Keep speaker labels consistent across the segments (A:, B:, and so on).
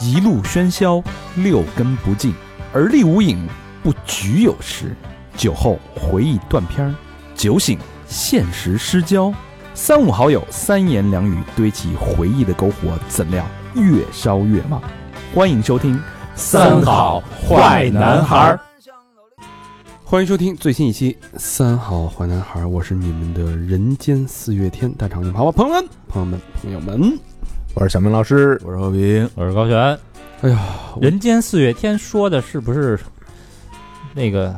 A: 一路喧嚣，六根不净，而立无影，不局有时。酒后回忆断片儿，酒醒现实失焦。三五好友，三言两语堆起回忆的篝火，怎料越烧越旺。欢迎收听《
B: 儿》。
C: 欢迎收听最新一期《三好坏男孩》，我是你们的人间四月天大长今，好吧，朋友们，朋友们，朋友们，
B: 我是小明老师，
D: 我是和平，
E: 我是高璇。
C: 哎呀，我
E: 人间四月天说的是不是那个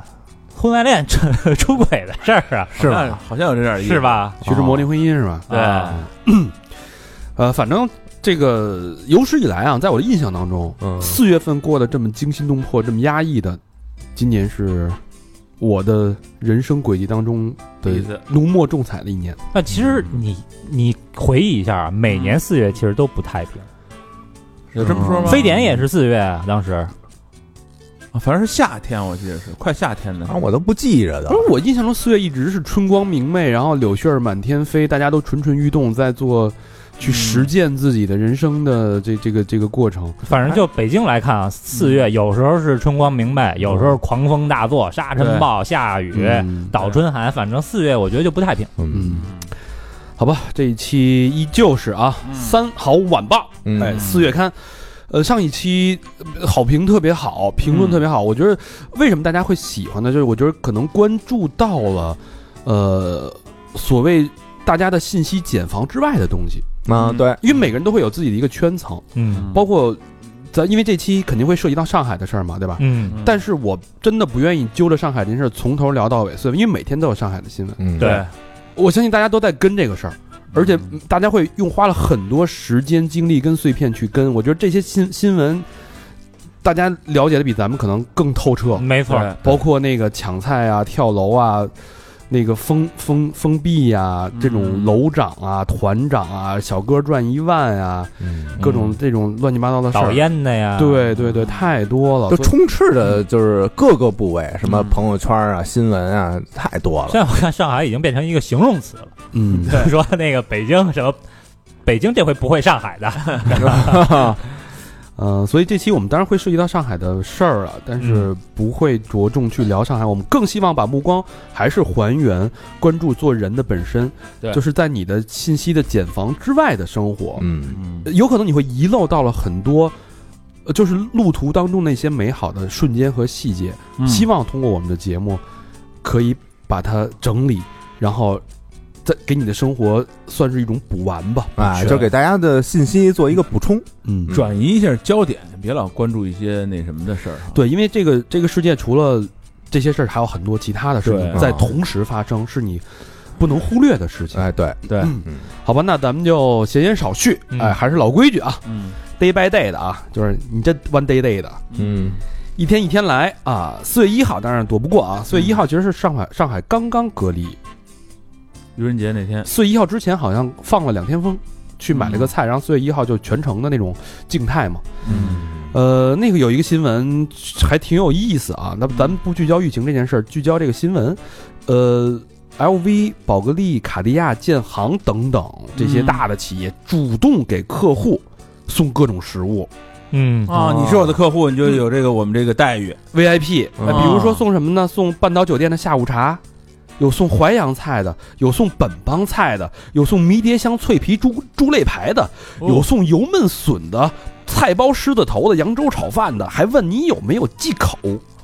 E: 婚外恋出出轨的事儿啊？
D: 是吧？好像有这点意思，
E: 是？吧？
C: 徐志摩离婚姻是吧？嗯
E: 对，
D: 啊
C: 呃，反正这个有史以来啊，在我的印象当中，
D: 嗯
C: 四月份过得这么惊心动魄、这么压抑的，今年是我的人生轨迹当中
D: 第一
C: 的
D: 次
C: 浓墨重彩的一年。
E: 那其实你你回忆一下啊，每年四月其实都不太平。
D: 有这么说吗？
B: 嗯
E: 非典也是四月啊，当时
D: 啊，反正是夏天，我记得是快夏天的
B: 啊，。我都不记着的
C: 不。是我印象中四月一直是春光明媚，然后柳絮儿满天飞，大家都蠢蠢欲动，在做去实践自己的人生的这这个这个过程。
E: 反正就北京来看啊，四月有时候是春光明媚，有时候狂风大作、沙尘暴、下雨、
C: 嗯
E: 倒春寒，反正四月我觉得就不太平。
C: 嗯，好吧，这一期依旧是啊，
D: 嗯
C: 三好晚报，
B: 嗯
C: 哎，四月刊。呃，上一期呃好评特别好，评论特别好。我觉得为什么大家会喜欢呢？就是我觉得可能关注到了，呃，所谓大家的信息茧房之外的东西，
D: 嗯
B: 啊，对，
C: 因为每个人都会有自己的一个圈层。
E: 嗯
C: 包括咱，因为这期肯定会涉及到上海的事儿嘛，对吧？
E: 嗯，
C: 但是我真的不愿意揪着上海这件事儿从头聊到尾，所以因为每天都有上海的新闻，
B: 嗯，
E: 对，
C: 我相信大家都在跟这个事儿，而且嗯大家会用花了很多时间、精力跟碎片去跟。我觉得这些新新闻，大家了解的比咱们可能更透彻，
E: 没错，
D: 对
C: 包括那个抢菜啊、跳楼啊。那个封封封闭呀、这种
D: 嗯
C: 楼长啊、团长啊、小哥赚一万啊，
B: 嗯
C: 各种这种乱七八糟的事儿
E: 导，烟的呀，
C: 对对对，太多了，
B: 都
C: 所以
B: 充斥着就是各个部位，什么
D: 嗯
B: 朋友圈啊、新闻啊，太多了。
E: 现在我看上海已经变成一个形容词了，
C: 嗯，
E: 就 说那个北京什么，北京这回不会上海的，
C: 呃，所以这期我们当然会涉及到上海的事儿了，但是不会着重去聊上海，我们更希望把目光还是还原，关注做人的本身，
D: 对
C: 就是在你的信息的茧房之外的生活，
B: 嗯
D: 嗯
C: 有可能你会遗漏到了很多。呃就是路途当中那些美好的瞬间和细节，
D: 嗯
C: 希望通过我们的节目，可以把它整理，然后再给你的生活算是一种补完吧。
B: 啊，
C: 是
B: 就给大家的信息做一个补充。
C: 嗯，
D: 转移一下焦点，别老关注一些那什么的事儿。，
C: 对，因为这个这个世界除了这些事儿，还有很多其他的事情
D: 对
C: 在
B: 啊
C: 同时发生，是你不能忽略的事情。
B: 哎，对，
D: 对
B: 嗯
C: 好吧，那咱们就闲言少叙，
E: 嗯
C: 哎，还是老规矩啊
D: 嗯
C: ，day by day 的啊，就是你这 one day day 的，
B: 嗯
C: 一天一天来啊。四月一号当然躲不过啊，四月一号其实是上海上海刚刚隔离，
D: 愚人节那天，
C: 四月一号之前好像放了两天风。去买了个菜，然后四月一号就全程的那种静态嘛。
D: 嗯
C: 呃，那个有一个新闻还挺有意思啊。那咱们不聚焦疫情这件事儿，聚焦这个新闻。呃，LV、宝格丽、卡地亚、建行等等这些
D: 嗯
C: 大的企业主动给客户送各种食物
E: 嗯
D: 啊，你是我的客户，你就有这个我们这个待遇。
C: VIP，、呃
D: 哦
C: 比如说送什么呢？送半岛酒店的下午茶。有送淮扬菜的，有送本帮菜的，有送迷迭香脆皮猪猪肋排的，有送油焖笋的，菜包狮子头的，扬州炒饭的，还问你有没有忌口。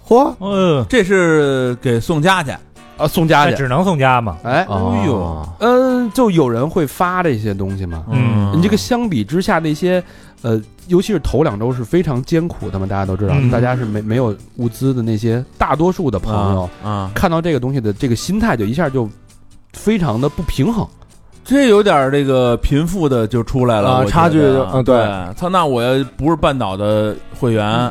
B: 嚯，
E: 嗯，
D: 这是给送家去，
C: 啊，送家
E: 那
C: 去。
E: 只能送家嘛，
C: 哎，
D: 哎呦
B: 哦，
C: 嗯，就有人会发这些东西嘛。
E: 嗯
C: 你这个相比之下，那些呃，尤其是头两周是非常艰苦的嘛，大家都知道，
E: 嗯
C: 大家是没没有物资的那些大多数的朋友，
D: 啊啊，
C: 看到这个东西的这个心态就一下就非常的不平衡。
D: 这有点儿这个贫富的就出来了，
B: 啊
D: 我觉得
B: 差距就嗯对
D: 对，操，那我要不是半岛的会员，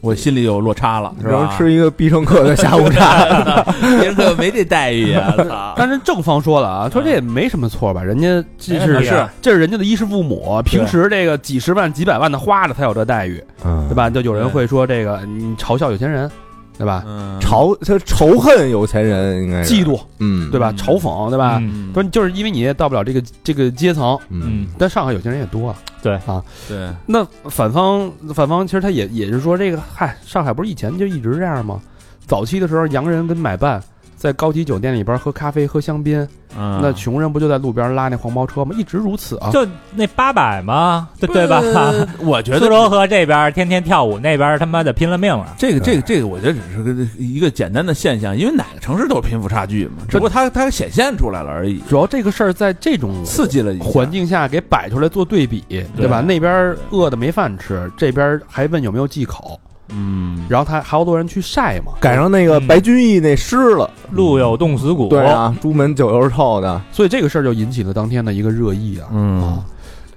D: 我心里有落差了，是
B: 然
D: 吧
B: 后？吃一个必胜客的下午茶。
D: 别人可没这待遇 啊，操！
C: 但是正方说了啊，说这也没什么错吧，人家这
D: 哎
C: 是
D: 是是
C: 这是人家的衣食父母，平时这个几十万几百万的花着才有这待遇，
B: 嗯
C: 对吧？就有人
D: 对
C: 会说这个你嘲笑有钱人，对吧？
D: 嗯，
B: 仇他仇恨有钱人，应该是
C: 嫉，妒，
B: 嗯，
C: 对吧？
D: 哎嗯
C: 嘲讽，对吧？
E: 嗯
D: 嗯
C: 说就是因为你也到不了这个这个阶层，
B: 嗯
E: 嗯
C: 但上海有钱人也多啊，
E: 对
C: 啊，
D: 对，
C: 那反方反方其实他也也是说这个，嗨，上海不是以前就一直这样吗？早期的时候，洋人跟买办在高级酒店里边喝咖啡、喝香槟，
D: 嗯，
C: 那穷人不就在路边拉那黄包车吗？一直如此啊。
E: 就那八百嘛，对对吧？
D: 呃？我觉
E: 苏
D: 得
E: 州河这边天天跳舞，那边他妈的拼了命啊了。
D: 这个这个这个，我觉得只是个一个简单的现象，因为哪个城市都有贫富差距嘛，只不过它它显现出来了而已，
C: 主要这个事儿在这种
D: 刺激了一下
C: 环。境下给摆出来做对比，对吧？那边饿的没饭吃，这边还问有没有忌口，
D: 嗯，
C: 然后他好多人去晒嘛，
B: 赶上那个白居易那诗了，
E: 路有冻死骨，
B: 对
D: 哦
B: 啊，朱门酒肉臭的，
C: 所以这个事儿就引起了当天的一个热议啊。
D: 嗯
C: 啊，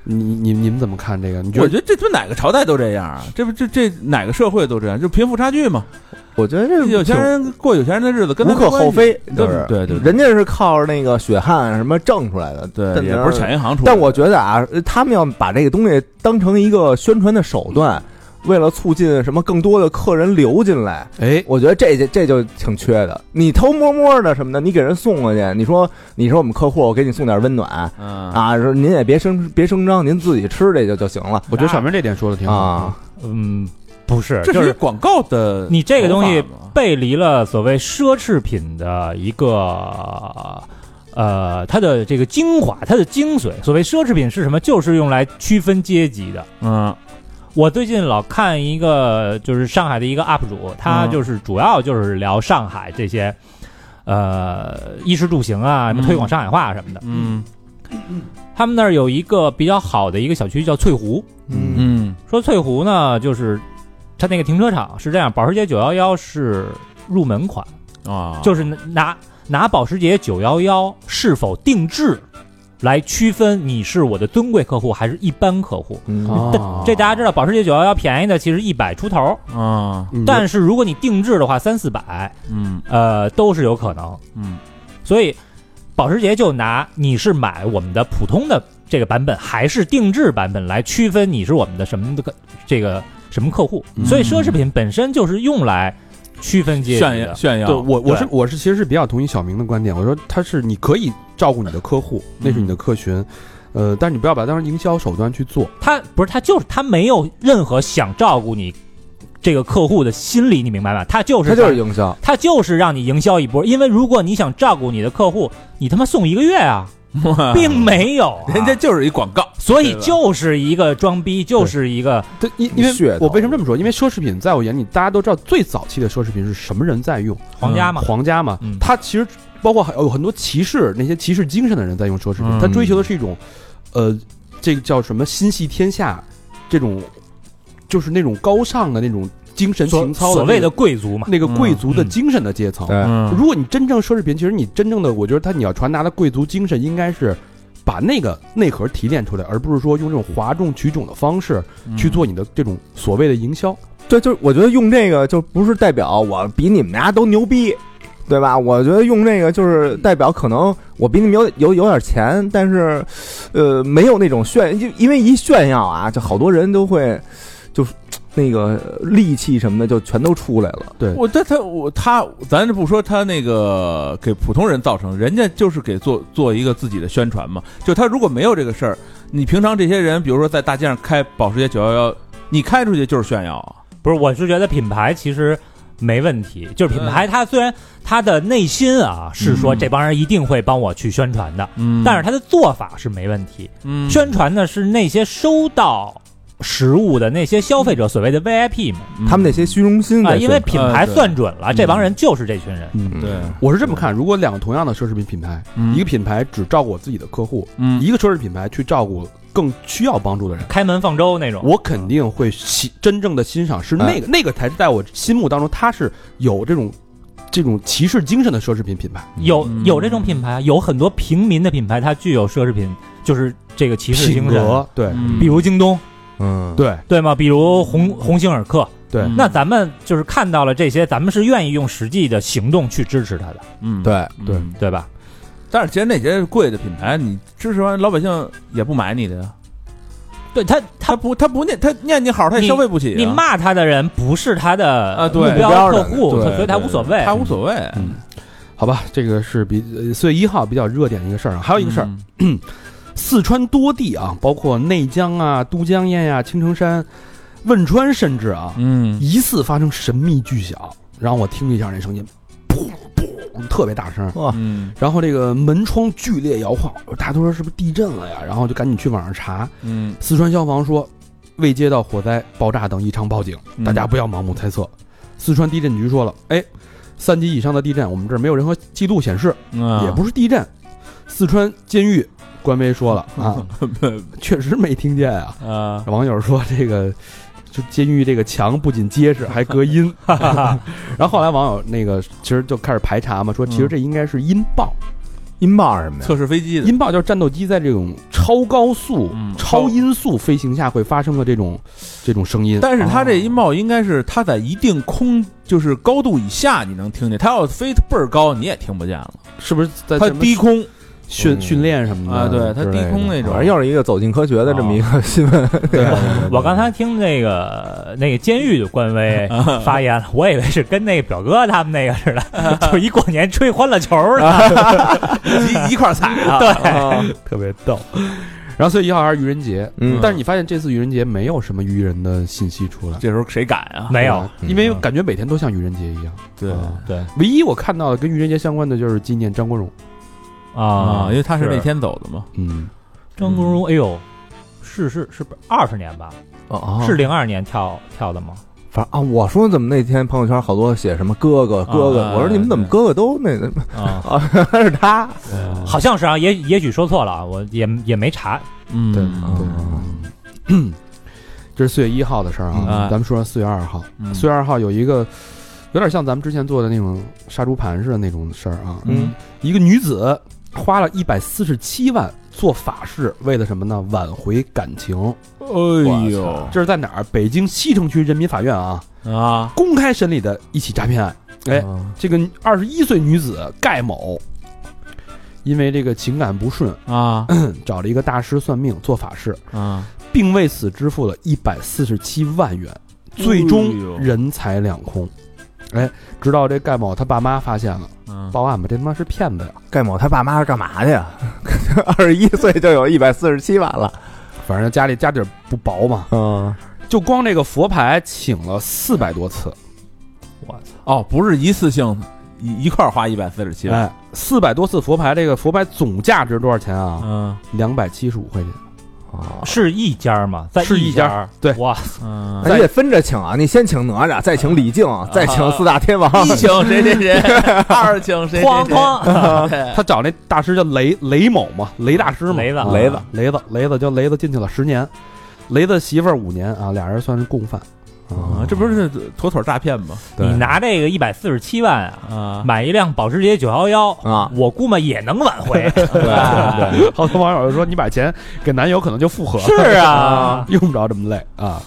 C: 你你你们怎么看这个？你觉
D: 我
C: 得
D: 觉得这不哪个朝代都这样啊，这不这这哪个社会都这样，就贫富差距嘛。
B: 我觉得这
D: 有钱
B: 挺
D: 人过有钱人的日子，跟他
B: 无
D: 没
B: 可
D: 关系
B: 厚非，就是
D: 对对对
B: 人家是靠那个血汗什么挣出来的，但
D: 对，也不是抢银行出来的。
B: 但我觉得啊，他们要把这个东西当成一个宣传的手段，为了促进什么更多的客人流进来，
C: 哎，
B: 我觉得这这这就挺缺的。你偷摸摸的什么的，你给人送过去，你说你说我们客户，我给你送点温暖
D: 嗯
B: 啊，说您也别声别声张，您自己吃这就就行了
C: 我觉得小明这点说的挺好
B: 啊。
E: 嗯，不是，
D: 这
E: 就
D: 一
E: 是是
D: 广告的，
E: 你这个东西背离了所谓奢侈品的一个呃它的这个精华，它的精髓。所谓奢侈品是什么？就是用来区分阶级的。
D: 嗯
E: 我最近老看一个，就是上海的一个 UP 主，他
D: 嗯
E: 就是主要就是聊上海这些，呃，衣食住行啊，什么
D: 嗯
E: 推广上海话什么的。
D: 嗯
E: 他们那儿有一个比较好的一个小区叫翠湖，
B: 嗯
D: 嗯
E: 说翠湖呢，就是它那个停车场是这样，保时捷九幺幺是入门款，
D: 啊，
E: 就是拿拿保时捷九幺幺是否定制来区分你是我的尊贵客户还是一般客户。
D: 哦
B: 嗯，
C: 啊。
E: 这大家知道，保时捷九幺幺便宜的其实一百出头，
D: 啊，
C: 嗯
E: 但是如果你定制的话，三四百，
D: 嗯
E: 呃，都是有可能。
D: 嗯
E: 所以，保时捷就拿你是买我们的普通的这个版本，还是定制版本来区分你是我们的什么的个这个什么客户。
D: 嗯
E: 所以，奢侈品本身就是用来区分阶级
D: 炫耀
E: 的。
D: 炫耀，
C: 对我我是
E: 对
C: 我是其实是比较同意小明的观点，我说他是你可以照顾你的客户，那是你
E: 嗯
C: 的客群，呃，但是你不要把它当成营销手段去做。
E: 他不是他就是他没有任何想照顾你这个客户的心理，你明白吧？他就是
B: 它就是营销，
E: 他就是让你营销一波，因为如果你想照顾你的客户，你他妈送一个月啊， 并没有啊、
D: 嗯人家就是一广告，
E: 所以就是一个装逼，就是一个
C: 对，因因
B: 噱
C: 为
B: 头
C: 我为什么这么说？因为奢侈品在我眼里，大家都知道最早期的奢侈品是什么人在用，
E: 皇家嘛。
C: 皇家嘛
E: 嗯，
C: 他其实包括还有很多骑士，那些骑士精神的人在用奢侈品，
D: 嗯
C: 他追求的是一种，呃，这个叫什么心系天下，这种就是那种高尚的那种精神
E: 所
C: 情操
E: 所谓
C: 那
E: 的
C: 个
E: 贵族嘛，
C: 那个贵族的
E: 嗯嗯
C: 精神的阶层。
B: 对
D: 嗯
C: 如果你真正奢侈品，其实你真正的，我觉得他你要传达的贵族精神应该是。把那个内核提炼出来，而不是说用这种哗众取宠的方式
E: 嗯
C: 去做你的这种所谓的营销。
B: 对，就是我觉得用这个就不是代表我比你们俩都牛逼，对吧？我觉得用这个就是代表可能我比你们有有有点钱，但是，呃，没有那种炫，因因为一炫耀啊，就好多人都会，就是那个戾气什么的就全都出来了。
D: 我但他我他，咱就不说他那个给普通人造成，人家就是给做做一个自己的宣传嘛。就他如果没有这个事儿，你平常这些人，比如说在大街上开保时捷九幺幺，你开出去就是炫耀啊。
E: 不是，我是觉得品牌其实没问题，就是品牌它虽然它的内心啊是说
D: 嗯
E: 这帮人一定会帮我去宣传的，
D: 嗯
E: 但是它的做法是没问题。
D: 嗯
E: 宣传的是那些收到实物的那些消费者，所谓的 VIP 嘛
D: 嗯
B: 他们那些虚荣心
E: 啊，
B: 在
E: 因为
B: 宣
E: 品
D: 呃
E: 牌
D: 对
E: 算准了，
D: 嗯
E: 这帮人就是这群人。
B: 传
D: 对，
C: 我是这么看，如果两个同样的奢侈品品牌，
E: 嗯
C: 一个品牌只照顾我自己的客户，
D: 嗯
C: 一个奢侈品牌去照顾更需要帮助的人，
E: 开门放粥那种，
C: 我肯定会欣真正的欣赏
E: 嗯
C: 是那个那个才是在我心目当中，它是有这种这种骑士精神的奢侈品品牌。
E: 有
D: 嗯
E: 有这种品牌，有很多平民的品牌，它具有奢侈品，就是这个骑士
C: 品
E: 精神，嗯
C: 格对
E: 比如京东，
B: 嗯，
C: 对
E: 对吗？比如鸿鸿星尔克，
C: 对，
D: 嗯
E: 那咱们就是看到了这些，咱们是愿意用实际的行动去支持它的，
D: 嗯
B: 对，
C: 对
D: 嗯
E: 对吧？
D: 但是其实那些贵的品牌，你支持完老百姓也不买你的呀，
E: 对他，
D: 他不他不念他念你好，他也
E: 你
D: 消费不起啊。
E: 你骂他的人不是他
D: 啊
E: 的
D: 对
E: 目标客户，
D: 对，
E: 所以他
D: 对
E: 无所谓。
D: 他无所谓。
C: 好吧，这个是比呃四月一号比较热点的一个事儿啊，还有一个事儿，
D: 嗯
C: 四川多地啊，包括内江啊、都江堰呀、青城山、汶川，甚至啊，
D: 嗯，
C: 疑似发生神秘巨响。然后我听了一下那声音，砰砰，特别大声。
D: 嗯
C: 然后这个门窗剧烈摇晃，大家都说是不是地震了呀？然后就赶紧去网上查。
D: 嗯，
C: 四川消防说，未接到火灾、爆炸等异常报警，
D: 嗯
C: 大家不要盲目猜测。四川地震局说了，哎，三级以上的地震，我们这儿没有任何记录显示，
D: 嗯啊
C: 也不是地震。四川监狱官微说了啊，确实没听见啊。
D: 不 啊，
C: 网友说这个。就监狱这个墙不仅结实，还隔音。然后后来网友那个其实就开始排查嘛，说其实这应该是音爆，
B: 音爆是什么呀？
D: 测试飞机的，
C: 音爆就是战斗机在这种超高速、
D: 嗯
C: 超音速飞行下会发生的这种这种声音。啊
D: 但是它这音爆应该是它在一定空，就是高度以下你能听见，它要飞倍儿高你也听不见了，
C: 是不是在
D: 它
C: 呃什么
D: 低空
C: 训
B: 嗯
C: 训练什么的
D: 啊，对，它
C: 之类
D: 低
C: 的
D: 空那种，
B: 反正又是一个走进科学的这么一个新闻。
D: 对，
E: 我刚才听那个那个监狱的官微
C: 啊
E: 发言了，我以为是跟那个表哥他们那个似的， 就一过年吹欢乐球呢。
D: 一一块儿踩 啊，
E: 对，
C: 啊特别逗。然后所以一号还是愚人节，
B: 嗯
C: 但是你发现这次愚人节没有什么愚人的信息出来，
D: 这时候谁敢啊？
E: 没有，
B: 嗯
C: 因为感觉每天都像愚人节一样。
D: 对
C: 啊
E: 对
C: 唯一我看到的跟愚人节相关的就是纪念张国荣。
E: 啊
D: 啊，因为他是那天走的嘛，
C: 嗯，
E: 张国荣，哎呦，是是是不二十年吧？
B: 哦
C: 啊
E: 是零二年跳跳的吗？
B: 反正啊，我说怎么那天朋友圈好多写什么哥哥哥哥，
D: 啊
B: 我说你们怎么哥哥都那个
E: 啊，
B: 啊， 是他，
E: 好像是啊，也也许说错了，啊我也也没查。
D: 嗯，
C: 对对。
B: 嗯
C: 这是四月一号的事儿啊，
D: 嗯
C: 咱们说说四月二号。
D: 嗯
C: 四月二号有一个有点像咱们之前做的那种杀猪盘似的那种事儿啊。
B: 嗯，
C: 一个女子花了一百四十七万做法事，为了什么呢？挽回感情。
D: 哎
E: 我
D: 呦
C: 这是在哪儿？北京西城区人民法院啊，
D: 啊，
C: 公开审理的一起诈骗案。哎
B: 啊
C: 这个二十一岁女子盖某，因为这个情感不顺，
D: 啊
C: 找了一个大师算命做法事，
D: 啊！
C: 并为此支付了一百四十七万元，最
D: 哎呦
C: 终人财两空。哎，直到这盖某他爸妈发现了，
D: 嗯
C: 报案吧，这他妈是骗子呀！
B: 盖某他爸妈是干嘛的呀？ 二十一岁就有一百四十七万了，
C: 反正家里家底儿不薄嘛，
B: 嗯，
C: 就光这个佛牌请了四百多次，
E: 我操，
D: 哦，不是一次性一一块儿花一百四十七万，
C: 哎，四百多次佛牌，这个佛牌总价值多少钱啊？
D: 嗯
C: 两百七十五块钱。
B: 哦
E: 是一家吗？在
C: 是一家
E: 家，
C: 对
E: 哇
D: 嗯，
B: 那你得分着请啊，你先请哪吒，再请李靖，再请四大天王，
D: 一请谁谁谁，二请谁谁
E: 哐
D: 谁，
E: 哐，
C: 他找那大师叫雷雷某嘛，雷大师嘛，
E: 雷子
C: 哎啊
B: 雷子，
C: 雷子，雷子，就雷子进去了十年，雷子媳妇儿五年啊，俩人算是共犯。
D: 啊，这不是妥妥诈骗吗？
C: 对
E: 你拿这个一百四十七万啊，
D: 啊，
E: 买一辆保时捷九幺幺
B: 啊
E: 我估摸也能挽回。
D: 对，啊
C: 好多网友就说你把钱给男友，可能就复合了。，
E: 是啊
C: 用不着这么累啊。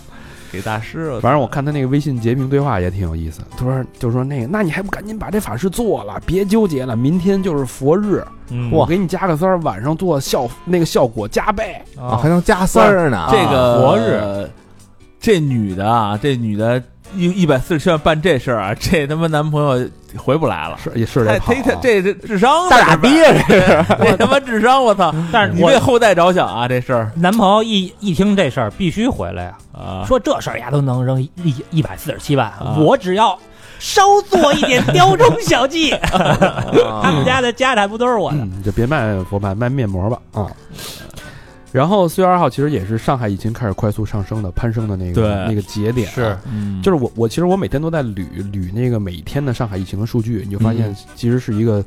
D: 给大师啊了，
C: 反正我看他那个微信截屏对话也挺有意思，他说就说那个，那你还不赶紧把这法事做了，别纠结了，明天就是佛日，
E: 嗯
C: 我给你加个三儿，晚上做效那个效果加倍。
B: 啊
E: 啊
B: 还能加三儿呢，
D: 这个
E: 活日
D: 日，这女的啊，这女的一一百四十七万办这事儿啊，这他妈男朋友回不来了。
C: 是也是
D: 太
C: 得跑、
D: 忒太
C: 啊，
D: 这这智商
B: 大傻逼啊这是，
D: 这他妈智商，我操！
E: 但
D: 你
E: 是我
D: 为后代着想啊，这事儿
E: 男朋友一一听这事儿，必须回来呀、
D: 啊，
E: 说这事儿丫都能扔一一百四十七万，
D: 啊
E: 我只要稍做 一点雕虫小技，他们家的家产不都是我的？
C: 嗯，就别卖佛牌，卖面膜吧啊。然后四月二号其实也是上海疫情开始快速上升的攀升的那个
D: 对
C: 那个节
B: 啊
C: 点、啊
E: 是，
D: 嗯
C: 就是我我其实我每天都在捋捋那个每一天的上海疫情的数据，你就发现其实是一个、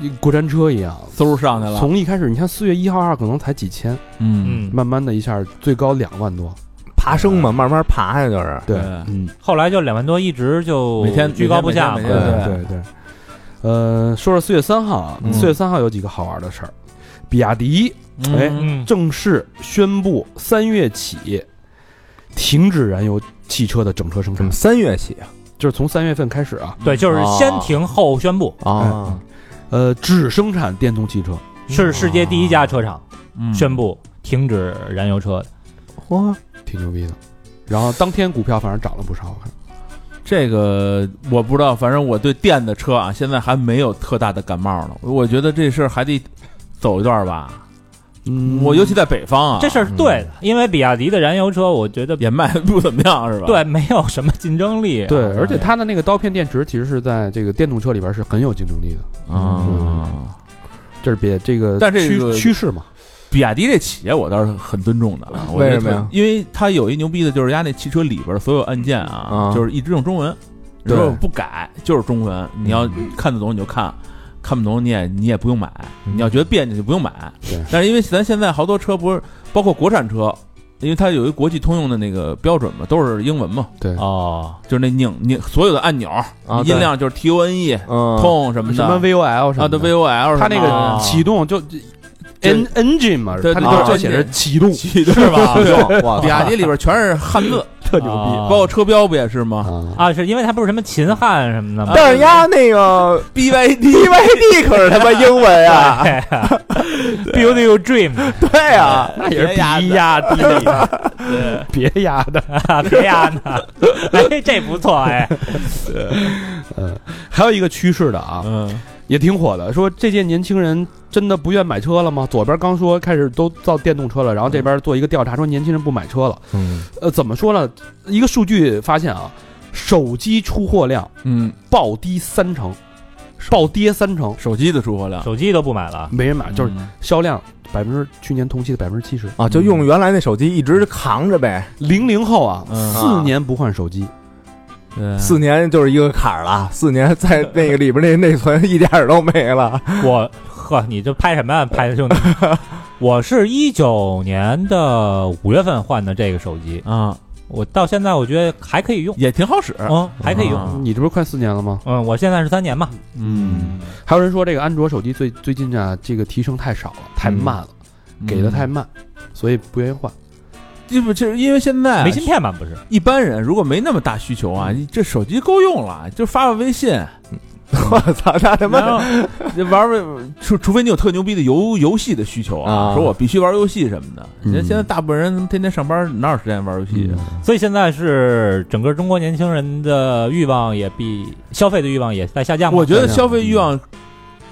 C: 一过山车一样。
D: 嗖上去了，
C: 从一开始，你看四月一号、二可能才几千，
D: 嗯，
C: 慢慢的一下最高两万多。
B: 爬升嘛，慢慢爬呀，就是
C: 对
D: 对，
C: 嗯，
E: 后来就两万多，一直就
D: 每天
E: 居高不下
D: 每
E: 嘛
D: 天每。天
C: 对对对。呃，说说四月三号啊，
B: 嗯
C: 四月三号有几个好玩的事儿。比亚迪哎
E: 嗯，
C: 正式宣布三月起停止燃油汽车的整车生
B: 怎
C: 产
B: 么，三月起
C: 就是从三月份开始啊，
E: 对，就是先停后宣布，
B: 啊？
C: 呃，只生产电动汽车。
E: 是世界第一家车厂
D: 嗯
E: 宣布停止燃油车。
B: 嚯，
C: 挺牛逼的。然后当天股票反正涨了不少，我看
D: 这个我不知道，反正我对电的车啊，现在还没有特大的感冒呢。我觉得这事儿还得走一段吧，
C: 嗯
D: 我尤其在北方啊，
E: 这事儿是对的，因为比亚迪的燃油车，我觉得
D: 也卖得不怎么样，是吧？，
E: 对没有什么竞争力。啊
C: 对，哎而且它的那个刀片电池其实是在这个电动车里边是很有竞争力的，
D: 啊，
C: 这是别这个
D: 但这
C: 趋
D: 个
C: 趋势嘛，
D: 比亚迪这企业我倒是很尊重的啊，我觉得
B: 为什么呀
D: 因为它有一牛逼的，就是人家那汽车里边的所有按键啊，
B: 啊
D: 就是一直用中文，
C: 对嗯
D: 如果不改就是中文，你要看得懂你就看。看不懂你也你也不用买，你要觉得别扭就不用买
C: 嗯对。
D: 但是因为咱现在好多车不是包括国产车，因为它有一国际通用的那个标准嘛，都是英文嘛，
C: 对，
E: 哦，
D: 就是那拧拧所有的按钮
B: 啊
D: 音量就是 T O N E
B: 嗯，
D: 痛什么的
C: 啊什么 VOL 什
D: 啊，对
C: 么的
D: V O L
C: 它那
E: 啊
C: 个启动就 en engine 嘛，
D: 对
C: 它
D: 对
C: 那
B: 对
C: 就就写着启动，
D: 是
B: 是 吧？哎哇，
D: 比亚迪里边全是汉字，
E: 特
C: 牛逼
D: 包括车标不也是吗
C: 啊，
E: 哦啊，是因为它不是什么秦汉什么的吗？
B: 但是丫那 个
D: ？B Y D
B: BYD 可是他妈英文 啊，
E: ，Build your dream，
B: 对啊，
C: 那也是比压低的，别压 的。
E: 别呀啊呢，哎，这不错哎，
C: 嗯，还有一个趋势的啊，
D: 嗯，
C: 也挺火的，说这届年轻人真的不愿买车了吗？左边刚说开始都造电动车了，然后这边做一个调查说年轻人不买车了。
B: 嗯
C: 呃，怎么说呢？一个数据发现啊，手机出货量
D: 嗯，
C: 暴跌三成，暴跌三成，
D: 手机的出货量
E: 手机都不买了，
C: 没人买，就是
D: 嗯
C: 销量百分之去年同期的百分之七十。
B: 啊，就用原来那手机一直扛着呗，
C: 零零后啊，
D: 嗯啊
C: 四年不换手机，
D: 对
B: 四年就是一个坎儿了，四年在那个里边那内存一点儿都没 了，
E: 我呵，你这拍什么呀，拍的兄弟？我是一九年的五月份换的这个手机，
D: 啊，
E: 我到现在我觉得还可以用，
D: 也挺好使，
E: 嗯，还可以用。
D: 啊
C: 你这不是快四年了吗？
E: 嗯，我现在是三年嘛，
D: 嗯，
C: 还有人说这个安卓手机最最近啊，这个提升太少了，太
D: 嗯
C: 慢了，给的太慢，所以不愿意换。
D: 这不这嗯因为现在
E: 没芯片嘛，不是？
D: 一般人如果没那么大需求啊，你这手机够用了，就发发微信，
B: 我操，那他
D: 然
B: 妈
D: 后玩玩，除除非你有特牛逼的游游戏的需求啊，
B: 啊
D: 说我必须玩游戏什么的。你看
C: 嗯
D: 现在大部分人天天上班，哪有时间玩游戏啊？
E: 所以现在是整个中国年轻人的欲望也比消费的欲望也在下降嘛。
D: 我觉得消费欲望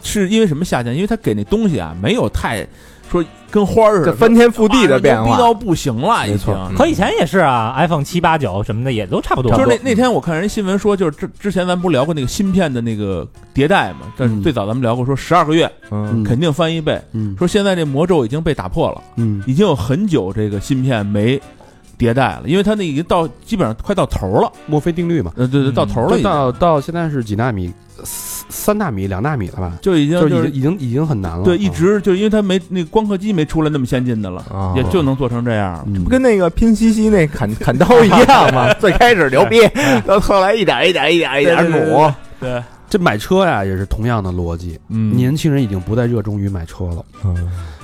D: 是因为什么下降？因为他给那东西啊，没有太说跟花儿似
B: 这
D: 的
B: 翻天覆地的变
D: 哇
B: 化
D: 哎牛逼，到不行了，已
B: 没
D: 经
B: 错。嗯
E: 和以前也是啊，iPhone 七八九什么的也都差不多。
D: 就是那那天我看人新闻说，就是之之前咱不聊过那个芯片的那个迭代嘛？但是
C: 嗯
D: 最早咱们聊过，说十二个月
B: 嗯
D: 肯定翻一倍。
C: 嗯
D: 说现在这魔咒已经被打破了，
C: 嗯
D: 已经有很久这个芯片没迭代了，因为它那已经到基本上快到头了。
C: 墨菲定律嘛，
D: 呃，对对，
E: 嗯
D: 到头了
C: 就
D: 已经，
C: 到到现在是几纳米，三三纳米、两纳米了吧？
D: 就已经
C: 就
D: 就是
C: 是已经已经已经很难了。
D: 对，一直就因为它没那光刻机没出来那么先进的了，
B: 啊
D: 也就能做成这样了。
C: 嗯
B: 不跟那个拼夕夕那砍砍刀一样 嘛，最开始牛逼，到后来一点一点一点一点努，
D: 对，
C: 这买车呀也是同样的逻辑，
D: 嗯
C: 年轻人已经不再热衷于买车了，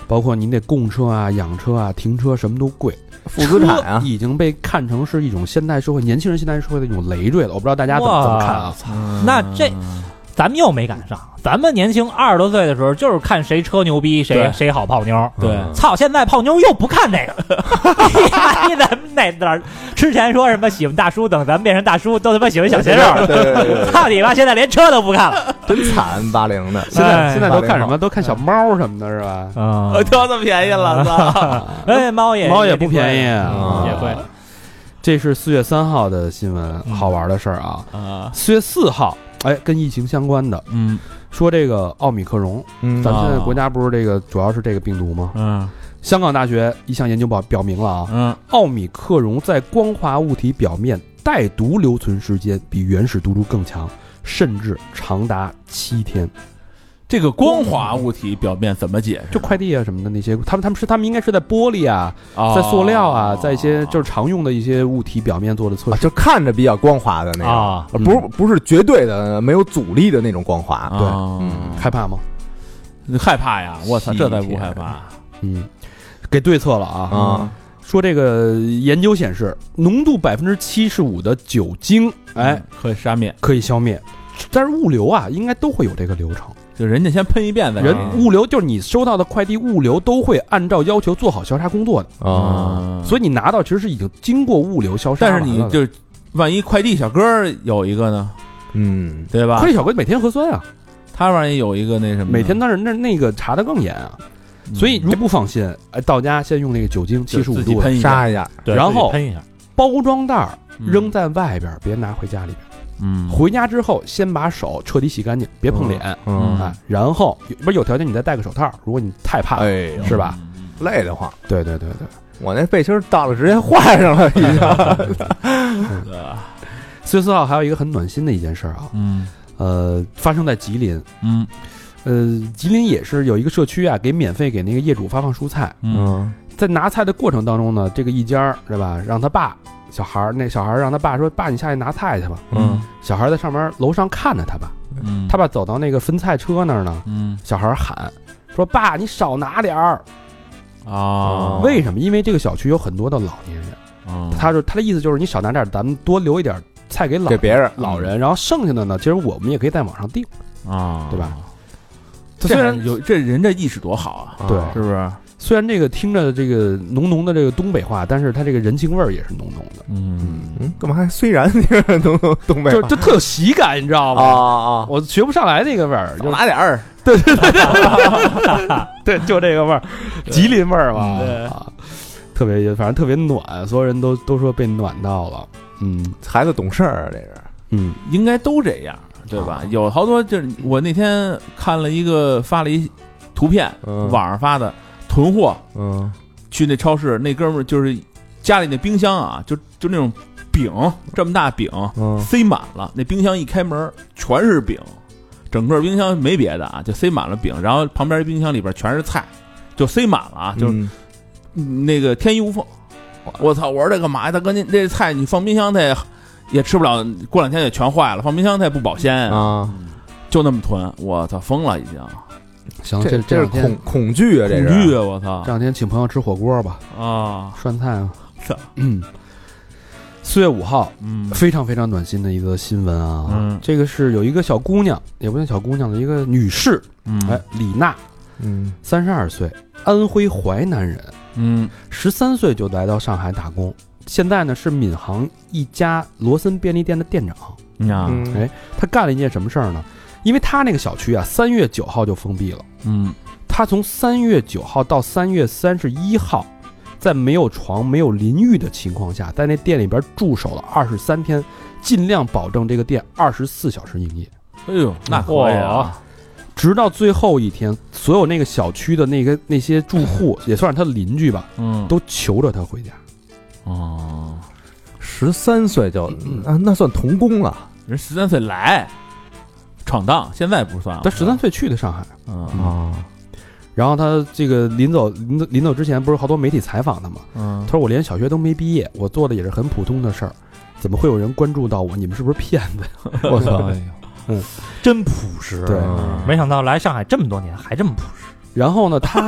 C: 包括您得供车啊、养车啊、停车什么都贵，
B: 负资产啊
C: 车，已经被看成是一种现代社会年轻人现代社会的一种累赘了。我不知道大家怎么怎么看
E: 哇
C: 啊？
E: 操，那这咱们又没赶上。咱们年轻二十多岁的时候，就是看谁车牛逼，谁
D: 对
E: 谁好泡妞。
D: 对
E: 操！现在泡妞又不看这个， 你怎么哪哪儿？之前说什么喜欢大叔，等咱们变成大叔，都他妈喜欢小鲜肉。
B: 对对对对，
E: 操你妈！现在连车都不看了。
B: 真惨，八零 的，
C: 现在
E: 哎
C: 现在都看什么？都看小猫什么的，是
D: 哎
C: 吧？
E: 嗯，
D: 挑这么便宜
B: 嗯
D: 了，操！
E: 哎，猫也
C: 猫也不便宜，
B: 啊
E: 嗯也贵。
C: 这是四月三号的新闻，好玩的事儿啊。
D: 啊，
C: 四月四号，哎，跟疫情相关的，
D: 嗯
C: 说这个奥密克戎，
B: 嗯
C: 咱们现在
D: 啊
C: 国家不是这个主要是这个病毒吗？
D: 嗯
C: 香港大学一项研究表表明了啊，
D: 嗯，
C: 奥密克戎在光滑物体表面带毒留存时间比原始毒株更长，甚至长达七天。
D: 这个光滑物体表面怎么解释？
C: 就快递啊什么的那些，他们他们是他们应该是在玻璃啊，
D: 哦
C: 在塑料啊，在一些就是常用的一些物体表面做的测
B: 啊
C: 试。嗯
B: 就看着比较光滑的那种
E: 啊
B: 不是不是绝对的没有阻力的那种光滑，
D: 对，嗯
C: 害怕吗？
D: 害怕呀！我操，
B: 西
D: 这才不
B: 天
D: 害怕。
C: 嗯，给对测了啊。
B: 啊，
C: 说这个研究显示，浓度百分之七十五的酒精，哎
D: 嗯，，可以杀灭，
C: 可以消灭。但是物流啊，应该都会有这个流程。
D: 就人家先喷一遍再嗯
C: 人
D: 杀
C: 物流就是你收到的快递，物流都会按照要求做好消杀工作的，
B: 啊，
D: 嗯
C: 所以你拿到其实是已经经过物流消杀
D: 但
C: 完了
D: 是
C: 的。
D: 你就万一快递小哥儿有一个呢，
B: 嗯，
D: 对吧
C: 快？递小哥每天核酸啊，
D: 他万一有一个那什么呢，嗯
C: 每天但是那那个查的更严啊。所以如不放心，哎，到家先用那个酒精七十五
D: 自己
C: 度的
D: 喷一下，
B: 杀一下，
E: 对，
C: 然
E: 自己
C: 后
E: 喷一下，
C: 包装袋儿
D: 嗯
C: 扔在外边儿，别拿回家里边儿。
D: 嗯
C: 回家之后先把手彻底洗干净，别碰脸。
B: 嗯，
C: 哎，然后不是有条件你再戴个手套，如果你太怕了，
B: 哎呦，
C: 是吧？
B: 累得慌。
C: 对 对对对，
B: 我那背心儿到了，直接换上了，已经。
C: 嗯四月四号还有一个很暖心的一件事儿啊，
D: 嗯
C: 呃，发生在吉林，
D: 嗯
C: 呃，吉林也是有一个社区啊，给免费给那个业主发放蔬菜，
D: 嗯
C: 在拿菜的过程当中呢，这个一家儿对吧，让他爸小孩儿，那小孩儿让他爸说：“爸，你下去拿菜去吧。
D: 嗯”
C: 小孩儿在上面楼上看着他爸，
D: 嗯，
C: 他爸走到那个分菜车那儿呢，
D: 嗯
C: 小孩儿喊说：“爸，你少拿点儿。
D: 啊，
C: 为什么？因为这个小区有很多的老年人，
D: 嗯
C: 他就他的意思就是你少拿点儿，咱们多留一点儿菜给老
B: 给别人
C: 老人，然后剩下的呢，其实我们也可以在网上订。
D: 啊，
C: 对吧？
D: 虽
C: 虽
D: 然
C: 然
D: 有这人这意识多好啊，
C: 对
D: 是不是？
C: 虽然这个听着这个浓浓的这个东北话，但是他这个人情味儿也是浓浓的，
D: 嗯，
B: 嗯，干嘛还？虽然你是东东东北
C: 就
B: 话
C: 就特有喜感，你知道
B: 啊
C: 吗？
B: 啊，啊
C: 我学不上来那个味儿，就
B: 拿点儿，
C: 对，就这个味儿，吉林味儿嘛，啊，特别反正特别暖，所有人都都说被暖到了，嗯
B: 孩子懂事儿，啊这是
C: 嗯，
D: 应该都这样，对吧？有好多就是我那天看了一个发了一图片，
B: 嗯
D: 网上发的囤货，
B: 嗯
D: 去那超市，那哥们儿就是家里那冰箱啊，就就那种饼这么大饼
B: 嗯
D: 塞满了，那冰箱一开门全是饼，整个冰箱没别的啊，就塞满了饼，然后旁边冰箱里边全是菜，就塞满了啊，就是
B: 嗯
D: 那个天衣无缝。我操！我说这干嘛呀，大哥？您这菜你放冰箱它也也吃不了，过两天也全坏了，放冰箱它也不保鲜啊
B: 啊，
D: 就那么囤，我操，疯了已经，
C: 行，哦
B: 这
C: 这
B: 这是
C: 两天
B: 恐恐惧啊，这
D: 恐
B: 是
D: 惧啊，我
C: 这
D: 操
C: 两天请朋友吃火锅吧，
D: 啊，
C: 涮菜啊
D: 操，
C: 嗯，四月五号，
D: 嗯
C: 非常非常暖心的一则新闻啊，
D: 嗯
C: 这个是有一个小姑娘，也不算小姑娘了，一个女士，
D: 嗯
C: 哎，李娜，
B: 嗯
C: 三十二岁，安徽淮南人，
D: 嗯
C: 十三岁就来到上海打工，现在呢是闵行一家罗森便利店的店长。
D: 呀，
B: 嗯
C: 哎他干了一件什么事儿呢？因为他那个小区啊，三月九号就封闭了。
D: 嗯
C: 他从三月九号到三月三十一号，在没有床、没有淋浴的情况下，在那店里边驻守了二十三天，尽量保证这个店二十四小时营业，
D: 哎呦，那可以啊，
C: 直到最后一天，所有那个小区的那个那些住户，也算是他的邻居吧，
D: 嗯，
C: 都求着他回家。
D: 哦，
B: 十三岁就啊，那算童工了
D: 人十三岁来闯荡，现在不算啊，
C: 他十三岁去的上海，
D: 嗯
B: 啊，
C: 然后他这个临走临走临走之前，不是好多媒体采访他吗？
D: 嗯
C: 他，说我连小学都没毕业，我做的也是很普通的事儿，怎么会有人关注到我？你们是不是骗子？
B: 我操，
E: 真朴实。
C: 哎对
D: 啊
B: 嗯
E: 没想到来上海这么多年还这么朴实，
C: 然后呢，他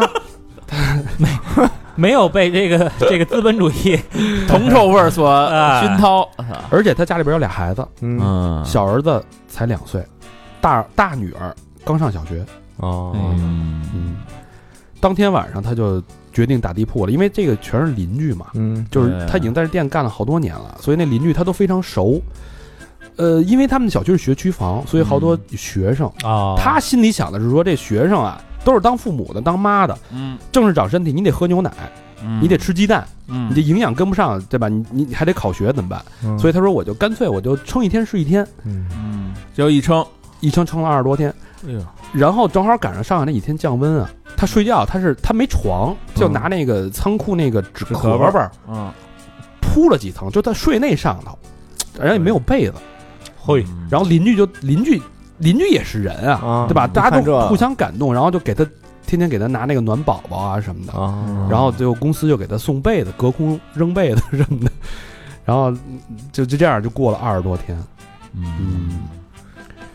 E: 没有被这 个这个资本主义
D: 铜臭味儿所
E: 哎
D: 熏陶，
C: 而且他家里边有俩孩子，
B: 嗯
D: 嗯
C: 嗯小儿子才两岁，大大女儿刚上小学。
B: 哦，
D: 嗯
C: 嗯，当天晚上他就决定打地铺了，因为这个全是邻居嘛，
B: 嗯
C: 就是他已经在这店干了好多年了，所以那邻居他都非常熟。呃，因为他们小区是学区房，所以好多学生，
E: 啊
C: 他心里想的是说，这学生啊都是当父母的、当妈的，
D: 嗯，
C: 正是长身体，你得喝牛奶，你得吃鸡蛋，
D: 嗯，
C: 你这营养跟不上，对吧？你你你还得考学怎么办？所以他说，我就干脆我就撑一天是一天，
B: 嗯
D: 嗯，只要一称，
C: 一撑撑了二十多天，
D: 哎呦，
C: 然后正好赶上上海那几天降温啊。他睡觉，他是他没床，就拿那个仓库那个纸壳
D: 壳
C: 儿
D: 嗯，
C: 铺了几层，就在睡那上头，然后也没有被子，
E: 会
D: 然
C: 然后邻居就邻居邻居也是人啊，
B: 啊，
C: 对吧？大家
B: 看这
C: 都互相感动，然后就给他天天给他拿那个暖宝宝啊什么的，
B: 啊，
C: 然后最后公司就给他送被子，隔空扔被子什么的， 然后就就这样就过了二十多天。
D: 嗯，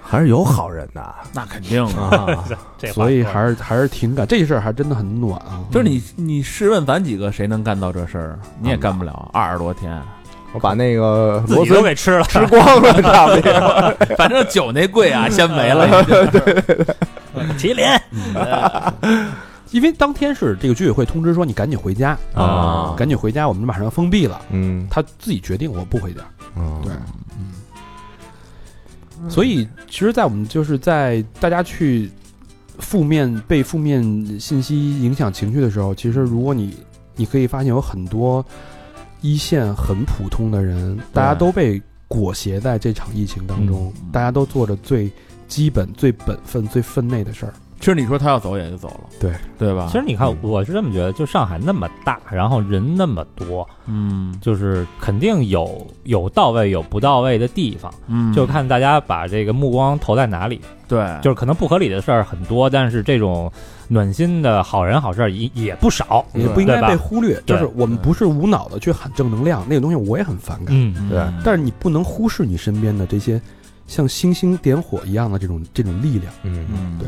B: 还是有好人的
D: 那肯定啊。
B: 啊，
E: 哎这话
C: 所以
E: 说
C: 还是还是挺感，这事儿还真的很暖啊。
D: 就是你，你试问咱几个谁能干到这事儿？你也干不了，二十多天，
B: 我把那个
E: 自
B: 螺
E: 己都
B: 丝
E: 给吃 了，
B: 吃光了，差不多。
D: 反正酒那贵啊，先没 了已经。
E: 嗯麒麟
C: 啊因为当天是这个居委会通知说你赶紧回家
B: 啊
C: 赶紧回家，我们马上要封闭了。
B: 嗯，
C: 他自己决定我不回家，
B: 对
C: 对
E: 嗯
C: 所以其实，在我们就是在大家去负面被负面信息影响情绪的时候，其实如果你你可以发现有很多一线很普通的人，大家都被裹挟在这场疫情当中，
D: 嗯
C: 大家都做着最基本、最本分、最分内的事儿。
D: 其实你说他要走也就走了，
C: 对
D: 对吧？
E: 其实你看
D: 嗯，
E: 我是这么觉得，就上海那么大，然后人那么多，
D: 嗯
E: 就是肯定有有到位有不到位的地方，
D: 嗯，
E: 就看大家把这个目光投在哪里。
C: 哎
D: 对，
E: 就是可能不合理的事儿很多，但是这种暖心的好人好事儿也也不少，
C: 也不应该
E: 对吧
C: 被忽略，就是
E: 对
C: 我们不是无脑的去喊正能量，那个东西我也很反感。
E: 嗯，
D: 对
C: 但是你不能忽视你身边的这些像星星点火一样的这种这种力量。
B: 嗯，
D: 嗯
C: 对。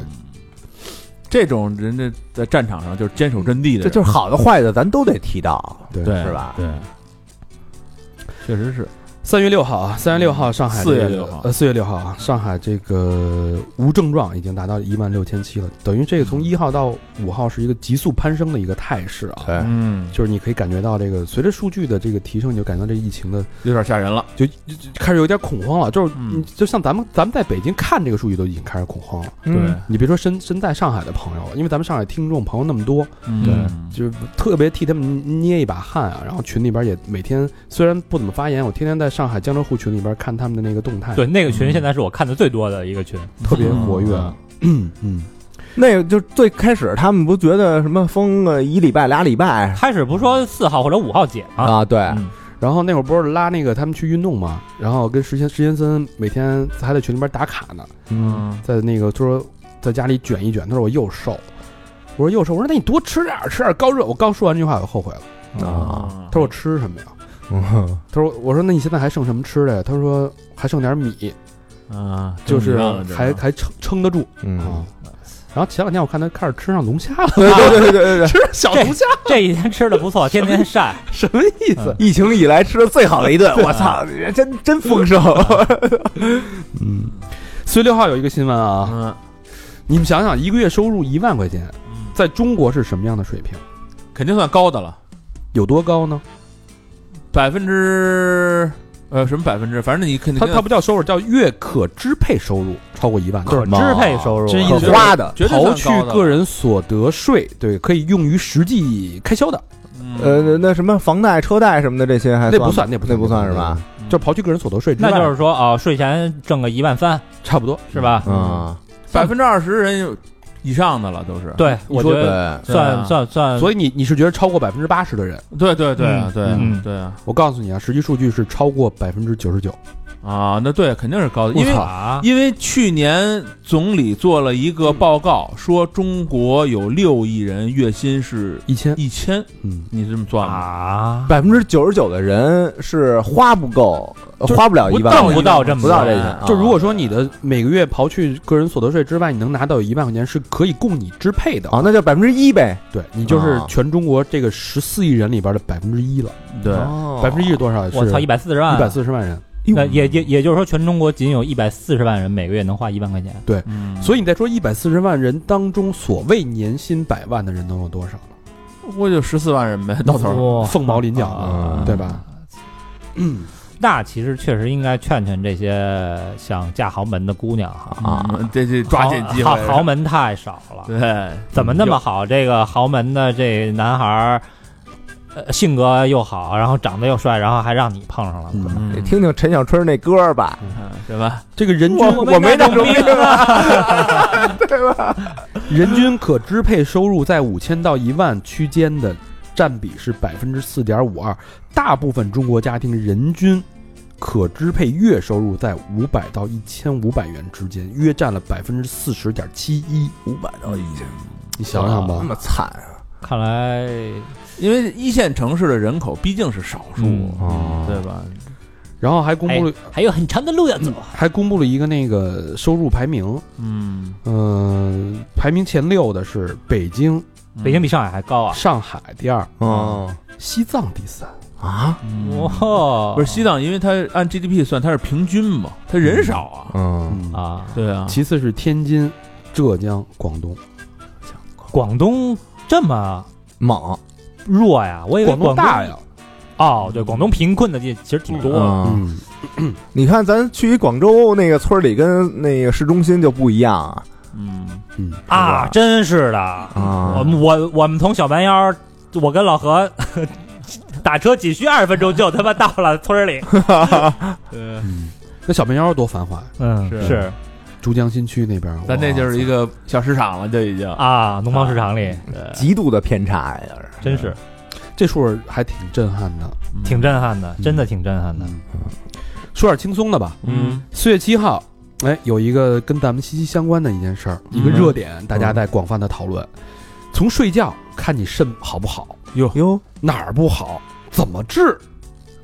D: 这种人家在战场上就是坚守阵地的
B: 这
D: 人，
B: 就是好的坏的，咱都得提到，
C: 对
D: 对
B: 是吧？
D: 对，确实是
C: 三月六号啊，三月六号上海这
D: 4
C: 个、
D: 嗯月6号
C: 呃，四月六号啊，上海这个无症状已经达到一万六千七了，等于这个
D: 嗯
C: 从一号到五号是一个急速攀升的一个态势啊。
B: 对
D: 嗯，
C: 就是你可以感觉到这个随着数据的这个提升，你就感觉到这疫情的
D: 有点吓人了。
C: 就就就开始有点恐慌了。就是
D: 嗯
C: 你就像咱们咱们在北京看这个数据都已经开始恐慌了，
B: 嗯
D: 对，
C: 你别说身身在上海的朋友了，因为咱们上海听众朋友那么多，
D: 嗯
C: 就是特别替他们捏一把汗啊。然后群里边也每天虽然不怎么发言，我天天在上海江浙沪群里边看他们的那个动态，
E: 对，那个
C: 嗯
E: 群现在是我看的最多的一个群，
C: 特别活跃。
D: 嗯
C: 嗯嗯，
B: 那个就最开始他们不觉得什么封个一礼拜俩礼拜
E: 开始不是说四号或者五号解吗？
B: 啊？对，
D: 嗯
C: 然后那会儿不是拉那个他们去运动嘛，然后跟石先石先森每天还在群里边打卡呢，
D: 嗯
C: 在那个他说在家里卷一卷，他说我又瘦，我说又瘦，我说那你多吃点儿吃点儿高热，我刚说完这句话我后悔了，
D: 啊
C: 他说我吃什么呀？
B: 嗯
C: 他说我说那你现在还剩什么吃的呀？他说还剩点米，
D: 啊，
C: 就是还还撑撑得住啊
B: 嗯，。
C: 然后前两天我看他开始吃上龙虾 了，
B: 对对对对对对，
C: 吃上小龙虾，
E: 这几天吃的不错，天天晒，
C: 什么意思？
B: 嗯疫情以来吃的最好的一顿，我操，真真丰盛。
C: 嗯，四月六号有一个新闻啊，
D: 嗯，
C: 你们想想，一个月收入一万块钱，在中国是什么样的水平？
D: 肯定算高的了，
C: 有多高呢？
D: 百分之呃什么百分之，反正你肯定
C: 它它不叫收入，叫月可支配收入超过一万的，
E: 可支配收入
D: 这意
B: 可
D: 思就是
B: 花的，
D: 绝对
C: 刨
D: 算
C: 去
D: 高的
C: 个人所得税，对，可以用于实际开销的，
D: 嗯
B: 呃，那那什么房贷、车贷什么的这些还
C: 那不
B: 算
C: 算，那不嗯
B: 那不算是吧？？
C: 就刨去个人所得税之外，
E: 那就是说啊，税前挣个一万三
C: 差不多。
E: 是吧？
D: 嗯
B: 吗？
D: 百分之二十人以上的了都是。
E: 对，
D: 你
E: 我觉
D: 说
E: 得
B: 嗯，
D: 对
E: 算
D: 啊
E: 算算，
C: 所以你你是觉得超过百分之八十的人，
D: 对对对啊
E: 嗯
D: 对啊
E: 嗯
D: 对啊
C: 我告诉你啊，实际数据是超过百分之九十九。
D: 啊，那对肯定是高的，因为
E: 啊，
D: 因为去年总理做了一个报告，说中国有六亿人月薪是
C: 一千，
D: 一千，
C: 嗯，
D: 你这么算吗？
E: 啊，
B: 百分之九十九的人是花不够，呃
C: 就
B: 花不了一万
E: 到
B: 块钱，
E: 不到这么
B: 不到
E: 多
B: 这一千。
C: 就如果说你的每个月刨去个人所得税之外，你能拿到有一万块钱是可以供你支配的
B: 啊，，那就百分之一呗，
C: 对你就是
B: 啊
C: 全中国这个十四亿人里边的百分之一了。
D: 对，
B: 哦啊
C: 百分之一是多少？
E: 我操，一啊
C: 一
E: 百四十万，
C: 百，四十万人。
E: 那也也也就是说，全中国仅有一百四十万人每个月能花一万块钱，
D: 嗯
C: 所以你再说一百四十万人当中，所谓年薪百万的人能有多少呢？
D: 我就十四万人呗，到头儿
B: 哦
E: 哇
C: 凤毛麟角
E: 啊
C: 对吧？
E: 那其实确实应该劝劝这些想嫁豪门的姑娘哈，
D: 嗯，这这抓紧机
E: 豪
D: 会，
E: 豪豪门太少了，
D: 对，
E: 怎么那么好？这个豪门的这男孩儿，呃，性格又好，然后长得又帅，然后还让你碰上了，
C: 嗯
D: 嗯
B: 得哎听听陈小春那歌吧。
D: 嗯对吧？
C: 这个人均
B: 我我没当
E: 当
B: 什么
E: 啊，
C: 人均可支配收入在五千到一万区间的占比是百分之四点五二，大部分中国家庭人均可支配月收入在五百到一千五百元之间，约占了百分之四十点七一。
B: 五百到一千，
C: 你想想
B: 那
C: 吧，
B: 么惨
E: 看来
D: 因为一线城市的人口毕竟是少数，
E: 嗯
B: 啊！
D: 对吧？
C: 然后还公布了
E: 还有很长的路要走。
C: 还公布了一个那个收入排名，
D: 嗯，
C: 嗯、排名前六的是北京、
D: 嗯
E: 北京比上海还高啊！
C: 上海第二，
B: 哦
C: 西藏第三。
B: 啊，
D: 嗯
E: 哇，
D: 不是西藏，因为它按 GDP 算，它是平均嘛，它人少啊，
B: 嗯，
C: 嗯，
E: 啊，
D: 对啊，
C: 其次是天津、浙江、广东。
E: 广东这么
B: 猛
E: 弱呀？我以为
C: 广东
E: 广
C: 大呀，
E: 哦，对，广东贫困的地其实挺多的。
B: 嗯，你看咱去一广州那个村里跟那个市中心就不一样啊，
D: 嗯，
C: 嗯
E: 啊，真是的，嗯我
B: 啊，
E: 们我我们从小蛮腰，我跟老何 打车仅需二十分钟就他妈到了村儿里，
D: 对，
C: 嗯，那小绵腰多繁华，
E: 嗯
D: 是
E: 是
C: 珠江新区那边儿，
D: 咱这就是一个小市场了，就已经。
E: 啊，农贸市场里
B: 极度的偏差呀，就
E: 真
B: 是
E: 是
C: 这数儿还挺震撼的。
E: 挺震撼的，真的挺震撼的。
C: 嗯，说点轻松的吧。
D: 嗯，
C: 四月七号，哎，有一个跟咱们息息相关的一件事儿，
D: 嗯
C: 一个热点，大家在广泛的讨论。从睡觉看你肾好不好，
B: 哟，
C: 哪儿不好，怎么治？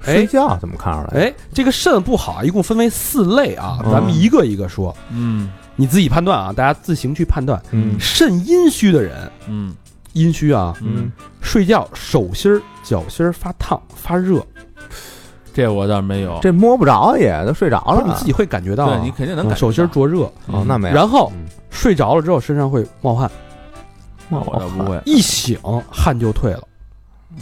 B: 睡
C: 哎
B: 觉怎么看出来？
C: 哎，这个肾不好啊，一共分为四类啊，
B: 嗯
C: 咱们一个一个说，
D: 嗯
C: 你自己判断啊，大家自行去判断。
B: 嗯
C: 肾阴虚的人，
D: 嗯
C: 阴虚啊，
D: 嗯，
C: 睡觉手心儿、脚心儿发烫发热，
D: 这我倒是没有，
B: 这摸不着也都睡着
C: 不
B: 了，
C: 是你自己会感觉到啊，
D: 对你肯定能
C: 嗯
D: 感觉到
C: 手心儿灼热，
B: 哦，那没有，
C: 然后
D: 嗯
C: 睡着了之后身上会冒汗，
D: 那我倒不会。
C: 一醒汗就退了。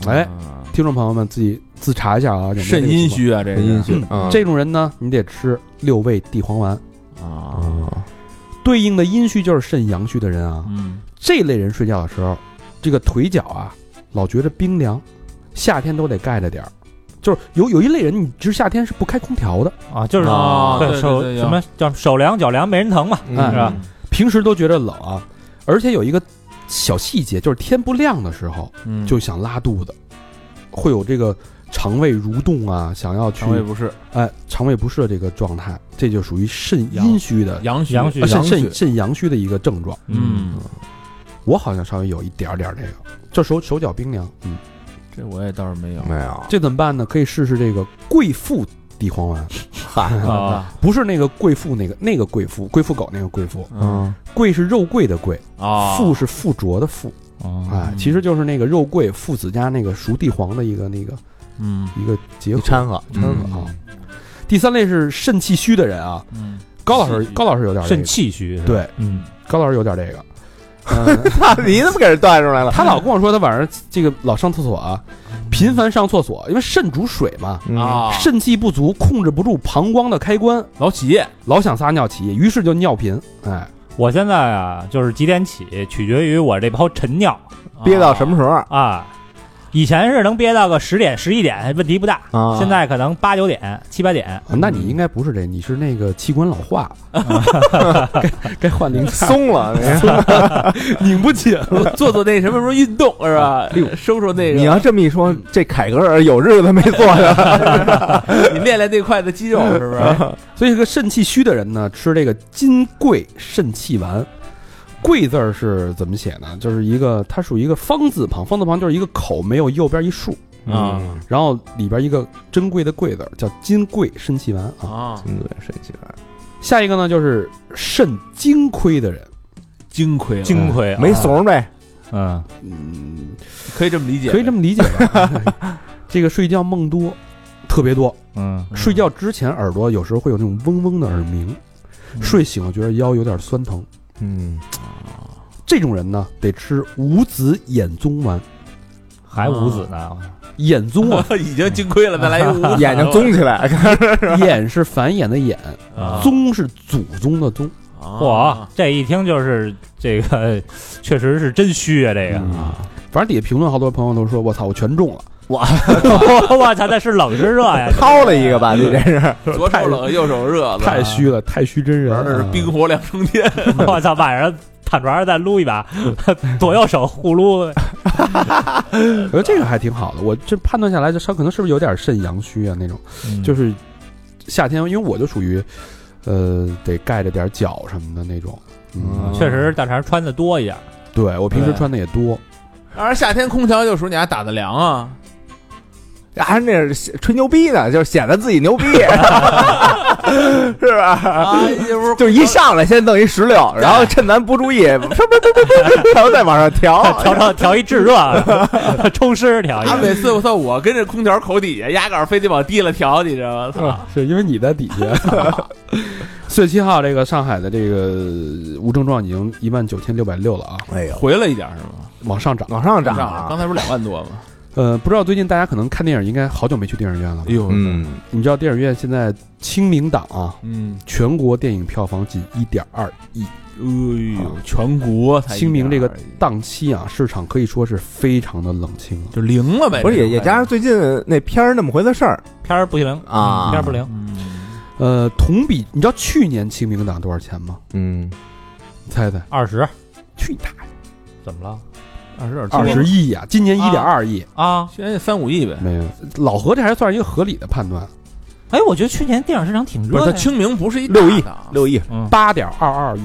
C: 哎
D: 嗯，
C: 听众朋友们自己自查一下啊，有没有这个
D: 肾阴
C: 情况。
D: 虚啊，这是
B: 阴虚啊，
C: 这种人呢，你得吃六味地黄丸，
D: 啊，
C: 嗯
B: 啊，
C: 对应的阴虚就是肾阳虚的人啊。
D: 嗯
C: 这类人睡觉的时候，这个腿脚啊老觉着冰凉，夏天都得盖着点儿。就是有有一类人，你就是夏天是不开空调的，
E: 啊，就是
D: 啊
E: 对
D: 对对
E: 手
D: 对
E: 什么叫手凉脚凉没人疼嘛，
B: 嗯
C: 哎
E: 是吧？
C: 平时都觉着冷啊。而且有一个小细节，就是天不亮的时候，
D: 嗯，
C: 就想拉肚子，会有这个肠胃蠕动啊，想要去
D: 肠胃不适，
C: 哎肠胃不适的这个状态，这就属于肾阴虚的，
D: 阳虚，
E: 阳虚
C: 啊肾
B: 阳虚
C: 肾肾阳虚的一个症状。
D: 嗯，
C: 我好像稍微有一点儿点儿这个，就手手脚冰凉，嗯，
D: 这我也倒是没有。
B: 没有，
C: 这怎么办呢？可以试试这个贵妇地黄丸，
B: 嗨，
E: 啊
C: 不是那个贵妇那个那个贵妇贵妇狗那个贵妇，
B: 嗯，
C: 贵是肉桂的贵，
D: 啊，嗯
C: 附是附着的附，
E: 啊
C: 哎，其实就是那个肉桂附子加那个熟地黄的一个那个
D: 嗯
C: 一个结
B: 一
C: 合。
B: 掺和，
D: 嗯
C: 嗯啊。第三类是肾气虚的人啊，
D: 嗯，
C: 高老师
D: 气虚
C: 高老师有点这
E: 肾
C: 个，
E: 气虚，
C: 对，
E: 嗯，
C: 高老师有点这个。嗯
B: 你怎么给人断出来了？
C: 他老跟我说他晚上这个老上厕所啊，频繁上厕所，因为肾主水嘛，
B: 嗯，
D: 啊，
C: 肾气不足，控制不住膀胱的开关，
D: 老起夜，
C: 老想撒尿起夜，于是就尿频。哎，
E: 我现在啊就是几点起取决于我这泡晨尿
B: 憋到什么时候
E: 啊，以前是能憋到个十点十一点问题不大，
B: 啊？
E: 现在可能八九点七八点，
C: 那你应该不是这，你是那个器官老化，该该换零菜，
B: 松 了，
C: 拧不紧。
D: 做做那什么什么运动是吧？收收那
B: 你
D: 个，
B: 要这么一说，这凯格尔有日子没坐下了，
D: 你练练那块的肌肉是不是？
C: 所以这个肾气虚的人呢，吃这个金匮肾气丸。匮字儿是怎么写呢？就是一个，它属于一个方字旁，方字旁就是一个口，没有右边一竖，
D: 啊
B: 嗯
C: 然后里边一个珍贵的贵字儿，叫金匮肾气丸啊。
D: 啊，
B: 嗯，对，神奇了，
C: 下一个呢，就是肾精亏的人，
D: 精亏了，
E: 精亏
B: 没，怂呗，
E: 嗯
C: 嗯，
D: 可以这么理解，
C: 可以这么理解吧？ 这个睡觉梦多，特别多。
E: 嗯
D: 嗯
C: 睡觉之前耳朵有时候会有那种嗡嗡的耳鸣，
D: 嗯
C: 睡醒了觉得腰有点酸疼。
B: 嗯，
C: 这种人呢，得吃五子衍宗丸。
E: 还无子呢，
C: 衍宗 啊，
D: 已经精亏了，再来一个
B: 眼睛棕起来，
C: 衍是繁衍的衍，
E: 啊
C: 宗是祖宗的宗。
D: 啊
E: 嚯，这一听就是这个，确实是真虚啊！这个，
B: 嗯
C: 嗯反正底下评论好多朋友都说：“我操，我全中了。
E: 我操，那是冷是热呀？
B: 掏了一个吧，你这是，
D: 左手冷右手热，
C: 太虚了，太虚真人。
D: 玩的是
C: 啊
D: 冰火两重天，
E: 我操，晚上躺床上再撸一把， 左右手互撸，
C: 我觉得这个还挺好的。我这判断下来，这稍可能是不是有点肾阳虚啊那种，就是夏天，因为我就属于，呃，得盖着点脚什么的那种。嗯，
E: 确实大肠穿的多一点。
C: 对我平时
D: 对
C: 穿的也多，
D: 当然夏天空调就属你还打的凉啊，
B: 还是啊那是吹牛逼呢，就是显得自己牛逼， 是吧？
D: 啊，这不是
B: 就是一上来先弄一石榴，然后趁咱不注意，然后再往上调，
E: 调调调一制热，啊冲湿调一
D: 啊，每次我操，我跟着空调口底下压杆儿非得往低了调，你知道吗？操，
C: 啊是因为你在底下。 四月七号，这个上海的这个无症状已经一万九千六百六了啊，
B: 哎呦，
D: 回了一点儿是吗？
C: 往上涨。
B: 往上涨
D: 上来
B: 啊
D: 刚，才不是两万多吗？
C: 呃，不知道最近大家可能看电影，应该好久没去电影院了吧。
D: 呦
B: 嗯，
C: 你知道电影院现在清明档啊，
D: 嗯
C: 全国电影票房仅一点二亿
D: 哎呦，全国才一
C: 清明这个
D: 点儿
C: 档期啊，市场可以说是非常的冷清了。
D: 就零了呗，
B: 不是也
D: 这
B: 也
D: 哎种
B: 加上最近那片儿那么回的事儿
E: 片儿不灵
B: 啊
E: 片儿不灵。
D: 嗯
C: 呃，同比你知道去年清明档多少钱吗？
B: 嗯，
C: 猜猜，
E: 二十
C: 去你大爷，
E: 怎么了
D: 二十点
C: 二十亿呀、今年一点二亿，
E: 啊？
D: 现在三五亿呗。
C: 没有老何这还算是一个合理的判断，
E: 哎，我觉得去年电影市场挺
D: 不是，
E: 热
D: 它
E: 的呀，
D: 清明不是一
B: 六亿
D: 大的啊
B: 六亿，
E: 嗯，
C: 八点二二亿，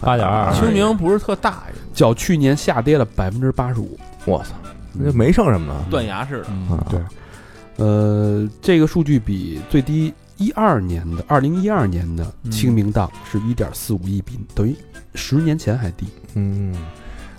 E: 八点二，
D: 清明不是特大呀，
C: 较去年下跌了百分之八十五。
B: 我操，那就没剩什么了。
D: 断崖式的。
E: 嗯
B: 啊
C: 对呃，这个数据比最低一二年的二零一二年的
D: 嗯
C: 清明档是一点四五亿比，等于十年前还低。
B: 嗯，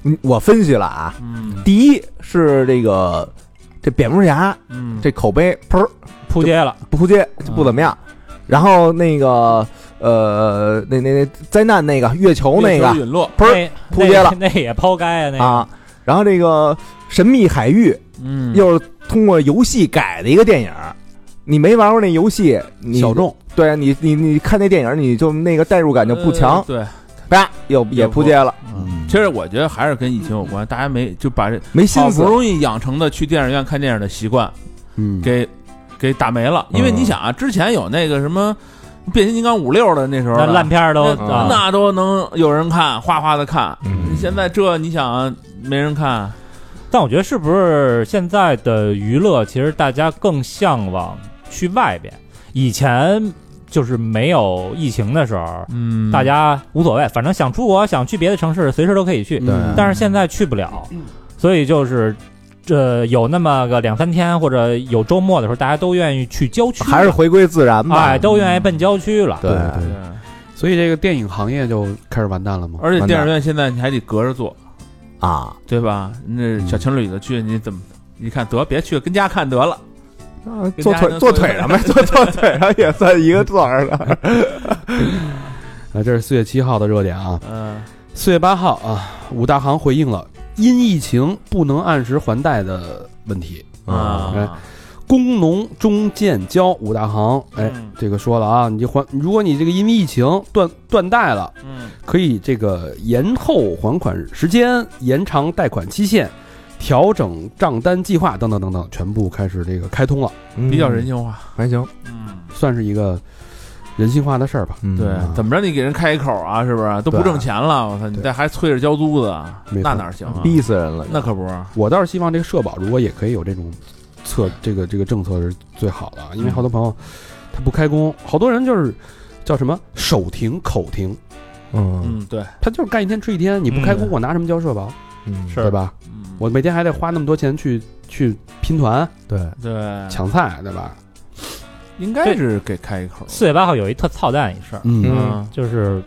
B: 嗯我分析了啊，
D: 嗯
B: 第一是这个这蝙蝠侠
D: 嗯，
B: 这口碑噗儿
E: 扑街了，
B: 不扑街就不怎么样，
D: 嗯
B: 然后那个呃那那那灾难那个月球那
D: 月球
B: 个啊
D: 陨落，
B: 不是
E: 那
B: 扑街了
E: 那那也抛开啊，那个
B: 啊，然后这个神秘海域
D: 嗯
B: 又是通过游戏改的一个电影儿。你没玩过那游戏，你
C: 小众，
B: 对啊，你你你看那电影，你就那个代入感就不强
D: 呃，对，
B: 啪、又也扑街了，
D: 嗯，其实我觉得还是跟疫情有关，大家没就把这
B: 没
D: 好
B: 心
D: 不
B: 思。
D: 容易养成的去电影院看电影的习惯
C: 嗯，
D: 给给打没了。因为
B: 嗯
D: 你想啊，之前有那个什么变形金刚五六的那时候
E: 那
D: 的，
E: 烂片儿都
D: 那
E: 啊，
D: 那都能有人看，哗哗的看。
B: 嗯
D: 现在这你想啊没人看，
E: 但我觉得是不是现在的娱乐，其实大家更向往去外边。以前就是没有疫情的时候，
D: 嗯
E: 大家无所谓，反正想出国、想去别的城市，随时都可以去。
C: 对
E: 但是现在去不了，所以就是这呃有那么个两三天或者有周末的时候，大家都愿意去郊区了，
B: 还是回归自然吧。
E: 哎，都愿意奔郊区了。
C: 嗯
B: 对
D: 对，
C: 所以这个电影行业就开始完蛋了吗？
D: 而且电影院现在你还得隔着坐，
B: 啊，
D: 对吧？那小情侣的去你怎么？一看得别去了，跟家看得了。
B: 啊
D: 跟
B: 坐
D: 家
B: 腿
D: 能坐
B: 坐
D: 一
B: 腿上呗，坐坐腿上也算一个坐儿了。
C: 啊，这是四月七号的热点啊。
D: 嗯，
C: 四月八号啊，五大行回应了因疫情不能按时还贷的问题。
D: 啊，
C: 工农中建交五大行，哎，
D: 嗯
C: 这个说了啊，你就还，如果你这个因为疫情断断贷了，
D: 嗯
C: 可以这个延后还款时间、延长贷款期限、调整账单计划等等等等，全部开始这个开通了，
D: 比较人，性化。
B: 还行。
D: 嗯，
C: 算是一个人性化的事儿吧。
B: 嗯
D: 对
B: 啊，
D: 怎么着你给人开一口啊，是不是？都不
B: 对
D: 挣钱了，我操！你
C: 对
D: 这还催着交租子啊，
C: 没错
D: 那哪行啊？
B: 逼死人了。
D: 那可不是。
C: 我倒是希望这个社保如果也可以有这种策，这个这个政策是最好的啊，因为好多朋友他不开工，好多人就是叫什么手停口停，
B: 嗯
D: 嗯，对，
C: 他就是干一天吃一天，你不开工
E: 嗯
C: 我拿什么交社保，
B: 嗯
E: 是
C: 对吧？
D: 嗯
C: 我每天还得花那么多钱去去拼团
B: 对，
D: 对，
C: 抢菜，对吧？
D: 应该是给开一口。
E: 四月八号有一特操蛋一事儿，
C: 嗯
D: 嗯
E: 就是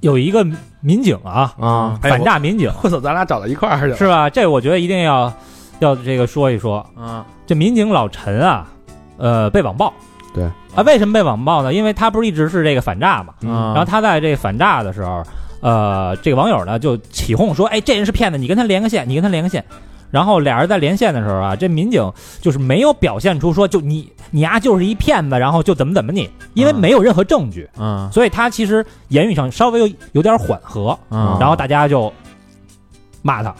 E: 有一个民警啊，
D: 嗯
B: 啊，
E: 反诈民警
C: 哎我操，咱俩找到一块儿去了。
E: 是吧？这我觉得一定要要这个说一说。
D: 啊，
E: 这民警老陈啊，呃，被网暴。
C: 对
E: 啊，为什么被网暴呢？因为他不是一直是这个反诈嘛，
D: 然
E: 然后他在这反诈的时候，呃，这个网友呢就起哄说：“哎，这人是骗子，你跟他连个线，你跟他连个线。”然后俩人在连线的时候啊，这民警就是没有表现出说就你 你呀、就是一骗子，然后就怎么怎么你，因为
D: 嗯
E: 没有任何证据，
D: 嗯
E: 所以他其实言语上稍微有有点缓和，
D: 嗯，
E: 然后大家就骂他，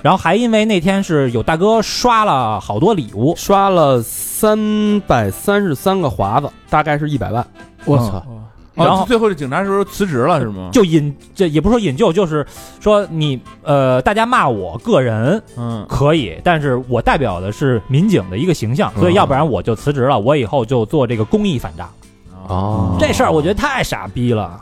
E: 然后还因为那天是有大哥刷了好多礼物，
C: 刷了三百三十三个华子，大概是一百万。我
B: 嗯
C: 操！
D: 哦！
E: 然后
D: 最后这警察是不是辞职了？是吗？
E: 就引这也不是说引咎，就是说你呃，大家骂我个人
D: 嗯
E: 可以，但是我代表的是民警的一个形象，所以要不然我就辞职了，我以后就做这个公益反诈。
B: 哦
E: 这事儿我觉得太傻逼了，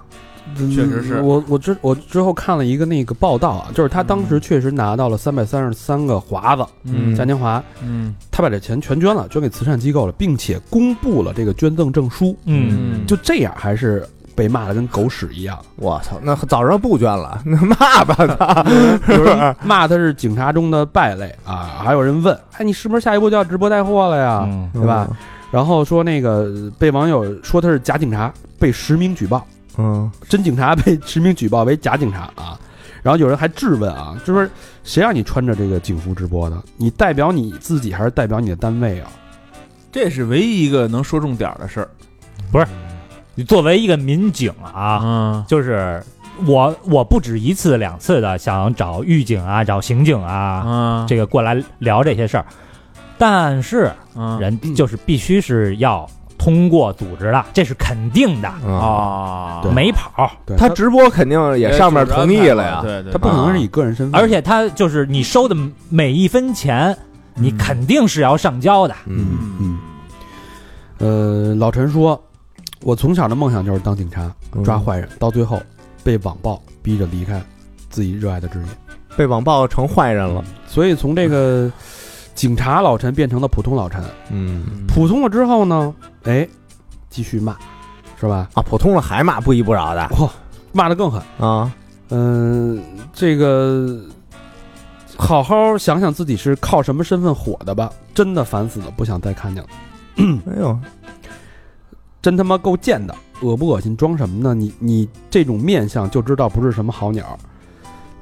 D: 确实是
C: 嗯我我之我之后看了一个那个报道啊，就是他当时确实拿到了三百三十三个华子
D: 嗯
C: 嘉年华，
D: 嗯
C: 他把这钱全捐了，捐给慈善机构了，并且公布了这个捐赠证书，
E: 嗯，
C: 就这样还是被骂的跟狗屎一样，
B: 我操，那早知道不捐了， 那骂吧 他。
C: 有人骂他是警察中的败类啊，还有人问，哎，你是不是下一步就要直播带货了呀？
E: 嗯
C: 对吧？然后说那个被网友说他是假警察，被实名举报，
B: 嗯，
C: 真警察被实名举报为假警察啊。然后有人还质问啊，就说谁让你穿着这个警服直播的？你代表你自己还是代表你的单位啊？
D: 这是唯一一个能说重点的事儿。
E: 不是你作为一个民警啊，
D: 嗯
E: 就是我我不止一次两次的想找狱警啊，找刑警啊，
D: 啊
E: 这个过来聊这些事儿，但是
D: 嗯
E: 人就是必须是要通过组织的，这是肯定的，
B: 啊，
D: 嗯啊
C: 对
E: 没跑。
C: 对啊
B: 他直播肯定也上面同意了呀，
D: 对对，
C: 他不可能是以个人身份，
E: 而且他就是你收的每一分钱，你肯定是要上交的。
B: 嗯，
C: 嗯，呃，老陈说，我从小的梦想就是当警察，
D: 嗯
B: 嗯
C: 抓坏人，到最后被网暴逼着离开自己热爱的职业，
B: 被网暴成坏人了，
C: 所以从这个警察老陈变成了普通老陈，
B: 嗯
C: 普通了之后呢，哎，继续骂，是吧？
B: 啊，普通了还骂不依不饶的
C: 嚯、骂得更狠。
B: 啊，
C: 嗯、这个好好想想自己是靠什么身份火的吧，真的烦死了，不想再看见了。
D: 嗯
B: 哎呦，
C: 真他妈够贱的，恶不恶心？装什么呢？你你这种面相就知道不是什么好鸟。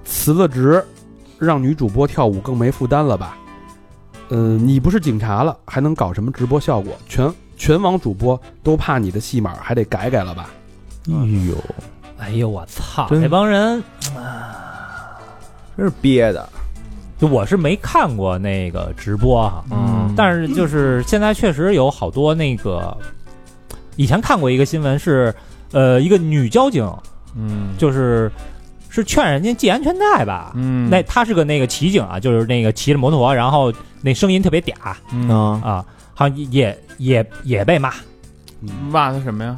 C: 辞了职，让女主播跳舞更没负担了吧？嗯、你不是警察了，还能搞什么直播效果？全全网主播都怕你的戏码，还得改改了吧？
B: 哎呦，
E: 哎呦我操，
B: 真
E: 这帮人，
B: 真是憋的，
E: 就我是没看过那个直播哈，
B: 嗯
E: 但是就是现在确实有好多那个，以前看过一个新闻是，呃，一个女交警
D: 嗯
E: 就是是劝人家系安全带吧。
D: 嗯
E: 那她是个那个骑警啊，就是那个骑着摩托，然后那声音特别嗲
D: 嗯
B: 啊，
E: 啊，好像也也也被骂，
D: 骂他什么呀？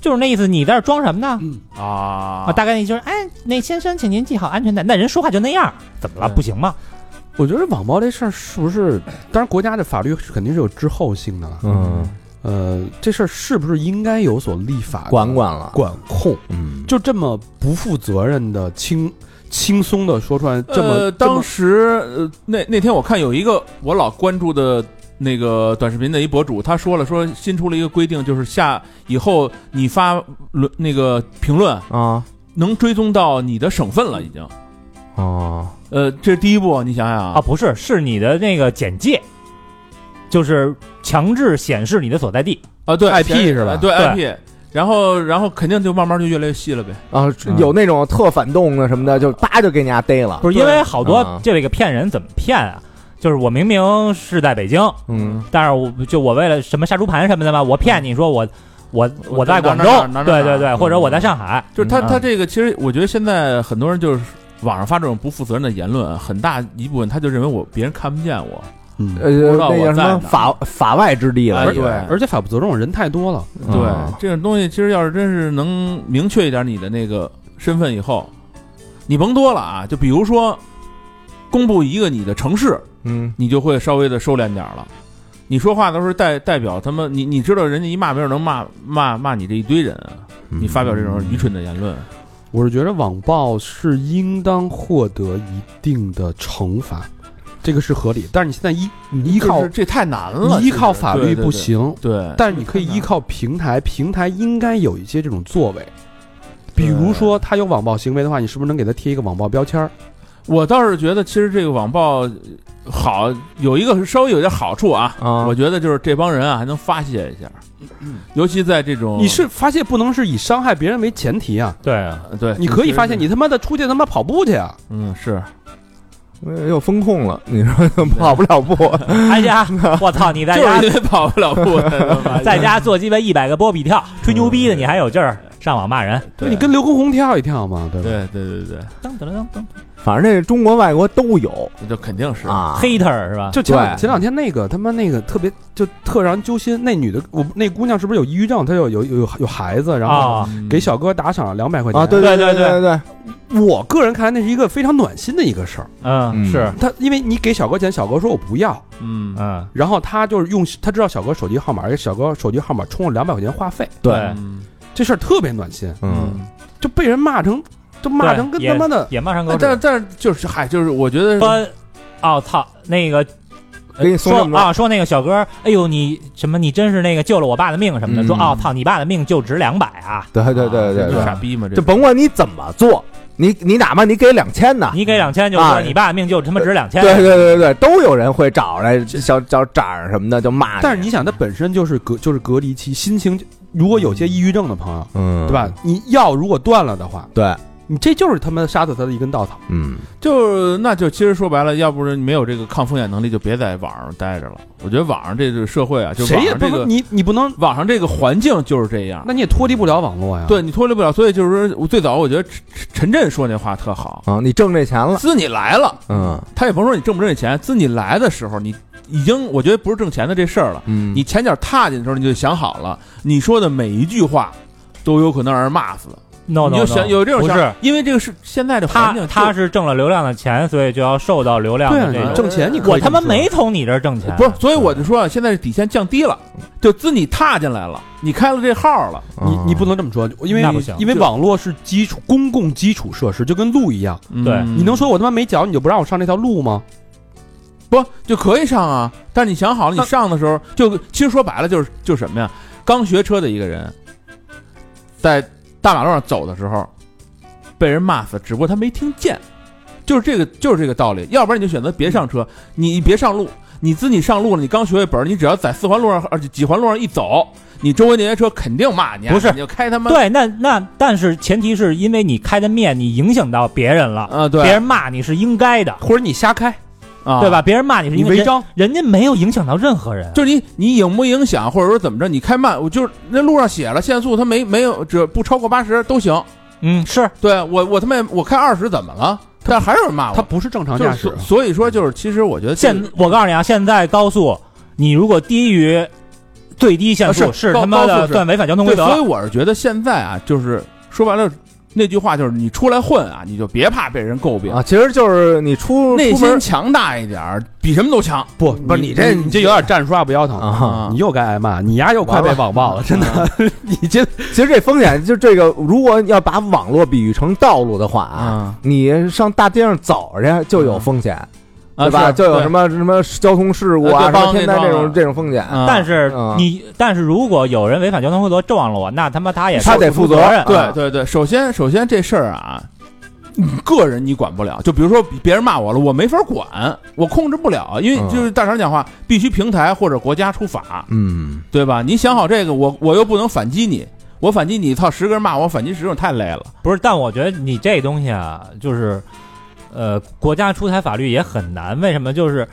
E: 就是那意思，你在这儿装什么呢？
C: 嗯，
D: 啊
E: 啊，大概那就是，哎，那先生，请您系好安全带。那人说话就那样，嗯怎么了？
D: 对
E: 不行吗？
C: 我觉得网暴这事儿是不是？当然，国家的法律肯定是有滞后性的了。
B: 嗯，
C: 呃，这事儿是不是应该有所立法的
B: 管管了，
C: 管控？
B: 嗯，
C: 就这么不负责任的轻轻松的说出来，这么、
D: 呃，
C: 这么
D: 当时呃那那天我看有一个我老关注的那个短视频的一博主，他说了说新出了一个规定，就是下以后你发论那个评论
B: 啊，
D: 能追踪到你的省份了，已经。
B: 哦，
D: 呃，这是第一步，你想想
E: 啊，，不是，是你的那个简介，就是强制显示你的所在地。
D: 啊对
C: IP
D: 先
C: 是吧
D: 对
E: 对
D: IP，然后然后肯定就慢慢就越来越细了呗。
B: 啊，有那种特反动的什么的，就叭就给人家逮了，
E: 不是因为好
B: 啊
E: 多这个骗人怎么骗啊？就是我明明是在北京，
B: 嗯，
E: 但是我就我为了什么杀猪盘什么的嘛，我骗你说我我
D: 我
E: 我在
D: 哪儿
E: 广州
D: 哪儿哪儿哪儿，
E: 对
D: 哪儿
E: 对对，或者我在上海，
D: 就是他
E: 嗯
D: 他这个其实我觉得现在很多人就是网上发这种不负责任的言论，很大一部分他就认为我别人看不见我，
C: 嗯
B: 呃，
D: 知道
B: 那
D: 我
B: 叫什
D: 在
B: 么
D: 哪
B: 法法外之地了，
D: 哎
B: 已经
D: 对
C: 而且法不责众，人太多了。
D: 对，
B: 啊
D: 这种东西其实要是真是能明确一点你的那个身份以后，你甭多了啊。就比如说，公布一个你的城市，
B: 嗯，
D: 你就会稍微的收敛点儿了。你说话都是代代表他们，你你知道人家一骂没准能骂骂骂你这一堆人啊，
C: 嗯
D: 你发表这种愚蠢的言论，
C: 我是觉得网暴是应当获得一定的惩罚，这个是合理。但是你现在依你依靠
D: 就是这太难了，
C: 你
D: 其
C: 依
D: 实
C: 靠法律不，行，
D: 对对对对，
C: 但是你可以依靠平台，平台应该有一些这种作为。比如说，他有网暴行为的话，你是不是能给他贴一个网暴标签儿？
D: 我倒是觉得，其实这个网暴呃好有一个稍微有点好处啊，
B: 啊
D: 我觉得就是这帮人啊还能发泄一下，尤其在这种
C: 嗯你是发泄不能是以伤害别人为前提啊，
E: 对 啊，
D: 呃对，
C: 你可以
D: 其实
C: 发泄，
D: 是
C: 你他妈的出去他妈跑步去啊！
D: 嗯是
B: 呃又风控了， 你说跑不了步，
E: 哎呀，我操，你在
D: 就
E: 家
D: 是因为跑不了步，
E: 在家做鸡巴一百个波比跳，吹牛逼的你还有劲儿上网骂人？
C: 对你跟刘畊宏跳一跳嘛，对吧？
D: 对对对对，
E: 噔噔噔噔
B: 反正这中国外国都有
D: 那就肯定是
B: 啊，
E: ，hater 是吧？
C: 就前两
B: 对
C: 前两天那个他妈那个特别就特让人揪心，那女的我那姑娘是不是有抑郁症？她有有有有孩子，然后
E: 啊，
D: 嗯哦
C: 给小哥打赏两百块钱。
B: 啊，对对
E: 对对
B: 对对，
C: 我个人看来那是一个非常暖心的一个事儿。
E: 嗯，
B: 嗯
E: 是，
C: 他因为你给小哥钱，小哥说我不要，
D: 嗯
E: 嗯，
C: 然后他就是用他知道小哥手机号码，给小哥手机号码充了两百块钱话费，
E: 对，
D: 嗯
C: 这事儿特别暖心，
B: 嗯，
C: 就被人骂成就骂成跟
E: 对
C: 他妈的。
E: 也骂上狗
D: 但
E: 屎
D: 哎但。但是就是嗨，就是我觉得
E: 说，哦操，那个
B: 给你送
E: 说
B: 这么多
E: 啊，说那个小哥，哎呦你什么，你真是那个救了我爸的命什么的。
B: 嗯
E: 说哦操，你爸的命就值两百啊，
B: 对对对对
D: 啊
B: 对
D: 傻，逼嘛，
B: 就
D: 这
B: 甭管你怎么做，你你哪怕你给两千呢，
E: 你给两千就
B: 啊
E: 说你爸的命就他妈值两千。
B: 对对对对，都有人会找来小找找什么的就骂，
E: 哎
C: 但是你想，他本身就是隔就是隔离期，心情如果有些抑郁症的朋友，
B: 嗯，
C: 对吧？？你药如果断了的话，
B: 对，
C: 你这就是他妈杀死他的一根稻草。
B: 嗯，
D: 就是那就其实说白了，要不是你没有这个抗风险能力，就别在网上待着了。我觉得网上这个社会啊，就
C: 谁
D: 网
C: 也
D: 上
C: 不
D: 这
C: 能
D: 个
C: 你你不能，
D: 网上这个环境就是这样。
C: 那你也脱离不了网络呀。，
D: 对你脱离不了，所以就是说，我最早我觉得陈陈震说那话特好，
B: 啊，你挣这钱了，
D: 自你来了，
B: 嗯
D: 他也甭说你挣不挣这钱，自你来的时候，你已经我觉得不是挣钱的这事儿了，
B: 嗯，
D: 你前脚踏进的时候你就想好了，你说的每一句话都有可能让人骂死，
E: no no，
D: 你就想
E: no，
D: 有这种
E: 不
D: 想
E: 是
D: 法，因为这个哦是现在的环
E: 他
D: 境，
E: 他
D: 就是
E: 挣了流量的钱，所以就要受到流量
C: 对啊，
E: 的这
C: 你
E: 种。
C: 挣钱你
D: 嗯
C: 可以
E: 我他妈
C: 这么说
E: 没从你这儿挣钱，
D: 不是，所以我就说啊，现在底线降低了，就自你踏进来了，你开了这号了，
C: 你嗯你不能
B: 能
C: 这么说，因为
E: 那不行
C: 因为
D: 就
C: 网络是基础公共基础设施，就跟路一样。
E: 对
D: 嗯
C: 你能说我他妈没脚，你就不让我上这条路吗？
D: 不就可以上啊？但你想好了，你上的时候就其实说白了就是就是什么呀？刚学车的一个人，在大马路上走的时候，被人骂死，只不过他没听见，就是这个就是这个道理。要不然你就选择别上车，你别上路，你自己上路了，你刚学会本儿，你只要在四环路上而且几环路上一走，你周围那些车肯定骂你啊，
E: 不是
D: 你就开他妈
E: 对，那那但是前提是因为你开的面，你影响到别人了，
D: 啊
E: 别
D: 对
E: 人骂你是应该的，
C: 或者你瞎开，
D: 啊
E: 对吧？？别人骂你是
C: 你
E: 应该
C: 违，章，
E: 人人家没有影响到任何人。
D: 就是你你影不影响，或者说怎么着，你开慢，我就是那路上写了限速，他没没有只不超过八十都行。
E: 嗯，是
D: 对我我他妈也我开二十怎么了？但还有人骂我，
C: 它不是正常
D: 就
C: 驾
D: 是
C: 驶
B: 啊
D: 所。所以说就是其实我觉得这
E: 现我告诉你啊，现在高速你如果低于最低限速，
D: 啊是
E: 是
D: 高
E: 他妈
D: 高
E: 的
D: 速是
E: 算违反交通规
D: 对，
E: 则
D: 所以
E: 了。
D: 我是觉得现在啊，就是说白了那句话就是你出来混啊，你就别怕被人诟病，
B: 啊，其实就是你出
D: 内
B: 出
D: 心
B: 门
D: 强大一点儿，比什么都强
C: 不
B: 不是你这
C: 你这有点站着说话不腰疼，
B: 啊，
D: 啊
C: 你。又该挨骂，你丫又快被网暴了，啊真的。 你这
B: 其实这风险就这个，如果要把网络比喻成道路的话啊，
D: 啊
B: 你上大街上走去就有风险，
D: 啊，
B: 对吧？
D: 是
B: 就有
D: 对
B: 什么什么交通事故啊，
D: 呃
B: 什
D: 对
B: 么天灾
D: 帮那帮
B: 这种
D: 啊
B: 这种风险，
D: 啊
E: 但是
B: 嗯
E: 你，但是如果有人违反交通规则撞了我，那他妈他也
B: 他得
E: 负
B: 负责
E: 任。
D: 对
B: 啊
D: 对对，首先首先这事儿啊，你个人你管不了。就比如说别人骂我了，我没法管，我控制不了，因为
B: 嗯
D: 就是大常讲话，必须平台或者国家出法，
B: 嗯，
D: 对吧？你想好这个，我我又不能反击你，我反击你，操，十个人骂我，反击十个人太累了。
E: 不是，但我觉得你这东西啊，就是，呃，国家出台法律也很难。为什么？就是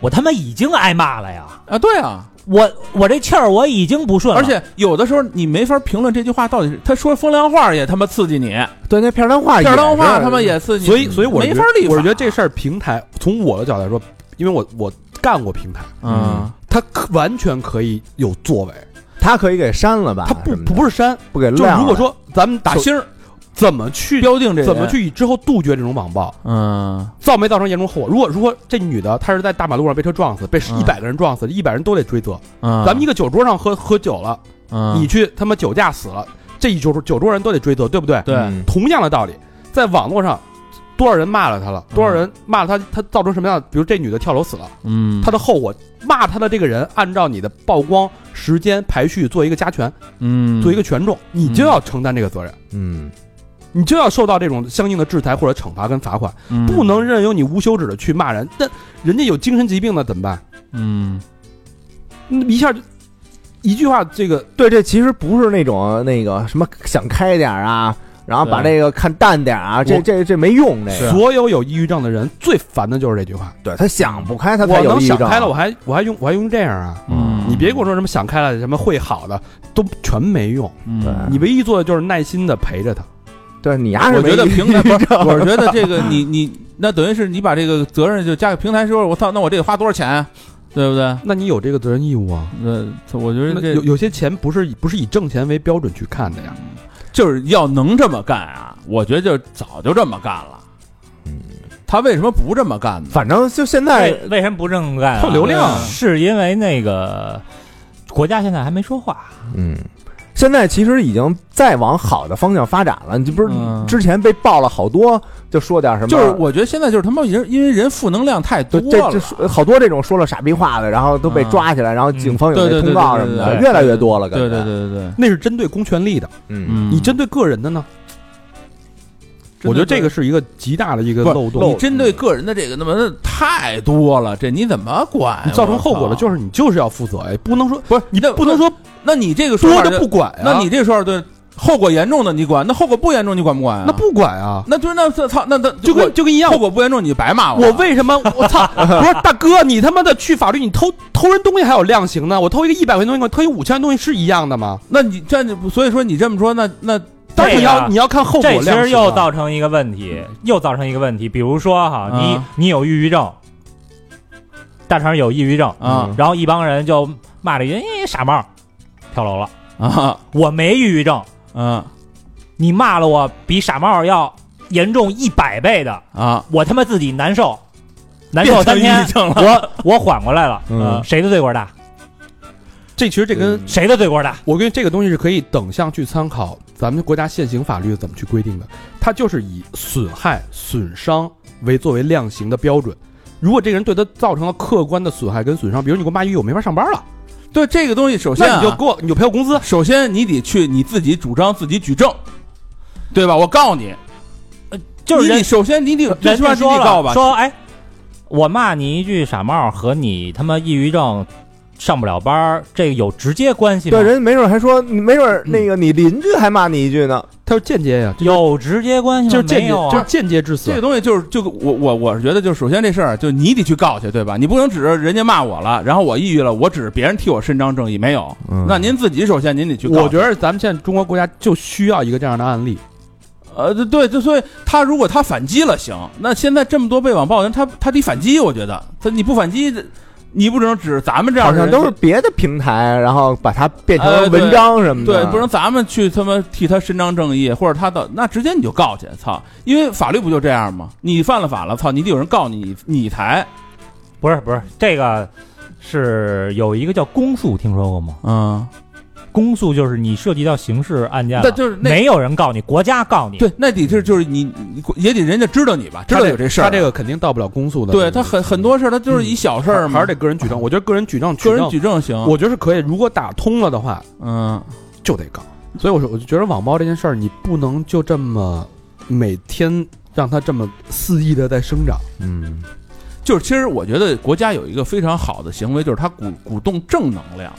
E: 我他妈已经挨骂了呀，
D: 啊，对啊，
E: 我我这气儿我已经不顺了，
D: 而
C: 啊
D: 且有的时候你没法评论这句话到底是他说风凉话也他妈刺激你，
B: 对，那片儿汤话，
D: 片儿汤话他妈，也刺激你，
C: 哎所以所以我
D: 没
C: 觉
D: 法
C: 得
D: 立法。
C: 我觉得这事儿平台从我的角度来说，因为我我干过平台，
D: 嗯，
C: 它可完全可以有作为，
B: 他可以给删了吧？
D: 啊
C: 它不
B: 什么的
C: 不不是删，
B: 不给
C: 就
B: 晾了。
C: 如果说咱们打
D: 手
C: 星儿，怎么去
D: 标定这
C: 怎么
D: 人？
C: 去以之后杜绝这种网暴，
D: 嗯
C: 造没造成严重后果？如果如果这女的她是在大马路上被车撞死，被
D: 嗯
C: 一百个人撞死，一百人都得追责。
D: 嗯，
C: 咱们一个酒桌上喝喝酒了，
D: 嗯
C: 你去他妈酒驾死了，这一桌酒桌人都得追责，对不对？
D: 对
B: 嗯
C: 同样的道理，在网络上，多少人骂了她了，多少人骂了她，她造成什么样的？比如这女的跳楼死了，
D: 嗯
C: 她的后果，骂她的这个人按照你的曝光时间排序做一个加权，
D: 嗯
C: 做一个权重，你就要承担这个责任。
B: 嗯，
C: 你就要受到这种相应的制裁或者惩罚跟罚款，
D: 嗯
C: 不能任由你无休止的去骂人。但人家有精神疾病的怎么办？
D: 嗯
C: 嗯一下就一句话，这个
B: 对，这其实不是那种那个什么想开点儿啊，然后把
D: 对
B: 这个看淡点儿啊，这
C: 我
B: 这这没用，这
D: 啊
B: 个
C: 所有有抑郁症的人最烦的就是这句话。
B: 对他想不开，他
C: 我
B: 才有
C: 能
B: 抑郁
C: 想
B: 症。
D: 啊
C: 开了，我还我还用我还用这样啊？
D: 嗯
C: 你别跟我说什么想开了，什么会好的，都全没用。
D: 嗯
B: 对
C: 你唯一做的就是耐心的陪着他。
B: 对你还是
D: 我
B: 没
D: 觉得
B: 抑郁
D: 平台不是，
B: 症
D: 我觉得这个你你那等于是你把这个责任就加给平台说，我操，那我这得花多少钱啊，对不对？
C: 那你有这个责任义务啊。
D: 那我觉得
C: 那
D: 这
C: 有有些钱不是以不是以挣钱为标准去看的呀。
D: 嗯就是要能这么干啊，我觉得就早就这么干了。
B: 嗯
D: 他为什么不这么干呢？
B: 反正就现在
E: 为为什么不正干、啊？
C: 靠流量
E: 是因为那个国家现在还没说话，
B: 嗯，现在其实已经再往好的方向发展了。你不是
D: 嗯
B: 之前被爆了好多，就说点什么，
D: 就是我觉得现在就是他妈人，因为人负能量太多
B: 对这
D: 了
B: 这，说好多这种说了傻逼话的，然后都被
D: 嗯
B: 抓起来，然后警方有
D: 对
B: 那
D: 对对
B: 通告什么
D: 对对
B: 的，
D: 对
B: 越来越多了。感
D: 对
B: 觉
D: 对，对对对，
C: 那是针对公权力的，
B: 嗯，
D: 嗯
C: 你针对个人的呢？我觉得这个是一个极大的一个
D: 不是
C: 漏
D: 你
C: 洞，
D: 针对个人的这个那么那太多了，这你怎么管呀？
C: 你造成后果
D: 我
C: 了，
D: 操
C: 就是你就是要负责，哎，不能说
D: 不是你
C: 不能说
D: 那你这个说
C: 多
D: 法
C: 的
D: 就
C: 不管啊哎呀，
D: 那你这说法对，后果严重的你管，那后果不严重你管不管啊？
C: 那，不管啊，
D: 那就是那操，那那
C: 就
D: 我
C: 跟就跟一样
D: 后，果不严重你白骂
C: 我为什么 我操？不是大哥，你他妈的去法律，你偷偷人东西还有量刑呢？我偷一个一百块钱东西，跟我偷一五千块东西是一样的吗？
D: 那你这样就所以说你这么说，那那
C: 当然你
E: 对呀啊
C: 要你要看后果
E: 这
C: 量嗯
E: 其
C: 刑啊。
E: 实又造成一个问题，又造成一个问题。比如说哈，
C: 嗯
D: 啊
E: 你你有抑郁症，大肠有抑郁症，
C: 嗯
D: 啊
E: 然后一帮人就骂了一句哎傻帽，跳楼了。
D: 啊
E: 我没抑郁症，
D: 啊
E: 你骂了我比傻帽要严重一百倍的，
D: 啊，
E: 我他妈自己难受，难受三天，我我缓过来了。
B: 嗯
E: 谁的罪过大？
C: 这其实这跟
E: 谁的罪过大？
C: 我跟你这个东西是可以等项去参考咱们国家现行法律怎么去规定的，它就是以损害、损伤为作为量刑的标准。如果这个人对他造成了客观的损害跟损伤，比如你给我骂一句我没法上班了，
D: 对这个东西，首先
C: 那
D: 啊
C: 你就给我你就赔我工资，
D: 首先你得去你自己主张自己举证，对吧？我告你，
E: 就是
D: 你
E: 人
D: 得首先你得最
E: 人
D: 起码
E: 家
D: 你
E: 说
D: 得告
E: 了，
D: 吧，
E: 说哎，我骂你一句傻帽和你他妈抑郁症上不了班儿，这个有直接关系吗？
B: 对，人家没准还说，你没准儿
D: 嗯
B: 那个你邻居还骂你一句呢。
C: 他是间接呀、这
E: 有直接关系
C: 就
E: 吗
C: 是？间
E: 没
C: 接
E: 有
C: 就是
E: 啊，
C: 间接致死
D: 这个。东西就是就我我我是觉得，就是首先这事儿啊就你得去告去，对吧？你不能指着人家骂我了，然后我抑郁了，我指着别人替我伸张正义，没有。
B: 嗯
D: 那您自己首先您得去告去。
C: 我觉得咱们现在中国国家就需要一个这样的案例，
D: 呃，对对，就所以他如果他反击了行，那现在这么多被网暴的人，他他得反击，我觉得他你不反击，你不能指咱们这样
B: 好
D: 的
B: 像
D: 人
B: 都是别的平台，然后把它变
D: 呃
B: 成
D: 对
B: 文章什么的。
D: 对，
C: 嗯
D: 不能咱们去他妈替他伸张正义，或者他的那直接你就告去，操！因为法律不就这样吗？你犯了法了，操，你得有人告你，你才
E: 不是不是，这个是有一个叫公诉，听说过吗？
D: 嗯，
E: 公诉就是你涉及到刑事案件
C: 啊
D: 那
E: 了，
D: 就是那
E: 没有人告你，国家告你。
D: 对，那得是就是你你也得人家知道你吧，知道有这事儿，
C: 他这个嗯肯定到不了公诉的。
D: 对他很很多事儿，他就是一小事
C: 事
D: 儿
C: 儿
D: 嘛，
C: 还是得个人举证。我觉得个人举证，
D: 个人
C: 举
D: 举证行，
C: 证，我觉得是可以。如果打通了的话，
D: 嗯
C: 就得告。所以我说，我就觉得网暴这件事儿，你不能就这么每天让它这么肆意的在生长。
B: 嗯，
D: 就是其实我觉得国家有一个非常好的行为，就是它鼓鼓动正能量，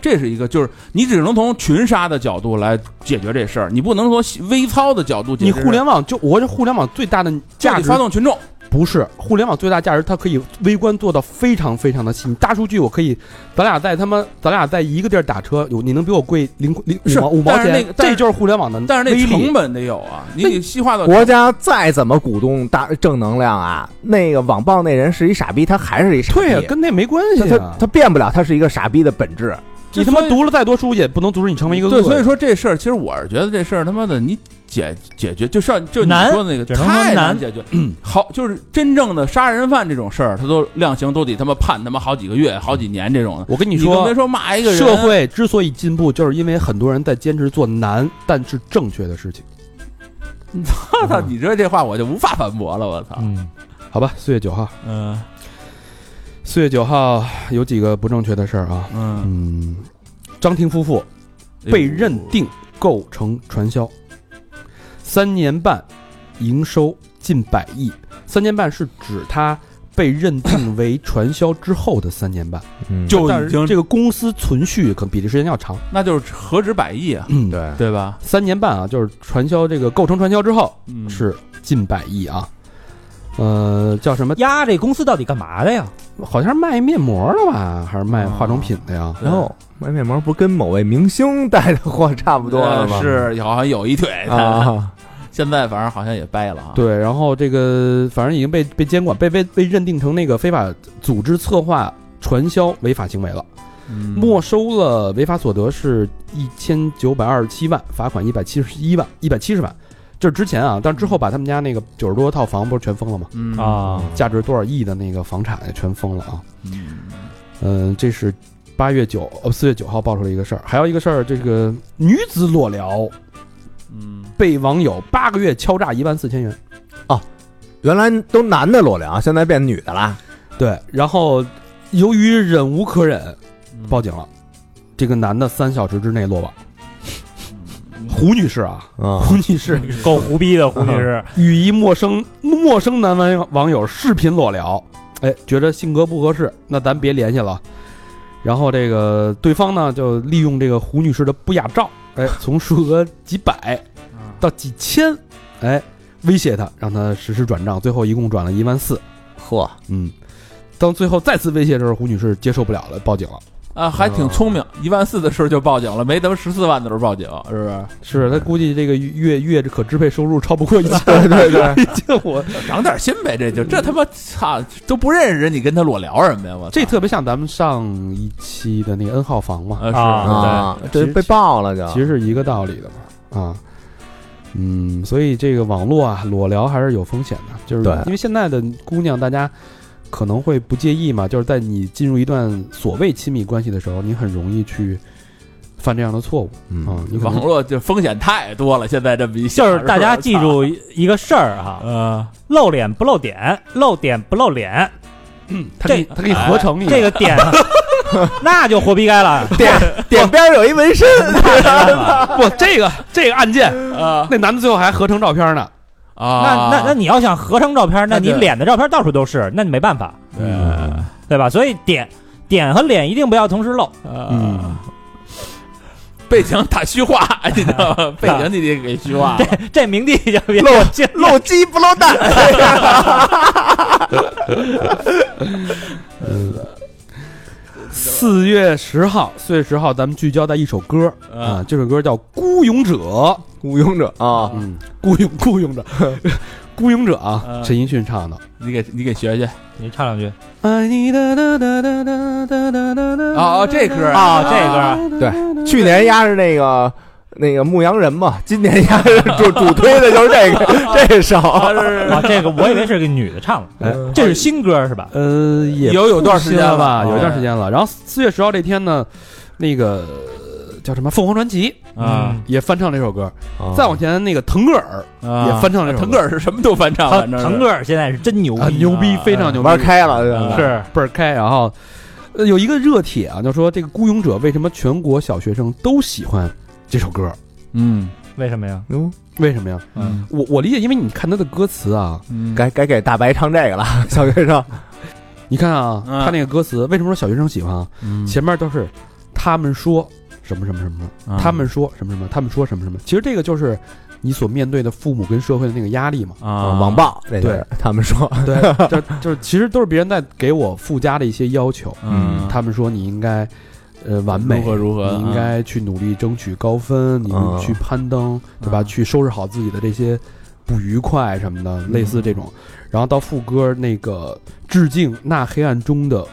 D: 这是一个就是你只能从群杀的角度来解决这事儿，你不能从微操的角度解决
C: 你
D: 这事儿。
C: 互联网就，我觉得互联网最大的
D: 就
C: 价
D: 得
C: 值
D: 发动群众，
C: 不是互联网最大价值，它可以微观做到非常非常的细。你大数据，我可以，咱俩在他妈，咱俩在一个地儿打车，有你能比我贵零零五
D: 是
C: 毛五毛
D: 但是
C: 钱，
D: 那个但是
C: 这就是互联网的
D: 但是
C: 威
D: 那
C: 力
D: 成本得有啊，你得细化到
B: 国家再怎么鼓动大正能量啊，那个网暴那人是一傻逼，他还是一傻逼。
C: 对呀、跟那没关
B: 他
C: 系、
B: 他
C: 啊。
B: 他变不了，他是一个傻逼的本质。
D: 哦
C: 你他
D: 所
C: 妈
D: 以
C: 读了再多书，也不能阻止你成为一个恶
D: 对，
C: 人。
D: 所以说这事儿，其实我是觉得这事儿他妈的你解解决，就上就你
E: 难
D: 说的那个
E: 只能说
D: 太
E: 难
D: 解决。好，就是真正的杀人犯这种事儿，他都量刑都得他妈判他妈好几个月、好几年这种的。
C: 我跟你
D: 你
C: 说，
D: 更别说骂一个人，
C: 社会之所以进步，就是因为很多人在坚持做难但是正确的事情。
D: 我 操，你这这话我就无法反驳了，我操。
E: 嗯
C: 好吧，四月九号，
D: 嗯
C: 四月九号有几个不正确的事儿啊？
D: 嗯，
C: 嗯，张庭夫妇
D: 哎
C: 被认定构成传销，三年半营收近百亿。三年半是指他被认定 为传销之后的三年半，
B: 嗯
D: 就
C: 但
D: 已
C: 是
D: 经
C: 这个公司存续可能比这时间要长。
D: 那就是何止百亿啊，
C: 嗯，
B: 对，
D: 对吧？
C: 三年半啊，就是传销这个构成传销之后，
D: 嗯
B: 哦
C: 是近百亿啊。呃，叫什么？
E: 呀，这公司到底干嘛的呀？
C: 好像是卖面膜的吧，还是卖化妆品的呀？
D: 对
B: 哦，卖面膜不跟某位明星带的货差不多了吗？
D: 呃是好像有一腿，
B: 啊，
D: 现在反正好像也掰了啊。
C: 对，然后这个反正已经被被监管，被被被认定成那个非法组织策划传销违法行为了，
D: 嗯，
C: 没收了违法所得是一千九百二十七万，罚款一百七十一万，一百七十万。这是之前啊，但是之后把他们家那个九十多套房不是全封了吗？
D: 嗯
E: 啊，
C: 价值多少亿的那个房产也全封了啊。
D: 嗯
C: 嗯，这是八月九呃四月九号爆出了一个事儿，还有一个事儿，这个女子裸聊
D: 嗯，
C: 被网友八个月敲诈一万四千元。
B: 原来都男的裸聊，现在变女的啦。
C: 对，然后由于忍无可忍，
D: 嗯
C: 报警了。这个男的三小时之内落网。胡女士啊，
B: 嗯，
C: 胡女士
E: 够胡逼的，胡女士。
C: 与一陌生陌生男网友网友视频裸聊，哎，觉得性格不合适，那咱别联系了。然后这个对方呢就利用这个胡女士的不雅照， 哎，从数额几百到几千，哎，威胁她，让她实施转账，最后一共转了一万四。
B: 嚯，
C: 嗯，当最后再次威胁的时候，胡女士接受不了了，报警了。
D: 啊，还挺聪明，一万四的时候就报警了，没咱们十四万的时候报警，是不是？
C: 是她估计这个月月可支配收入超不过一千，
B: 对对对，
C: 一千我
D: 长点心呗，这就这他妈操都不认识人，你跟他裸聊什么呀？我操
C: 这特别像咱们上一期的那个 N 号房嘛，
D: 呃是
B: 啊，这
C: 其实
B: 被爆了就，
C: 其实是一个道理的嘛，啊，嗯，所以这个网络啊，裸聊还是有风险的，就是
B: 对
C: 因为现在的姑娘大家可能会不介意嘛，就是在你进入一段所谓亲密关系的时候，你很容易去犯这样的错误啊，
B: 嗯，
D: 对
C: 你可
D: 网
C: 能
D: 络就风险太多了，现在这么一
E: 就
D: 想
E: 是大家记，
D: 吧
E: 住一个事儿哈，
D: 呃，
E: 露脸不露点，露点不露脸，
C: 它可以
E: 这
C: 它可以合成你
E: 这个点，啊 那就活逼该了，
B: 点边有一纹身，
E: 没办法
C: 不这个这个案件，
D: 啊
C: 那男的最后还合成照片呢，
D: 啊，
E: 那那那你要想合成照片，那
D: 那
E: 你
D: 就
E: 脸的照片到处都是，那你没办法，
D: 呃
E: 对吧？所以点点和脸一定不要同时露，
C: 嗯
D: 啊，背景打虚化， 你知道吗？背景你得给虚化了，
E: 这明帝就别
B: 露
E: 有劲了
B: 露鸡不露 蛋，哎
C: 四月十号，四月十号咱们聚焦在一首歌
D: 嗯
C: 啊，这首歌叫《孤勇者》。
B: 孤勇者啊，
C: 嗯，孤 勇孤勇者，孤勇者啊，
D: 嗯
C: 陈奕迅唱的。
D: 你给你给学学
E: 你唱两句
C: 爱你哒哒哒哒哒哒哒哒哒
D: 啊，哦这歌
E: 啊，这歌
B: 对，去年压是那个那个牧羊人嘛，今年压是 主主推的就是这个这首，
E: 啊，这个我以为是个女的唱
C: 哎
D: 嗯
E: 的，这是新歌是吧？
C: 呃，也
D: 有有段时间
C: 了啊
D: 了
C: 吧，
D: 哦
C: 有一段时间了。然后四月十号这天呢，那个呃叫什么凤凰传奇嗯
D: 啊
C: 也翻唱这首歌，
B: 啊
C: 再往前那个腾格尔
D: 啊
C: 也翻唱这首歌，
D: 腾格尔是什么都翻唱，
E: 腾
D: 反正
E: 腾格尔现在是真牛
C: 啊
E: 逼，
C: 牛逼
D: 啊，
C: 非常牛逼，
B: 玩开了，
C: 嗯
B: 对吧
E: 是
C: 啊倍儿开。然后呃有一个热帖啊，就说这个孤勇者为什么全国小学生都喜欢这首歌？
D: 嗯
E: 啊为什么呀？
B: 哟
C: 为什么呀？
D: 嗯
C: 我我理解，因为你看他的歌词啊，
D: 嗯
B: 该该给大白唱这个了， 小学生
C: 你看啊，
D: 嗯
C: 他那个歌词为什么说小学生喜欢啊？前面都是他们说什么什么什么什么，
D: 嗯
C: 他们说什么什么，他们说什么什么。其实这个就是你所面对的父母跟社会的那个压 力嘛。
D: 啊
B: 网暴，这就是
C: 对
B: 他们说，
C: 对，就就是其实都是别人在给我附加的一些要求。
D: 嗯
C: 他们说你应该呃完美
D: 如，何如何，啊
C: 你应该去努力争取高分，你
B: 嗯
C: 去攀登，对吧？
D: 嗯
C: 去收拾好自己的这些不愉快什么的，类似这种。然后到副歌那个致敬那黑暗中的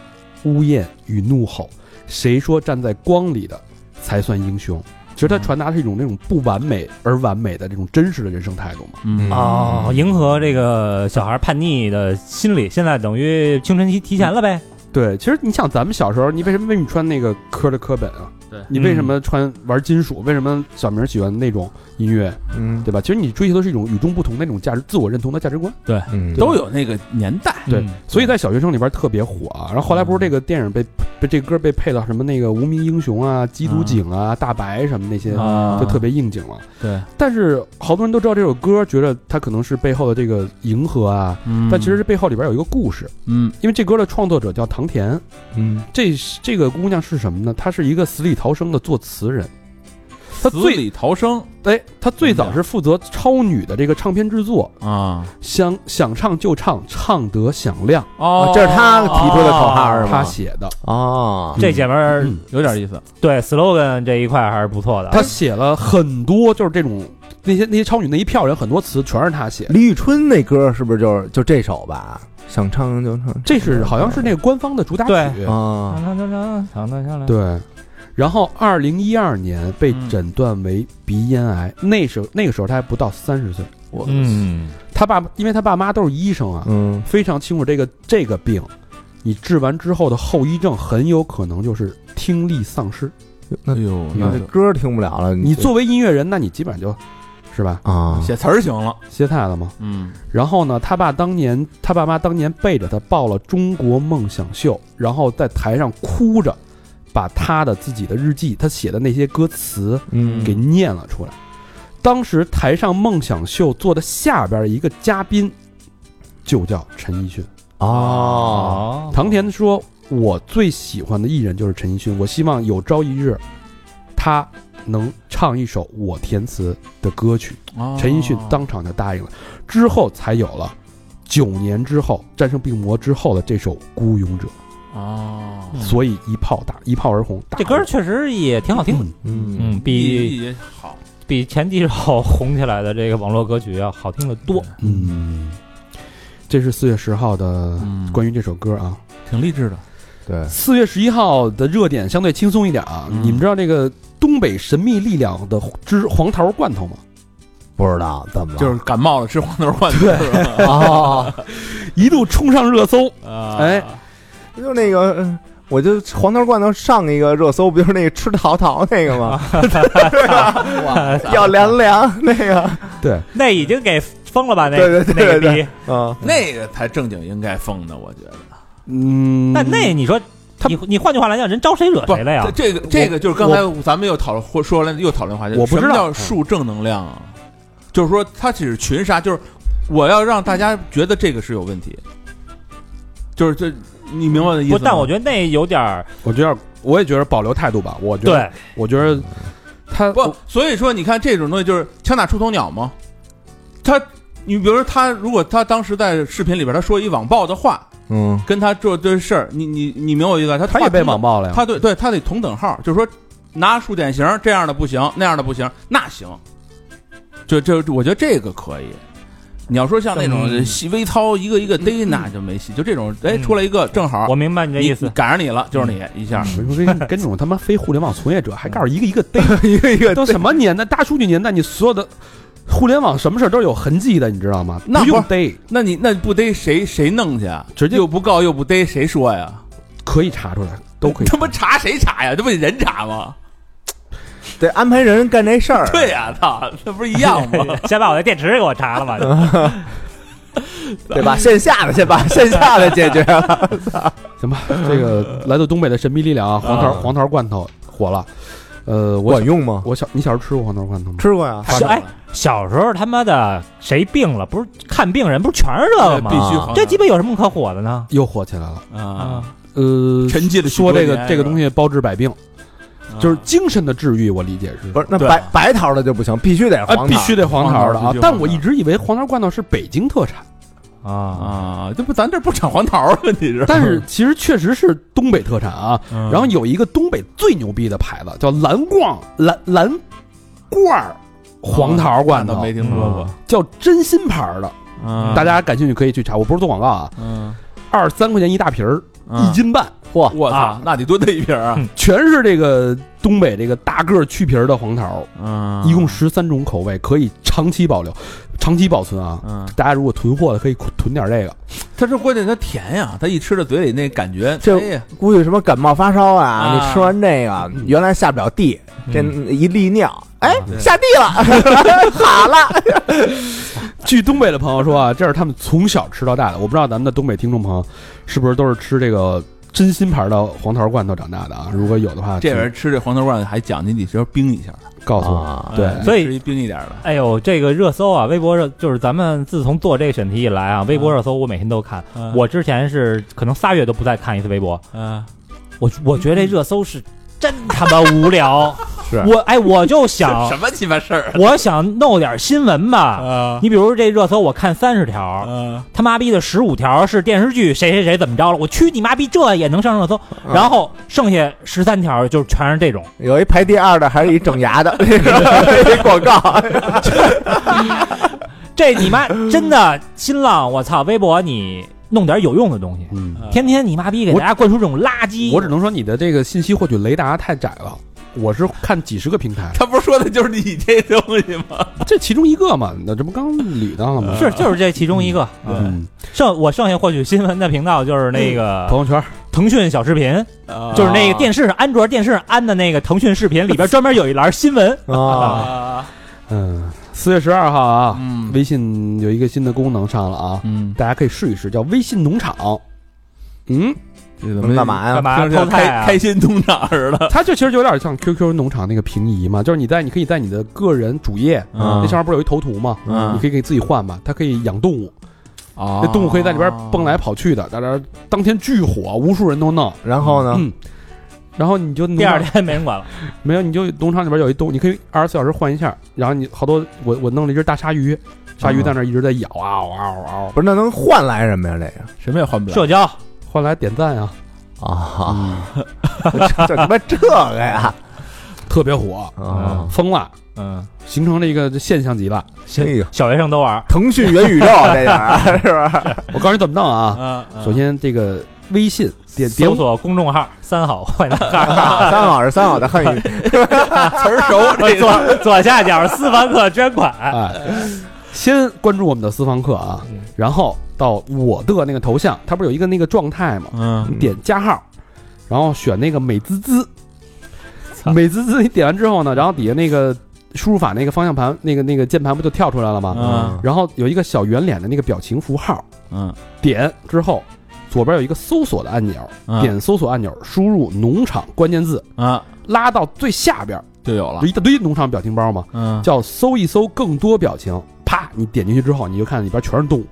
C: 呜咽与怒吼，谁说站在光里的才算英雄？其实它传达是一种那种不完美而完美的这种真实的人生态度嘛。
D: 嗯
E: 哦，迎合这个小孩叛逆的心理，现在等于青春期提前了呗。
C: 对，其实你想，咱们小时候，你为什么为什么穿那个科的科本啊？
D: 对
C: 你为什么穿玩金属？为什么小明喜欢那种音乐？
B: 嗯
C: 对吧？其实你追求的是一种与众不同的那种价值、自我认同的价值观，
B: 嗯，
D: 都有那个年代，
C: 对
E: 嗯
C: 所以在小学生里边特别火啊。然后后来不
D: 嗯
C: 是这个电影被被这歌被配到什么那个无名英雄啊、缉毒警啊、大白什么那些，
D: 啊
C: 就特别应景了。
D: 对，
C: 但是好多人都知道这首歌，觉得它可能是背后的这个迎合啊，但其实这背后里边有一个故事，
D: 嗯
C: 因为这歌的创作者叫唐田，
B: 嗯
C: 这这个姑娘是什么呢？她是一个死里逃生的作词人，她
D: 死
C: 最
D: 里逃生
C: 哎，她最早是负责超女的这个唱片制作，
D: 啊
C: 想想唱就唱，唱得响亮，
D: 哦
B: 啊这是他提出的口号啊是
C: 她
B: 吗？
C: 写的，
B: 哦，
E: 这姐们儿
C: 嗯
D: 有点意思，
E: 对 slogan 这一块还是不错的。
C: 她写了很多，就是这种那些那些超女那一票人，很多词全是她写的。
B: 李宇春那歌是不是就是就这首吧？想唱就唱
C: 这是好像是那嗯个官方的主打曲，
B: 啊，
E: 长长长长长长长，
C: 对。然后，二零一二年被
D: 嗯
C: 诊断为鼻咽癌，那时候那个时候她还不到三十岁，
D: 我
E: 嗯，
C: 她爸因为她爸妈都是医生啊，
B: 嗯
C: 非常清楚这个这个病，你治完之后的后遗症很有可能就是听力丧失。
D: 哎呦，
B: 你这歌听不了了，
C: 嗯你作为音乐人，那你基本上就是吧
B: 啊，
D: 写词儿行了，
C: 歇菜了嘛。
D: 嗯
C: 然后呢，他爸当年他爸妈当年背着他报了中国梦想秀，然后在台上哭着把他的自己的日记，他写的那些歌词
B: 嗯
C: 给念了出来。当时台上梦想秀坐的下边一个嘉宾，就叫陈奕迅。
B: 哦，
E: 哦，
C: 唐田说：“我最喜欢的艺人就是陈奕迅，我希望有朝一日，他能唱一首我填词的歌曲。
D: 哦
C: 陈奕迅当场就答应了，之后才有了九年之后战胜病魔之后的这首《孤勇者
D: 哦，》，
E: 嗯
C: 所以一炮打一炮而红。大嗯
E: 这歌儿确实也挺好听的，
B: 嗯，
E: 嗯，比
D: 也好，
E: 比前几首 红起来的这个网络歌曲要好听的多。
C: 嗯，这是四月十号的
D: 嗯
C: 关于这首歌啊。
D: 挺励志的。
B: 对，
C: 四月十一号的热点相对轻松一点啊，
D: 嗯
C: 你们知道这个东北神秘力量的之黄桃罐头吗？
B: 不知道怎么了
D: 就是感冒了吃黄豆罐头，是 吧
B: 哦，
C: 一度冲上热搜，
D: 啊
C: 哎，
B: 就那个。呃我就黄桃罐头上一个热搜不就是那个吃桃桃那个吗？
D: 哇塞
B: 要凉凉那个，
E: 那已经给封了吧？那
B: 对对对
E: 那个
B: 对
E: 逼，
B: 嗯，
D: 那个才正经应该封的，我觉得。
C: 嗯，
E: 那那你说
C: 他
E: 你你换句话来讲，人招谁惹谁了呀？
D: 这这个这个就是刚才咱们又讨论或说了又讨论话题，
C: 我不知
D: 什
C: 道
D: 么叫树正能量啊，就是说它只是群杀，就是我要让大家觉得这个是有问题，就是这你明白我的意思
E: 不，
D: 吗？
E: 但我觉得那有点儿
C: 我觉得我也觉得保留态度吧，我觉得
E: 对，
C: 我觉得他
D: 不，所以说你看这种东西就是枪打出头鸟嘛，他。你比如说他，如果他当时在视频里边他说一网暴的话，
B: 嗯，
D: 跟他做这事儿，你你你明白我意思吧？他
C: 他也被网暴了呀。
D: 他对对，他得同等号，就是说拿数典型这样的不行，那样的不行，那行，就这我觉得这个可以。你要说像那种
E: 嗯
D: 细微操一个一个
C: 嗯
D: 逮，那就没戏。就这种，哎，
E: 嗯
D: 出来一个正好，
E: 我明白你的
D: 你
E: 意思
D: 你。赶上你了，就是你
C: 嗯
D: 一下。
C: 我说跟跟这种他妈非互联网从业者还告诉一个 一个逮，
B: 一个一个
C: 都什么年代？大数据年代，你所有的互联网什么事儿都是有痕迹的，你知道吗？
D: 那
C: 不
D: 不
C: 用
D: 是
C: 逮，
D: 那你那不逮谁谁弄去啊？
C: 直接
D: 又不告又不逮，谁说呀？
C: 可以查出来，都可以
D: 他。妈查谁查呀？这不得人查吗？
B: 得安排人干这事儿。
D: 对呀，操，那不是一样 吗？
E: 先把我的电池给我查了吧。
B: 对吧？线下的先 把线下的解决了。
C: 行吧，这个来自东北的神秘力量啊，黄桃
D: 啊
C: 黄桃罐头火了。呃，我
B: 管
C: 小
B: 用吗？
C: 我小你小时候吃过黄桃罐头吗？
B: 吃过呀，
D: 太棒
E: 哎
D: 了，
E: 小时候他妈的谁病了，不是看病人不是全是这个
D: 必须
E: 吗？
D: 黄
E: 这鸡巴有什么可火的呢？
C: 又火起来了。
D: 桃哎啊！
C: 呃，
D: 沉寂了许
C: 说
D: 多
C: 这个
D: 年
C: 这个
D: 是吧啊
C: 东西包治百病，就是精神的治愈，我理解是
B: 不是那
D: 对
B: 白白桃的就不行，必须得
C: 啊
B: 黄桃，，
C: 必须得黄桃的
D: 黄桃
C: 啊
D: 必须！
C: 但
D: 黄
C: 我
D: 桃
C: 一直以为黄桃罐头是北京 特产，
E: 啊，
D: 啊，这不咱这不产黄桃了，你是？
C: 但是其实确实是东北特产啊。
E: 嗯
C: 然后有一个东北最牛逼的牌子叫蓝罐蓝蓝罐儿黄桃罐
D: 都
C: 头
D: 没，听说过。
C: 啊叫真心牌儿的，
D: 嗯
C: 大家感兴趣可以去查。我不是做广告啊，
D: 嗯，
C: 二十三块钱一大瓶儿，一
D: 斤，
C: 斤半，嚯，
D: 我操
E: 啊，
D: 那得多大一瓶啊！
C: 全是这个东北这个大个儿去皮儿的黄桃，
D: 嗯
C: 一共十三种口味，可以长期保留、长期保存啊。
D: 嗯，
C: 大家如果囤货的可以囤点儿这个。
D: 他说关键它甜呀，它一吃到嘴里那感觉，
B: 这
D: 哎呀，
B: 估计什么感冒发烧啊，嗯
D: 啊
B: 你吃完这个，原来下不了地，
D: 嗯
B: 这一利尿，哎，
D: 对
B: 下地了， 好了，
C: 据东北的朋友说啊，这是他们从小吃到大的。我不知道咱们的东北听众朋友是不是都是吃这个真心牌的黄桃罐头长大的啊？如果有的话，
D: 这人吃这黄桃罐还讲究你时候冰一下，
C: 请告诉我。
B: 啊
C: 对
D: 哎
E: 所以
D: 吃一冰一点儿的。
E: 哎呦，这个热搜啊，微博热就是咱们自从做这个选题以来
D: 嗯
E: 啊，微博热搜我每天都看。我之前是可能仨月都不再看一次微博，
D: 嗯，
E: 我我觉得这热搜是真他妈 无聊。
B: 是
E: 我哎，我就想
D: 什么鸡巴事儿
E: 我想弄点新闻吧。
D: 啊？
E: 你比如这热搜，我看三十条，
D: 啊
E: 他妈逼的十五条是电视剧谁谁谁怎么着了，我去你妈逼，这也能上热搜？
B: 嗯
E: 然后剩下十三条就是全是这种，
B: 有一排第二的，还是一整牙的，那个一广告，
E: 这你妈真的新浪，我操，微博你弄点有用的东西，
C: 嗯，
D: 啊
E: 天天你妈逼给
C: 我
E: 大家灌输这种垃圾，
C: 我只能说你的这个信息获取雷达太窄了。我是看几十个平台，
D: 他不是说的就是你这东西吗？
C: 这其中一个嘛，那这不刚捋到了吗？
E: 是就是这其中一个。
C: 嗯，
E: 剩我剩下获取新闻的频道就是那个
C: 朋友圈
E: 腾讯小视频，
D: 啊
E: 就是那个电视上安卓电视上安的那个腾讯视频里边专门有一栏新闻。
B: 啊，
D: 啊，
C: 嗯，四月十二号啊，
D: 嗯
C: 微信有一个新的功能上了啊，
D: 嗯，
C: 大家可以试一试，叫微信农场。嗯，
D: 这怎
B: 能干？嘛呀
E: 干？嘛
D: 听着
E: 偷
D: 像
E: 菜
D: 开
E: 啊？
D: 开心农场似 的。
C: 它就其实有点像 QQ 农场那个平移嘛，就是你在你可以在你的个人主页
D: 嗯
C: 那上面不是有一头图吗？
D: 嗯
C: 你可以给自己换嘛，它可以养动物，
D: 啊
C: 那动物可以在里边蹦来跑去的，在那儿当天巨火，无数人都弄。
B: 然后呢？
C: 嗯，然后你就
E: 第二
C: 天
E: 天没人管了，
C: 没有，你就农场里边有一动物，你可以二十四小时换一下。然后你好多，我我弄了一只大鲨鱼，鲨鱼在那儿一直在咬，啊嗷嗷嗷，
B: 不是，那能换来什么呀？这个
D: 什么也换不了。
E: 社交
C: 换来点赞啊，
B: 啊， 这他妈这个呀
C: 特别火，
B: 啊！
C: 疯了，
E: 嗯，
C: 形成了一个现象级了。
B: 哎呦，
E: 小学生都玩儿，
B: 腾讯元宇宙这点是吧？
C: 我告诉你怎么弄啊，
D: 啊，啊
C: 首先这个微信点点
E: 搜索公众号“三好坏 男孩
B: 三好是三好的汉语，
D: 词儿熟，”，这个
E: 左左下角私房课捐款，
C: 哎，先关注我们的私房课啊
E: 嗯，
C: 然后到我的那个头像，它不是有一个那个状态吗？
D: 嗯
C: 你点加号，然后选那个美滋滋，
E: 操
C: 美滋滋，你点完之后呢，然后底下那个输入法那个方向盘那个那个键盘不就跳出来了吗？
D: 嗯
C: 然后有一个小圆脸的那个表情符号，
D: 嗯
C: 点之后。左边有一个搜索的按钮，
D: 嗯，
C: 点搜索按钮，输入农场关键字，
D: 啊
C: 拉到最下边，
D: 就有了
C: 不，一大堆农场表情包吗？
D: 嗯，
C: 叫搜一搜更多表情，啪，你点进去之后，你就看里边全是动物，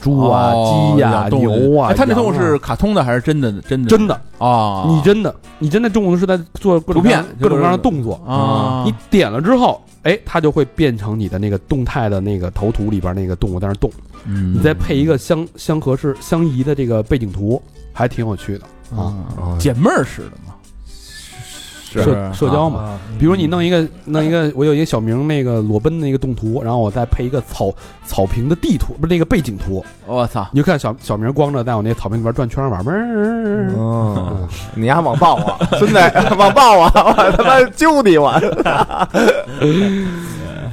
C: 猪啊、
D: 哦
C: 鸡呀、
D: 养动物
C: 牛啊。
D: 哎他那动物
C: 羊啊
D: 是卡通的还是真的？真的
C: 真的，
D: 啊，
C: 你真的，你真的动物是在做各种
D: 图片
C: 各样各种各样的动作。
D: 啊，
C: 你点了之后，哎，它就会变成你的那个动态的那个头图里边那个动物在那动，
D: 嗯
C: 你再配一个相相合适相宜的这个背景图，还挺有趣的啊。
B: 哦
D: 啊，解闷儿似的嘛，是啊
C: 社社交嘛，
E: 嗯
C: 比如你弄一个弄一个，我有一个小明那个裸奔的那个动图，然后我再配一个草草坪的地图，不是那个背景图，
D: 哦我操，
C: 你就看小小明光着在我那草坪里边转圈玩，嗯
B: 嗯，你丫网暴我，孙子网暴我， 我他妈揪你我！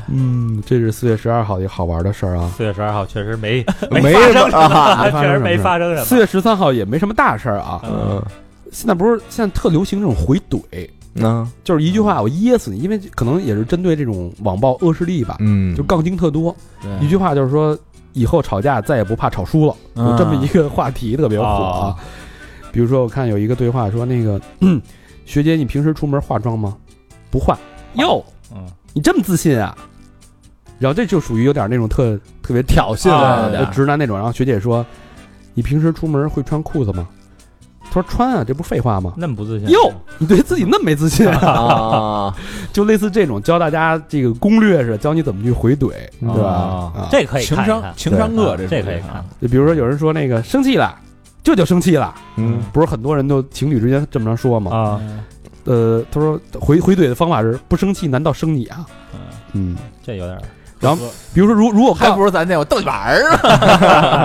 C: 嗯，这是四月十二号一个好玩的事儿啊。
E: 四月十二号确实没，
B: 没
E: 发
B: 什
E: 生
B: 么啊，
E: 确实没发生什
C: 四
E: 么。
C: 月十三号也没什么大事儿啊。
B: 嗯，
C: 现在不是现在特流行这种回怼，
B: 那
C: 就是一句话我噎死你，因为可能也是针对这种网暴恶势力吧，
B: 嗯，
C: 就杠精特多。
D: 对
C: 一句话就是说，以后吵架再也不怕吵输了，
D: 嗯
C: 有这么一个话题特别火啊。比如说，我看有一个对话说，那个 嗯学姐，你平时出门化妆吗？不化。哟，
E: 嗯，
C: 你这么自信啊？然后这就属于有点那种特特别挑衅
E: 啊
D: 有
C: 的、
D: 点
C: 直男那种。然后学姐说：“你平时出门会穿裤子吗？”他说：“穿啊，这不是废话吗
E: 那么不自信？”
C: 哟，你对自己那么没自信、啊，
B: 啊，
C: 就类似这种教大家这个攻略似的，教你怎么去回怼，
B: 嗯
C: 对吧？
E: 啊
C: 啊，
E: 这可以
D: 情
E: 看一
D: 商
E: 看，
D: 情商恶，
E: 啊
D: 这
E: 这
D: 是
E: 可以看，
C: 就比如说有人说那个生气了，这就生气了，
B: 嗯，
C: 不是很多人都情侣之间这么着说吗？
E: 啊。
D: 嗯
C: 呃，他说回回怼的方法是不生气，难道生你啊？嗯，
E: 这有点儿
C: 然后比如说如如果
D: 还
C: 杠
D: 不如咱那我逗你玩儿呢。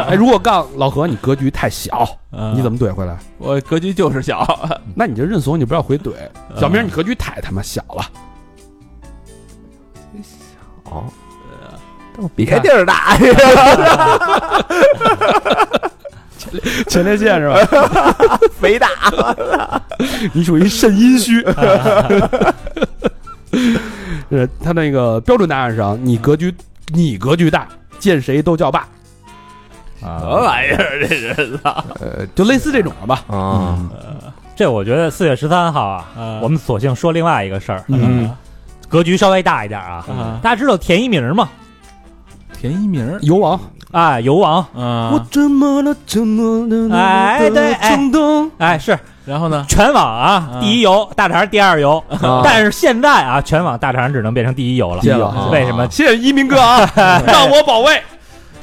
C: 哎，如果杠老何你格局太小，你怎
D: 么？
C: 么怼回来？
D: 嗯我格局就是小，
C: 那你就认怂，你不要回怼。小明，你格局太他妈小了，
B: 哦，
C: 你
B: 别
C: 看
B: 地儿大，
C: 前列腺是 吧？
B: 肥大，
C: 你属于肾阴虚。呃， 他那个标准答案是啊，你格局你格局大，见谁都叫爸，
D: 什么
E: 啊。
D: 玩意儿？这是
B: 呃
C: 就类似这种的吧。
B: 啊，
E: 这我觉得四月十三号啊， 我们索性说另外一个事儿，
C: 嗯，
E: 格局稍微大一点啊。
D: 嗯
E: 大家知道田一鸣吗？
D: 田一鸣儿
C: 游王，
E: 啊，游王，
D: 啊，
C: 怎么了？怎么了
E: 哎对哎
C: 冲动，
E: 哎，是
D: 然后 呢？
E: 全网啊
D: 嗯
E: 第一游，大肠第二游，
B: 但
E: 但是现在啊，全网大肠只能变成第一游了
C: 第一游
E: 啊。为什么？哎
C: 谢谢一鸣哥啊，让我保卫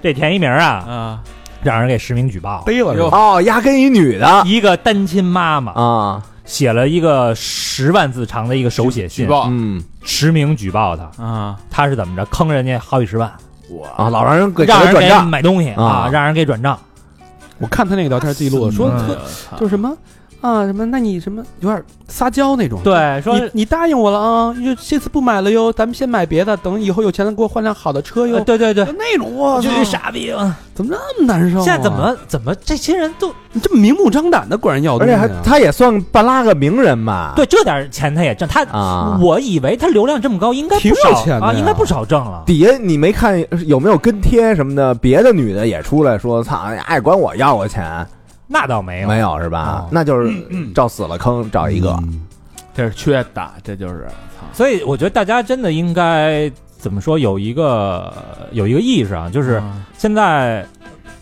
E: 这田一鸣啊，
D: 啊，
E: 让人给实名举报了，
C: 逮了是吧？
B: 哦，压跟一女
C: 啊
B: 的
E: 一个单亲妈妈
B: 啊，
E: 写了一个十万字长的一个手写
D: 举
E: 信，
D: 报
B: 嗯
E: 实名举报他，
D: 啊，
E: 他是怎么着坑人家好几十万，
B: 啊，老让人给
E: 让人
B: 转
E: 给
B: 账，
E: 买东西啊
B: 啊，
E: 让人给转账。
C: 我看他那个聊天记
E: 嗯
C: 录，说特就是什么啊什么，那你什么有点撒娇那种，
E: 对，说
C: 你你答应我了啊，就这次不买了哟，咱们先买别的，等以后有钱了给我换辆好的车哟。
E: 呃对对对，
C: 那种哇，
E: 就是傻逼啊！
C: 怎么那么难受、啊
E: 现在怎么怎么这些人都
C: 你这么明目张胆的管人要
B: 而
C: 东西、
B: 且还
C: 啊？
B: 他也算半拉个名人吧？
E: 对这点钱他也挣，他
B: 啊，
E: 我以为他流量这么高，应该
C: 挺
E: 不
C: 有
E: 少
C: 钱的
E: 啊，
C: 呀
E: 应该不少挣了。
B: 底下你没看有没有跟贴什么的？别的女的也出来说：“操，哎爱管我要过钱。
E: 那倒没”有，
B: 没有是
E: 哦
B: 吧？
E: 嗯
B: 那就是照死了坑找一个。
C: 嗯
D: 这是缺打，这就是
E: 所以我觉得大家真的应嗯该怎么说，有一个有一个意识啊，就是现在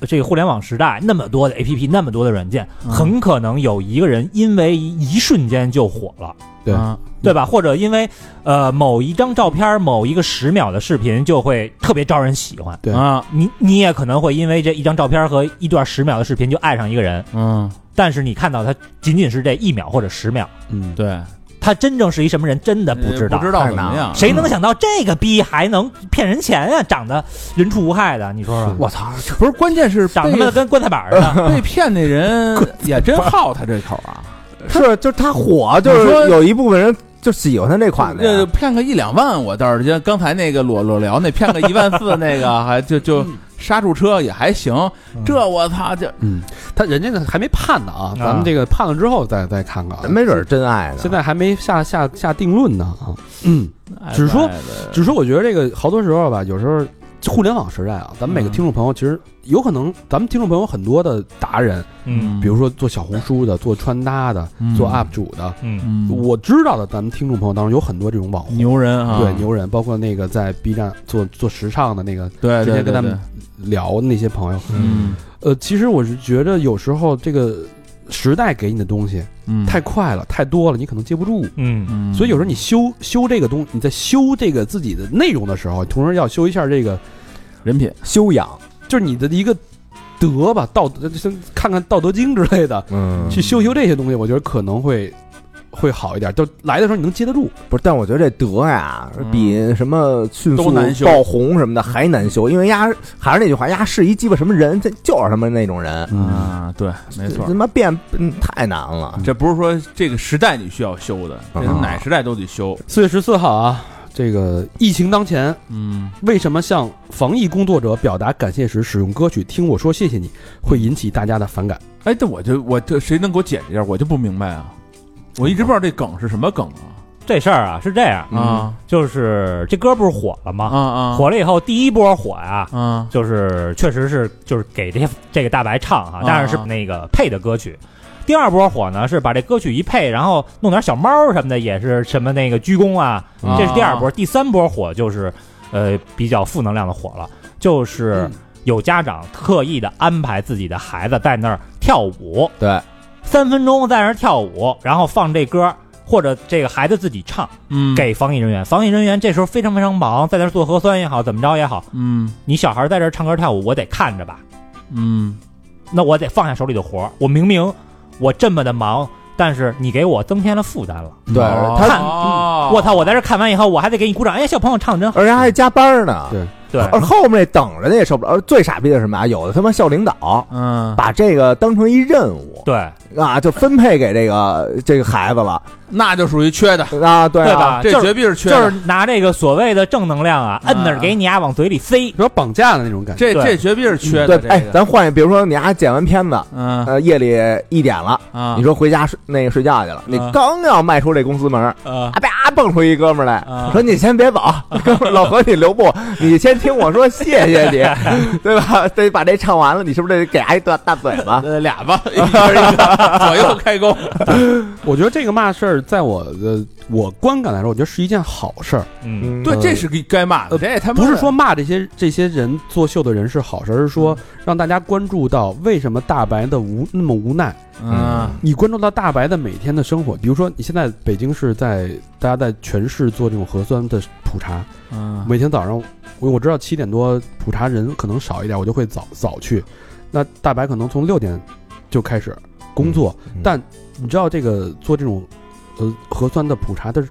E: 这个互联网时代那么多的 APP，那么多的软件，很可能有一个人因为一瞬间就火了。
C: 对
D: 啊
E: 对吧？或者因为呃某一张照片、某一个十秒的视频就会特别招人喜欢，
C: 对
D: 啊，
E: 你你也可能会因为这一张照片和一段十秒的视频就爱上一个人，
D: 嗯，
E: 但是你看到他仅仅是这一秒或者十秒，
C: 嗯，
D: 对，
E: 他真正是一什么人，真的呃不知道。
D: 不知道
B: 太
D: 怎么
B: 难
D: 样，
E: 谁能想到这个逼还能骗人钱啊？长得人畜无害的，你说说，
B: 我操，
D: 不是，关键是
E: 长
D: 被
E: 他妈的跟棺材板 似的。
D: 被骗那人也真好他这口啊，
B: 是就是他火，就
D: 你说
B: 是有一部分人就喜欢他这款的
D: 呃，
B: 呀。
D: 骗个一两万，我倒是觉得刚才那个裸裸聊那骗个一万四那个，还就就刹住车也还行。这我操，这
C: 嗯他人家还没判呢啊，
E: 啊
C: 咱们这个判了之后再再看看啊，
B: 没准儿真爱呢。
C: 现在还没下下下定论呢啊，嗯，只
E: 哎
C: 说只是我觉得这个好多时候吧，有时候互联网时代啊，咱们每个
D: 嗯
C: 听众朋友其实有可能，咱们听众朋友很多的达人，
E: 嗯
C: 比如说做小红书的、做穿搭的、做
D: 嗯
C: UP 主的，
E: 嗯
D: 嗯
C: 我知道的，咱们听众朋友当中有很多这种网红，
D: 牛人啊，
C: 对牛人，包括那个在 B 站做做时尚的那个，
D: 对，对
C: 之前
D: 对
C: 跟他
D: 对
C: 们聊的那些朋友，
D: 嗯
C: 呃，其实我是觉得有时候这个时代给你的东西
D: 嗯
C: 太快了，太多了，你可能接不住。
E: 嗯
D: 嗯
C: 所以有时候你修修这个东，你在修这个自己的内容的时候，同时要修一下这个，
D: 人品
B: 修养，
C: 就是你的一个德吧，道德，像看看《道德经》之类的，
B: 嗯
C: 去修修这些东西，我觉得可能会会好一点。就来的时候你能接得住，
B: 不是，但我觉得这德呀
D: 嗯，
B: 比什么迅
D: 都
B: 速
D: 难修
B: 爆红什么的还难修，因为丫还是那句话，丫是一鸡巴什么人，他就是他妈那种人，
C: 嗯，
D: 啊，对，没错
B: 他。妈变嗯太难了。
D: 这不是说这个时代你需要修的，这
B: 啊
D: 哪时代都得修。
C: 四月十四号啊，这个疫情当前，
D: 嗯
C: 为什么向防疫工作者表达感谢时使用歌曲《听我说谢谢你》会引起大家的反感？
D: 哎，这我就我这谁能给我解释一下？我就不明白啊，我一直不知道这梗是什么梗
E: 这事儿啊是这样，
D: 啊啊
E: 就是这歌不是火了
D: 啊
E: 吗？
D: 啊！
E: 火了以后，第一波火呀、
D: 啊
E: 就是确实是就是给这些这个大白唱哈
D: 啊，
E: 当然是那个配的歌曲。第二波火呢是把这歌曲一配，然后弄点小猫什么的，也是什么那个鞠躬啊，
D: 啊
E: 这是第二波。第三波火就是呃比较负能量的火了，
D: 嗯
E: 就是有家长特意的安排自己的孩子在那儿跳舞，
B: 对，
E: 三分钟在那儿跳舞，然后放这歌。或者这个孩子自己唱
D: 嗯
E: 给防疫人员，防疫人员这时候非常非常忙，在那儿做核酸也好，怎么着也好，
D: 嗯
E: 你小孩在这儿唱歌跳舞，我得看着吧，
D: 嗯
E: 那我得放下手里的活儿。我明明我这么的忙，但是你给我增添了负担了。
B: 对他
E: 看
D: 哦
E: 我操！我在这儿看完以后，我还得给你鼓掌。哎，小朋友唱的真好。
B: 而且还加班呢，
C: 对
E: 对，
B: 而后面那等着的也受不了。而最傻逼的是什么啊？有的他妈校领导
D: 嗯，
B: 把这个当成一任务
E: 对
B: 啊，就分配给这个这个孩子了
D: 那就属于缺的，
B: 啊，对
E: 对
B: 啊，
E: 吧？
D: 这
E: 就
D: 绝
E: 是
D: 逼是缺
E: 就
D: 的，
E: 是拿这个所谓的正能量啊，摁
D: 啊
E: 那儿给你啊，往嘴里塞。
C: 有点绑架的那种感
D: 这
C: 觉。
E: 对
D: 这绝逼是缺的。
B: 对，哎
D: 这，个
B: 咱换一，比如说你丫剪完片子，
D: 嗯
B: 呃，夜里一点了，
D: 啊，
B: 你说回家睡那个睡觉去了，你刚要迈出这公司门儿，
D: 啊
B: 啊啪蹦出一哥们儿来，
D: 啊
B: 说你先别走， 哥们儿老何你留步，你先听我说谢谢 你，对吧？得把这唱完了，你是不是得给他一大大嘴
C: 啊
B: 巴？
D: 呃俩吧， 一人一个，左 右开弓。
C: 我觉得这个嘛事儿，在我的我观感来说，我觉得是一件好事儿。
E: 嗯，
D: 对，这是该骂的，
C: 呃
D: 这也他妈
C: 不是
D: 的
C: 说骂这些这些人作秀的人是好事，而是说让大家关注到为什么大白的无那么无奈。
D: 嗯
C: 你关注到大白的每天的生活，比如说你现在北京市在大家在全市做这种核酸的普查，
D: 嗯
C: 每天早上我我知道七点多普查人可能少一点，我就会早早去。那大白可能从六点就开始工作，
B: 嗯
C: 但你知道这个做这种呃核酸的普查，它是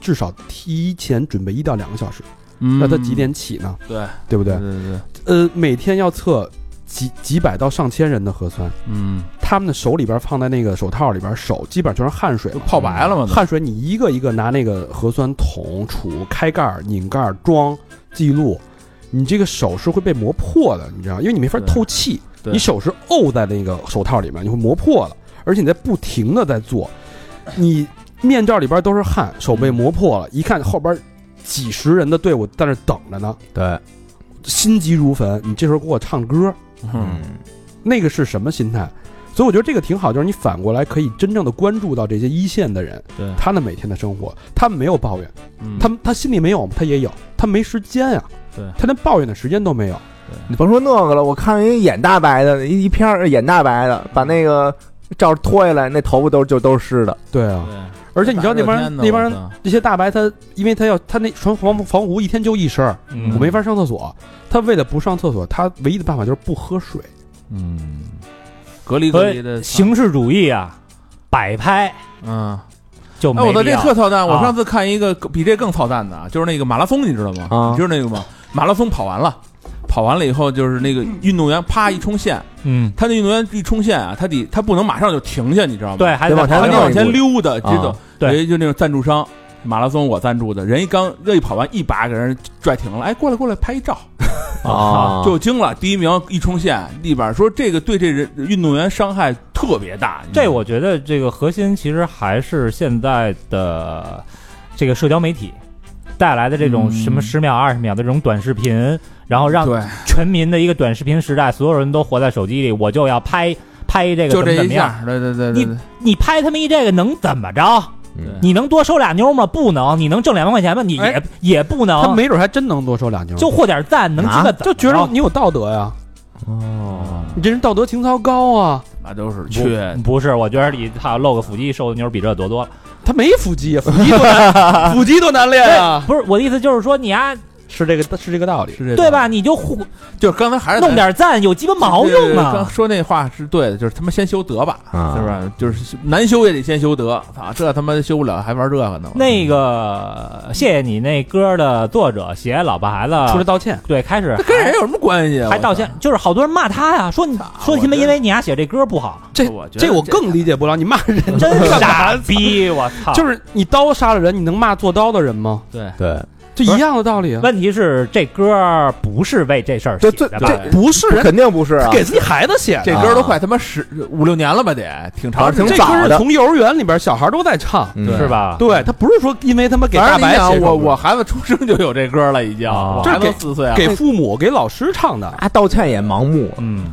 C: 至少提前准备一到两个小时。
D: 嗯
C: 那他几？点起呢？
D: 对
C: 对不对
D: 对？对对，
C: 呃，每天要测几几百到上千人的核酸，
D: 嗯，
C: 他们的手里边放在那个手套里边，手基本上全是汗水了。
D: 泡白了嘛，
C: 汗水，你一个一个拿那个核酸桶杵、开盖儿、拧盖儿、装、记录，你这个手是会被磨破的，你知道吗，因为你没法
D: 对
C: 透气，
D: 对
C: 你手是沤在那个手套里面，你会磨破了，而且你在不停的在做，你面罩里边都是汗，手被磨破了，一看后边几十人的队伍在那等着呢，
B: 对，
C: 心急如焚，你这时候给我唱歌，
D: 嗯，
C: 那个是什么心态？所以我觉得这个挺好，就是你反过来可以真正的关注到这些一线的人，
D: 对
C: 他们每天的生活，他们没有抱怨，他
D: 们
C: 们他心里没有，他也有，他没时间呀、
D: 对
C: 他连抱怨的时间都没有。
B: 你甭说那个了，我看人眼大白的，一一片儿眼大白的，把那个罩脱下来，那头发都就都是湿的。
C: 对啊，而且你知道那帮人那帮人这些大白他，因为他要他那穿防防护服一天就一身儿，
D: 嗯
C: 我没法上厕所。他为了不上厕所，他唯一的办法就是不喝水。
D: 嗯，隔离隔
E: 所
D: 离的
E: 以形式主义啊，摆拍
D: 嗯。
E: 就
D: 哎，
E: 没
D: 我操，
E: 必
D: 这
E: 要
D: 特操蛋！我
E: 啊
D: 上次看一个比这更操蛋的，啊，就是那个马拉松，你知道吗？
B: 啊
D: 你知道那个吗？马拉松跑完了，跑完了以后就是那个运动员啪一冲线，
E: 嗯，
D: 他那运动员一冲线啊，他得他不能马上就停下，你知道吗？
E: 对，，还
B: 得
E: 得
B: 往
E: 再
B: 前
D: 他得
E: 跑一
D: 往
E: 步
D: 前溜达，
B: 啊
D: 这种
E: 对
D: 人就那种赞助商。马拉松我赞助的，人一刚这一跑完，一把给人拽停了，哎，过来过来拍一照，
B: 啊
D: 就惊了。第一名一冲线，立马说这个对这人运动员伤害特别大。你知道
E: 这
D: 吗
E: 我觉得这个核心其实还是现在的这个社交媒体带来的这种
D: 嗯
E: 什么十秒、二十秒的这种短视频，然后让
D: 对
E: 全民的一个短视频时代，所有人都活在手机里，我就要拍拍这个
D: 就这
E: 怎么怎
D: 一
E: 么样。
D: 下，对对对对对，
E: 你拍他们一这个能怎么着？
B: 嗯
E: 你能多收俩妞吗？不能。你能挣两万块钱吗？你也、
C: 哎
E: 也不
C: 他
E: 能。
C: 没准还真能多收两牛，
E: 就获点赞，能鸡巴怎么
C: 就觉得
E: 着
C: 你有道德呀，
B: 哦，
C: 你这人道德情操高啊。
D: 那都是缺
E: 不不是，我觉得你他露个腹肌收的妞比这多多了。
C: 他没腹肌，啊腹肌多难， 腹肌多难练啊。
E: 不是我的意思，就是说你啊，
C: 是这个是这个道理。
D: 是这
E: 对
D: 种
E: 吧？？你就互
D: 就是刚才还是咱
E: 弄点赞，有鸡巴毛用
D: 对
E: 啊
D: 刚！说那话是对的，就是他妈先修德吧，
B: 啊
D: 是不是？就是难修也得先修德，操，这他妈修不了还玩这个呢。
E: 那个谢谢你那歌的作者写老婆孩
C: 出来
E: 子，
C: 道歉，
E: 对，开始
D: 这跟人有什么关系啊？
E: 还道歉，就是好多人骂他呀，说你
D: 操
E: 说他
D: 我觉得
E: 妈因为你丫写这歌不好，
D: 我
C: 这
D: 操，我觉得
C: 这我更理解不了。你骂人，
E: 真啊傻逼！我操！
C: 就是你刀杀了人，你能骂做刀的人吗？
D: 对
B: 对，
C: 这一样的道理啊。
E: 问题是这歌不是为这事儿写
B: 这
E: 的
B: 这
E: 吧？
B: 这
C: 不是人
B: 肯定不是啊，
C: 给自己孩子写的，
D: 这歌都快他妈十五六年了吧，得挺长时
B: 挺
D: 间。
C: 这
B: 早
C: 歌是
B: 的
C: 从幼儿园里边小孩都在唱。
B: 嗯
D: 对
E: 是吧？
C: 对他不是说因为他妈给
D: 反
C: 大
D: 正你
C: 白
D: 想
C: 写，
D: 我我孩子出生就有这歌了，已经，
E: 啊
D: 我
C: 这
D: 孩子
C: 给
D: 都四岁啊。
C: 给父母给老师唱的。
B: 啊，道歉也盲目
E: 嗯，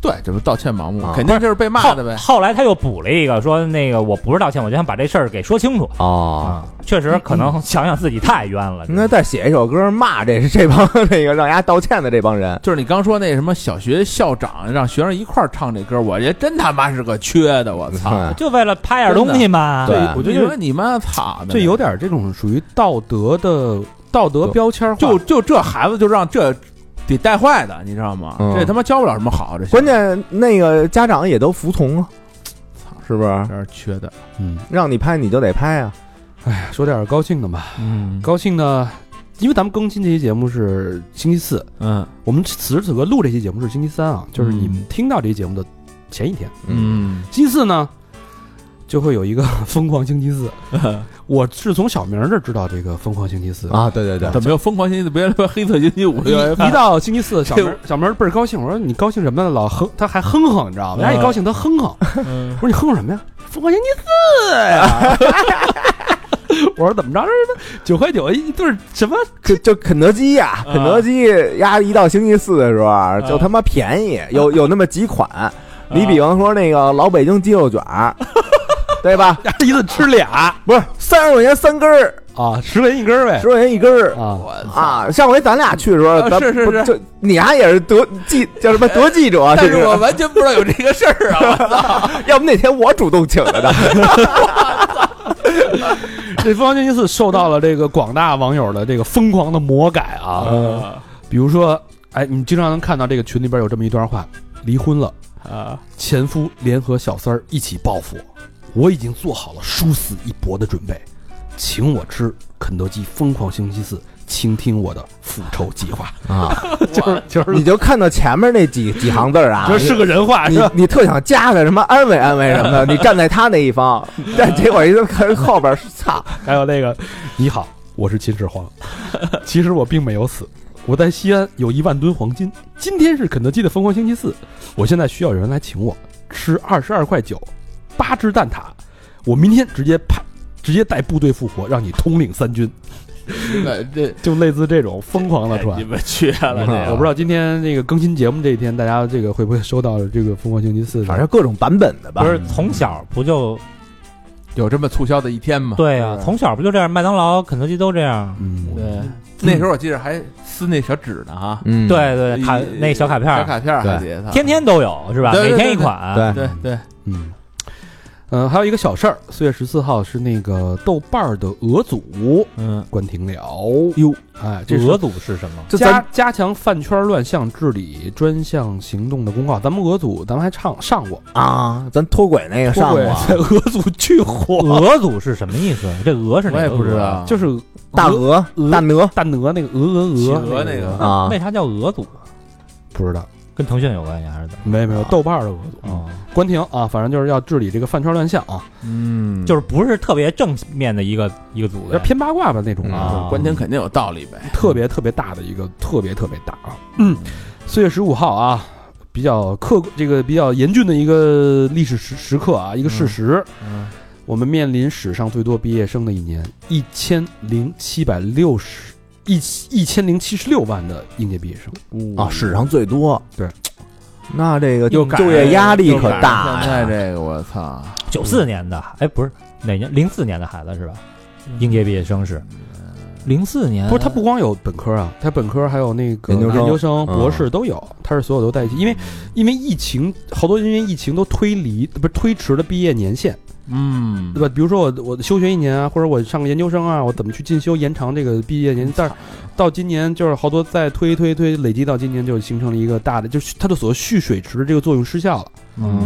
D: 对，这不道歉盲目
B: 啊，
D: 肯定就是被骂
E: 后
D: 的呗。
E: 后来他又补了一个说那个我不是道歉，我就想把这事儿给说清楚。
D: 啊
E: 啊
B: 哦。
E: 确实，可能想想自己太冤了。
B: 应该再写一首歌骂这 这帮那个让人家道歉的这帮人，
D: 就是你刚说那什么小学校长让学生一块儿唱这歌，我觉得真他妈是个缺的，我操！
B: 嗯
E: 就为了拍点东西嘛。
B: 对
D: 我觉得你说你妈操的，
C: 这有点这种属于道德的道德标签化，
D: 就就这孩子就让这得带坏的，你知道吗？
B: 嗯
D: 这他妈教不了什么好，这
B: 关键那个家长也都服从啊，是不是
D: 有？点缺的。
C: 嗯，
B: 让你拍你就得拍啊，
C: 哎呀，说点高兴的吧。
D: 嗯
C: 高兴呢，因为咱们更新这期节目是星期四，
D: 嗯
C: 我们此时此刻录这期节目是星期三啊，就是你们
D: 嗯
C: 听到这期节目的前一天，
D: 嗯
C: 星期四呢。就会有一个 疯狂星期四，我是从小明儿这儿知道这个疯狂星期四
B: 啊，对对对
D: 嗯怎么又疯狂星期？别说黑色星期五，
C: 一一到星期四，小明
D: 这
C: 儿小明儿倍儿高兴，我说你高兴什么呢？老哼，他还哼哼，你知道吗？人
D: 嗯
C: 家一高兴他哼哼，
D: 嗯
C: 我说你哼哼什么呀？疯狂星期四呀！我说怎么着？这是九块九一顿什么？
B: 就就肯德基呀、
D: 啊
B: 肯德基呀，一到星期四的时候啊，就他妈便宜，
D: 啊
B: 有有那么几款。你比方说那个老北京鸡肉 卷儿，对吧？
C: 一顿吃俩
B: 不是三十块钱三根儿，
C: 啊，十元一根儿呗
B: 十块钱一根儿
C: 啊！
B: 啊！上回咱俩去的时候，
D: 哎啊
B: 咱
D: 是是
B: 不
D: 是哎
B: 就你丫也是得记叫什么得记
E: 啊
B: 者，啊
D: 但
B: 这
D: 是 我完全不知道有这个事儿 啊！
B: 要不那天我主动请的呢。
C: 这疯狂星期四受到了这个广大网友的这个疯狂的魔改啊，
D: 啊
C: 比如说，哎，你们经常能看到这个群里边有这么一段话：离婚了，
D: 啊！
C: 前夫联合小三儿一起报复我，我已经做好了殊死一搏的准备，请我吃肯德基疯狂星期四，倾听我的复仇计划。
B: 啊，
C: 就是就是
B: 你就看到前面那几几行字儿啊，
C: 就是个人话
B: 你
C: 是吧？
B: 你特想加个什么安慰安慰什么的，你站在他那一方，但结果一看后边儿，操，
C: 还有那个，你好，我是秦始皇，其实我并没有死。我在西安有一万吨黄金，今天是肯德基的疯狂星期四，我现在需要有人来请我吃二十二块九，八只蛋挞，我明天直接派，直接带部队复活，让你统领三军，
D: 那这
C: 就类似这种疯狂的
D: 你
C: 传。啊
D: 们缺
E: 啊
D: 了这
C: 我
D: 个
C: 不知道今天那个更新节目这一天，大家这个会不会收到这个疯狂星期四的？
B: 反正各种版本的吧
E: 不。是从小不就
D: 有这么促销的一天吗？
E: 对呀、从小不就这样？麦当劳、肯德基都这样。
C: 嗯，
E: 对、
D: 那时候我记得还撕那小纸呢哈，
B: 嗯，
E: 对对，卡
D: 一
E: 那小卡片
D: 小
E: 儿，
D: 卡片儿还
B: 对
D: 得
E: 天天都有是吧？
D: 对对
E: 每天
D: 对
E: 一
D: 对
E: 款。
B: 对
D: 对对，
C: 嗯，呃，还有一个小事儿，四月十四号是那个豆瓣儿的俄组
E: 嗯，
C: 关停了哟，哎，这是
E: 俄组是什么？
B: 就
C: 加
B: 咱
C: 加强饭圈乱象治理专项行动的公告。咱们俄组，咱们还唱上过，
B: 啊，咱脱轨那个上
C: 对
B: 过，啊
C: 在俄组 巨火，
E: 俄组是什么意思？这俄是哪
D: 我也
E: 个啊
D: 不知
E: 俄
D: 道，
C: 就是是
B: 大
C: 俄
B: 鹅
C: 鹅
B: 大鹅
C: 大鹅那个鹅鹅
D: 企
C: 鹅
D: 鹅那个
B: 啊
E: 为啥叫俄组？
C: 不知道，
E: 跟腾讯有关系还是怎么？
C: 没有没有，豆瓣儿的俄组
E: 哦，
C: 关停啊，反正就是要治理这个饭圈乱象啊，
D: 嗯，
E: 就是不是特别正面的一个一个组
C: 有
E: 的
C: 点偏八卦吧那种
E: 啊
D: 关停肯定有道理呗，
C: 特别特别大的一个，特别特别大啊。嗯，四月十五号啊，比较客这个比较严峻的一个历史时时刻啊，一个事实，
D: 嗯，
C: 我们面临史上最多毕业生的一年，一千零七百六十一一千零七十六万的应届毕业生，
B: 啊，史上最多。
C: 对，
B: 那这个
C: 又赶
B: 就业压力可
D: 又赶
B: 大
D: 上现
B: 呀。
D: 在这个我操，
E: 九四年的，哎，不是哪年？零四年的孩子是吧？应届毕业生是零四年，
C: 不是他不光有本科啊，他本科还有那个
B: 嗯研究生
C: 生、
B: 嗯
C: 博士都有，他是所有都在一起，因为因为疫情，好多因为疫情都推离不是推迟了毕业年限。
D: 嗯，
C: 对吧？比如说我我休学一年啊，或者我上个研究生啊，我怎么去进修延长这个毕业年龄？但是到今年就是好多再推推推，累积到今年就形成了一个大的，就是它的所谓蓄水池的这个作用失效了。
D: 嗯，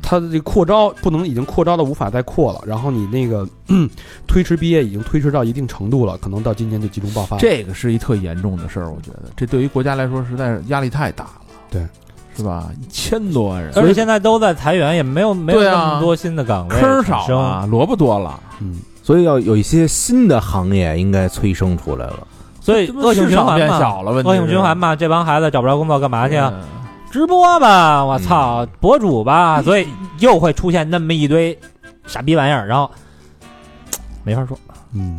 C: 它的这个扩招不能已经扩招的无法再扩了，然后你那个 嗯推迟毕业已经推迟到一定程度了，可能到今年就集中爆发了。
D: 这个是一特严重的事儿，我觉得这对于国家来说实在是压力太大了，
C: 对，
D: 是吧？一千多万人，
E: 而且现在都在裁员，也没有没有
D: 对
E: 那
D: 啊
E: 么多新的岗位
D: 坑儿
E: 产
D: 少
E: 生。
D: 啊，萝卜多了，
C: 嗯，
B: 所以要有一些新的行业应该催生出来了。
E: 所以
D: 这不
E: 恶性
D: 市
E: 循
D: 场
E: 环
D: 变
E: 嘛
D: 小了，问题
E: 恶性
D: 是
E: 循环嘛，这帮孩子找不着工作干嘛去啊？
D: 嗯
E: 直播吧，我操，博主吧，所以又会出现那么一堆傻逼玩意儿，然后没法说。
C: 嗯，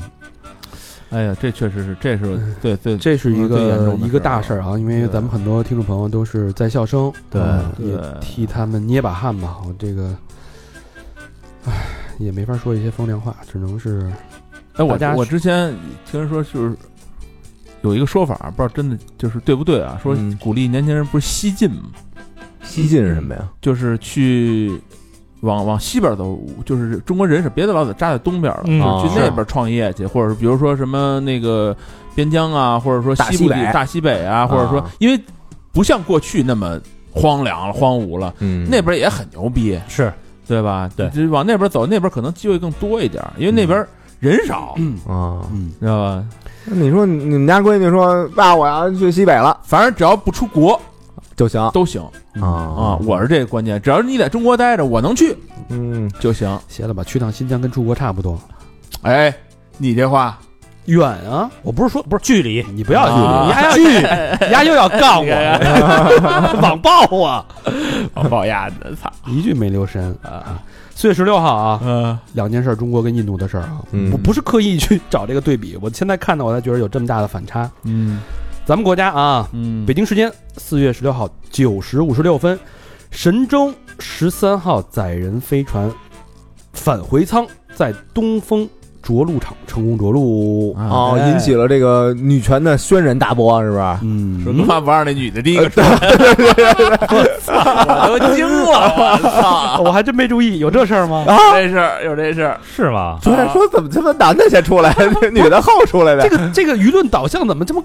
D: 哎呀，这确实是，这是对对，
C: 这是一
D: 嗯最严
C: 个
D: 重的
C: 一个大事儿啊，因为
D: 对
C: 咱们很多听众朋友都是在校生，
D: 对
C: 嗯也
D: 对
C: 替他们捏把汗吧。我这个，唉，也没法说一些风凉话，只能是
D: 哎，我
C: 大家
D: 我之前听人说就是有一个说法，不知道真的就是对不对啊？说
B: 嗯
D: 鼓励年轻人不是西进吗？
B: 西进是什么呀？
D: 就是去往往西边走，就是中国人是别的老得扎在东边了，
E: 嗯
D: 就是去
B: 哦
D: 那边创业去，或者是比如说什么那个边疆啊，或者说
B: 大
D: 西部
B: 西北
D: 地大西北啊，或者说
B: 啊
D: 因为不像过去那么荒凉了、荒芜了，
B: 嗯
D: 那边也很牛逼，
E: 是，
D: 对嗯吧？
E: 对
D: 就是往那边走，那边可能机会更多一点，因为那边人少，
B: 啊，
C: 嗯，
D: 知道吧？
B: 那你说你们家闺女说爸，我要去西北了
D: 反正只要不出国
B: 就行
D: 都行啊，
B: 啊，
D: 我是这个观念，只要你在中国待着，我能去
B: 嗯，
D: 就行。
C: 歇了吧，去趟新疆跟出国差不多，
D: 哎，你这话
C: 远啊！我不是说不是距离，你不要距
D: 啊
C: 离，丫要 距，丫又要
D: 哎
C: 杠 我，网暴我，
D: 啊王哦宝亚的，操！
C: 一句没留神啊！四月十六号啊，
D: 嗯，
C: 两件事儿，中国跟印度的事儿啊，
B: 嗯
C: 我不是刻意去找这个对比，我现在看到我才觉得有这么大的反差。
D: 嗯
C: 咱们国家啊，
D: 嗯
C: 北京时间四月十六号九时五十六分，神舟十三号载人飞船返回舱在东风着陆场成功着陆。
D: 啊，
B: 哦，
C: 哎
B: 引起了这个女权的轩然大波，是不是？
C: 嗯，
D: 说他妈不让那女的第一 个出来，我都惊了，我操！
C: 我还真没注意，有这事儿吗？
D: 这事儿有这事儿，
E: 是吗？
B: 昨天说怎么他妈男的先出来，女的后出来
C: 这
B: 的？
C: 个这个舆论导向怎么这么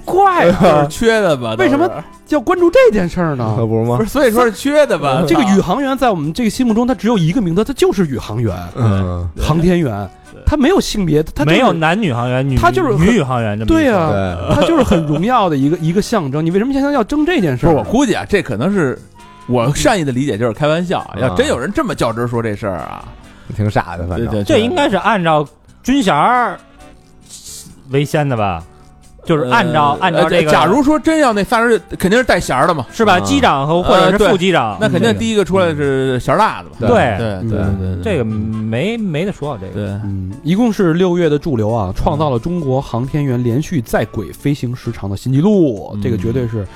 C: 怪啊？
D: 就是啊缺的吧？
C: 为什么要关注这件事儿呢？
B: 可不是吗
D: 不？是？所以说是缺的吧？
C: 这个宇航员在我们这个心目中，他只有一个名字，他就是宇航员、
B: 嗯，
C: 航天员，他没有性别，他
E: 没有
C: 就是
E: 男女航员，女
C: 他就是
E: 女宇航员这么
C: 对
E: 呀、
C: 啊
B: 对，
C: 他就是很荣耀的一个一个象征。你为什么现在要争这件事
D: 不
C: 儿？
D: 是我估计啊，这可能是我善意的理解，就是开玩笑啊。要
B: 啊
D: 真有人这么较真儿说这事儿啊，
B: 挺傻的，反
D: 对
B: 正
D: 对，
E: 这应该是按照军衔儿为先的吧？就是按照、
D: 呃
E: 按照
D: 呃
E: 这个，
D: 假如说真要那仨人，肯定是带弦儿的嘛，
E: 是吧？
B: 啊
E: 机长和或者
D: 呃
E: 是
D: 对
E: 副机长，
D: 那肯定第一个出来是弦儿大的嘛。
B: 对嗯
D: 对
E: 对
D: 对对对，
E: 这个没没得说，这个
D: 对
C: 嗯，一共是六月的驻留啊，创造了中国航天员连续在轨飞行时长的新纪录，
D: 嗯
C: 这个绝对是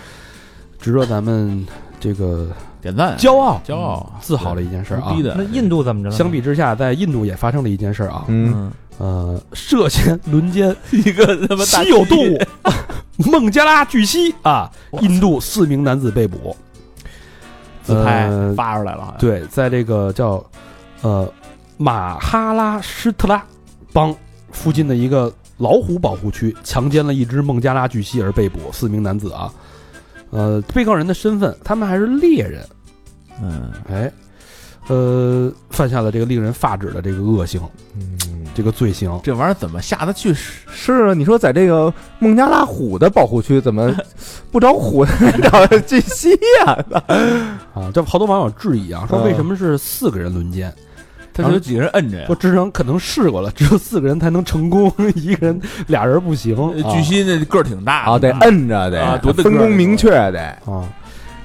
C: 值得咱们这个
D: 点赞，啊
C: 骄傲、
D: 骄傲，
C: 自豪的一件事儿啊
D: 牛逼。的
E: 那印度怎么着呢？
C: 相比之下，在印度也发生了一件事儿啊，
B: 嗯，
D: 嗯，
C: 呃，涉嫌轮奸
D: 一个他妈大
C: 稀有动物 孟加拉巨蜥啊，印度四名男子被捕，
D: 自拍
C: 呃
D: 发出来了，好像，
C: 对，在这个叫呃马哈拉施特拉邦附近的一个老虎保护区，强奸了一只孟加拉巨蜥而被捕，四名男子啊。呃，被告人的身份，他们还是猎人，
D: 嗯，
C: 哎，呃，犯下了这个令人发指的这个恶行，这个罪行。
D: 这玩意儿怎么下得去手？
B: 是啊，你说在这个孟加拉虎的保护区，怎么不找虎 找巨蜥呀？
C: 啊，这好多网友质疑啊，说
B: 嗯
C: 为什么是四个人轮奸？
D: 他是有几个人摁着呀
C: 说？之前可能试过了，只有四个人才能成功， 一个人俩人不行。啊
D: 呃巨蜥那个儿挺大的
B: 啊，得摁着得
D: 啊多，大个儿
B: 分工明确 得。
C: 啊。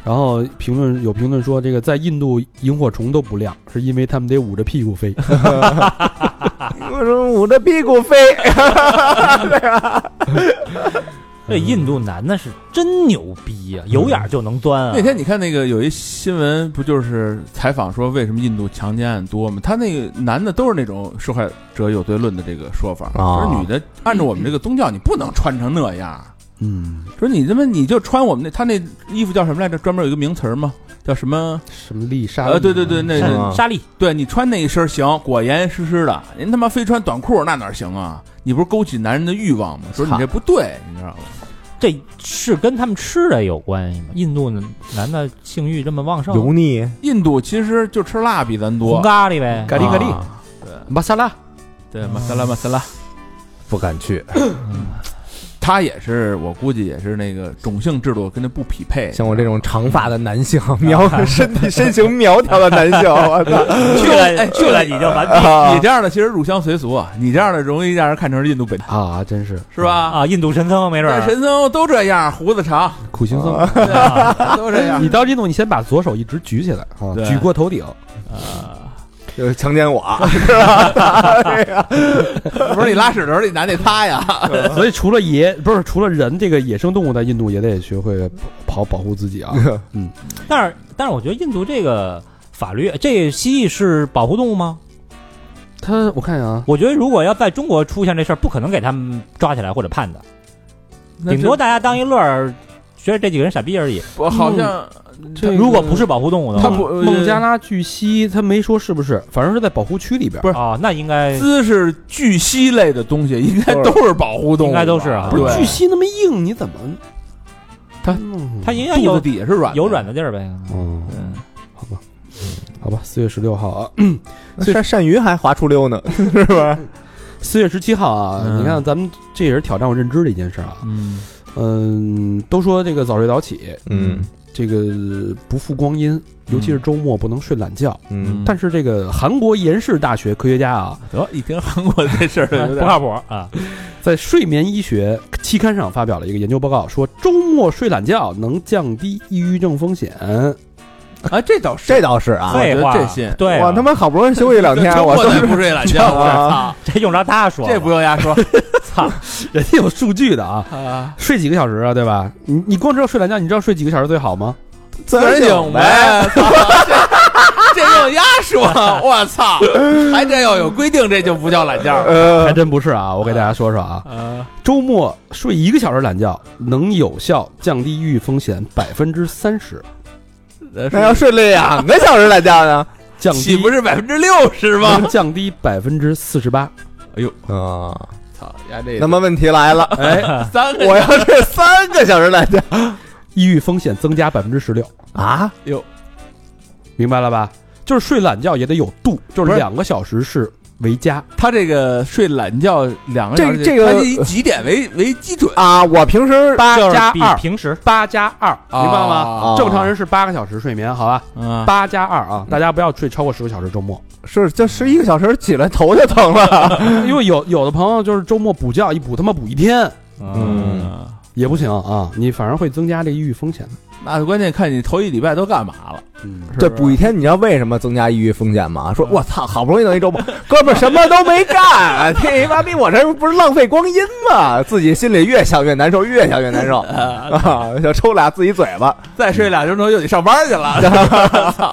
C: 然后评论有评论说，这个在印度萤火虫都不亮，是因为他们得捂着屁股飞。
B: 我说捂着屁股飞，
E: 这印度男的是真牛逼啊，有眼儿就能钻啊。
D: 那天你看那个有一新闻，不就是采访说为什么印度强奸案多吗？他那个男的都是那种受害者有罪论的这个说法，
B: 啊
D: 说女的按照我们这个宗教，你不能穿成那样。
C: 嗯，
D: 说你他妈你就穿我们那他那衣服叫什么来着？专门有一个名词儿吗？叫什么？
C: 什么丽莎？
D: 呃，对对对，，那
B: 是
D: 那
B: 吗
E: 沙利，
D: 对你穿那一身行，裹严严实实的。您他妈非穿短裤，那哪行啊？你不是勾起男人的欲望吗？说你这不对，你知道吗？
E: 这是跟他们吃的有关系吗？印度男的性欲这么旺盛，
B: 油腻，
D: 印度其实就吃辣比咱多
E: 红，咖喱呗。
C: 咖喱咖喱
D: 啊，
C: 马萨拉。
D: 对，马萨拉马萨拉。
B: 不敢去。
D: 他也是，我估计也是那个种姓制度跟这不匹配。
B: 像我这种长发的男性，苗身体身形苗条的男性，啊我操！
E: 去了哎去了你就完蛋
B: 啊
D: 你这样的其实入乡随俗啊，你这样的容易让人看成是印度本地，
C: 啊，真是
D: 是吧？
E: 啊！印度神僧没准
D: 但
E: 儿
D: 神僧都这样，胡子长，
C: 嗯苦行僧。
E: 啊
D: 都这样
C: 你到这种，你先把左手一直举起来啊，
D: 对
C: 举过 头顶。
D: 啊。
B: 就是强奸我，
D: 不是你拉屎的时候，你拿那擦呀。
C: 所以除了野，不是除了人，这个野生动物在印度也得学会跑保护自 己啊。
E: 但是但是我觉得印度这个法律，这蜥蜴是保护动物吗？
C: 他我看一下啊，
E: 我觉得如果要在中国出现这事儿，不可能给他们抓起来或者判的，顶多大家当一乐儿，觉得这几个人傻逼而已。
D: 我好像
C: 这个
E: 如果不是保护动物的
D: 他
E: 话，
D: 不呃
C: 孟加拉巨蜥，他没说是不是，反正是在保护区里边。
D: 不是
E: 啊，那应该
D: 姿势巨蜥类的东西，应该都是保护动物
E: 应
D: 吧，
E: 该都是啊
C: 不是
D: 对
C: 巨蜥那么硬，你怎么？
D: 它
C: 嗯
E: 他应该
D: 肚子
E: 有
D: 底下是软的，
E: 有软的地儿呗。
C: 哦，
E: 嗯，
C: 好吧，好吧，四月十六号啊，
B: 鳝鳝鱼还滑出溜呢，是吧？
C: 四月十七号啊，
D: 嗯
C: 你看咱们这也是挑战我认知的一件事啊。
D: 嗯，
C: 嗯，都说这个早睡早起，
B: 嗯
C: 这个不负光阴，尤其是周末不能睡懒觉。
B: 嗯，
C: 但是这个韩国延世大学科学家啊，
D: 得一听韩国这事儿有
E: 嗯 不
D: 点
E: 靠谱啊！
C: 在《睡眠医学》期刊上发表了一个研究报告，说周末睡懒觉能降低抑郁症风险。
D: 啊，这倒是
B: 这倒是啊，
E: 废话
D: 我觉得这些，
E: 对啊，
B: 我他妈好不容易休息两天，啊我
D: 周
B: 都
D: 末再不睡懒觉，我操，
E: 这用着他 说了，
D: 这不用瞎说
C: 人家有数据的啊，
D: 啊，
C: 睡几个小时啊，对吧？你你光知道睡懒觉，你知道睡几个小时最好吗？
B: 自
D: 自然
B: 醒
D: 醒。呗。操这这用瞎说，我操！还真要有规定，这就不叫懒觉了。
C: 还
B: 呃，
C: 真不是啊！我给大家说说啊，
D: 啊，
C: 周末睡一个小时懒觉，能有效降低抑郁风险百分之三十，
B: 那要睡两个小时懒觉呢？
C: 降
D: 岂
C: 低
D: 不是百分之六十吗？
C: 能降低百分之四十八。
B: 啊，
D: 操呀，这
B: 那么问题来了，
C: 哎，
D: 三个
B: 我要睡三个小时懒觉
C: 抑郁风险增加百分之十六，
B: 啊？
C: 明白了吧？就是睡懒觉也得有度，就
D: 不
C: 是
D: 是
C: 两个小时是为佳。
D: 他这个睡懒觉两个小时，
B: 这这个
D: 他以几点为为基准？
B: 啊，我平时
C: 八
E: 就是
C: 加
E: 比
C: 二，
E: 平时
C: 八加二，明白了吗？
B: 啊
C: 正常人是八个小时睡眠，好吧？
D: 啊，
C: 八加二啊，大家不要睡超过十个小时周末，
B: 是这十一个小时起来头就疼了。
C: 因为有有的朋友就是周末补觉一补他妈补一天，
B: 嗯，
C: 也不行啊，你反而会增加这抑郁风险的。
D: 那关键看你头一礼拜都干嘛了，
C: 嗯，
B: 这补一天，你知道为什么增加抑郁风险吗？说我操，好不容易弄一周末， 哥们儿什么都没干，这妈逼我这不是浪费光阴吗？自己心里越想越难受，越想越 难受啊！想抽俩自己嘴巴，
D: 再睡俩钟头又得上班去 了。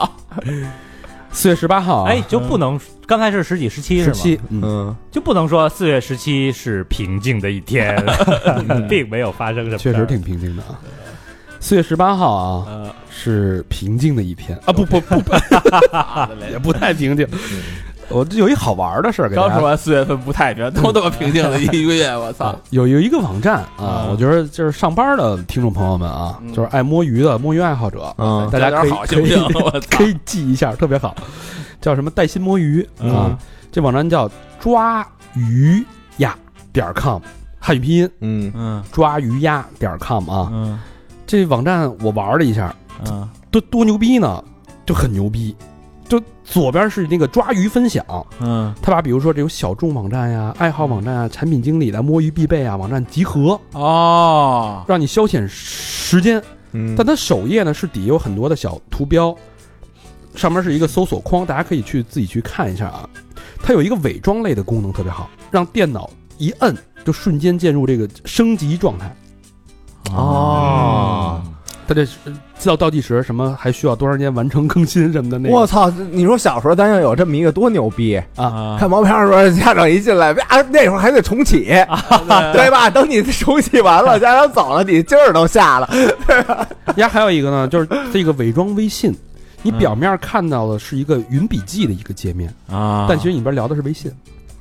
C: 四月十八号啊，
E: 哎，就不
D: 嗯
E: 能刚才是十几、十七是
C: 十
E: 吗？
C: 七，嗯，
B: 嗯，
F: 就不能说四月十七是平静的一天， 并没有发生什么。
C: 确实，挺平静的啊。四月十八号啊，
F: 呃，
C: 是平静的一天啊，不不不，不也不太平静。我这有一好玩的事儿，给大
D: 刚
C: 家
D: 说完四月份不太平，都他妈平静了一个月，我操！
C: 呃有有一个网站啊
F: 啊，
C: 我觉得就是上班的听众朋友们啊，就是爱摸鱼的摸鱼爱好者，
B: 嗯
C: 啊大家
D: 加
C: 可以
D: 点好行不行？我操
C: 可！以记一下，特别好，叫什么带薪摸鱼啊
F: 嗯？
C: 这网站叫抓鱼呀点儿 com，汉语拼音
B: 嗯，
D: 嗯
C: 抓鱼呀点儿 com 啊。
D: 嗯
C: 这网站我玩了一下，
D: 嗯，
C: 多多牛逼呢，就很牛逼。就左边是那个抓鱼分享，
D: 嗯
C: 他把比如说这种小众网站呀、爱好网站啊、产品经理的摸鱼必备啊网站集合，
D: 哦，
C: 让你消遣时间。
B: 嗯
C: 但它首页呢是底下有很多的小图标，上面是一个搜索框，大家可以去自己去看一下啊。它有一个伪装类的功能特别好，让电脑一摁就瞬间进入这个升级状态。
B: 哦，
C: 它这是资料倒计时，什么还需要多长时间完成更新什么的那
B: 我
C: 个
B: 操！你说小时候咱要有这么一个多牛逼！
C: 啊，
B: 看毛片儿的时候，家长一进来，啊，那会儿还得 重启，对吧？等你重启完了，家长走了，你劲儿都下了。
C: 呀，还有一个呢，就是这个伪装微信，你表面看到的是一个云笔记的一个界面，
D: 啊
C: 但其实你里边聊的是微信，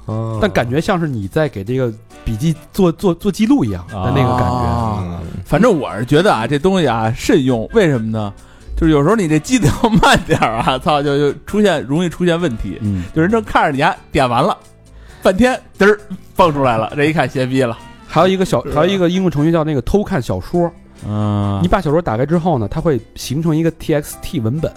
C: 但
B: 但
C: 感觉像是你在给这个笔记做做做记录一样的那个感觉。
D: 啊，
B: 嗯
D: 反正我是觉得啊，这东西啊慎用，为什么呢？就是有时候你这机子要慢点儿啊，操，就就出现容易出现问题。
C: 嗯，
D: 就人正看着你啊，点完了，半天嘚儿蹦出来了，这一看歇逼了。
C: 还有一个小，还有一个应用程序叫那个偷看小说，
D: 嗯
C: 你把小说打开之后呢，它会形成一个 TXT 文本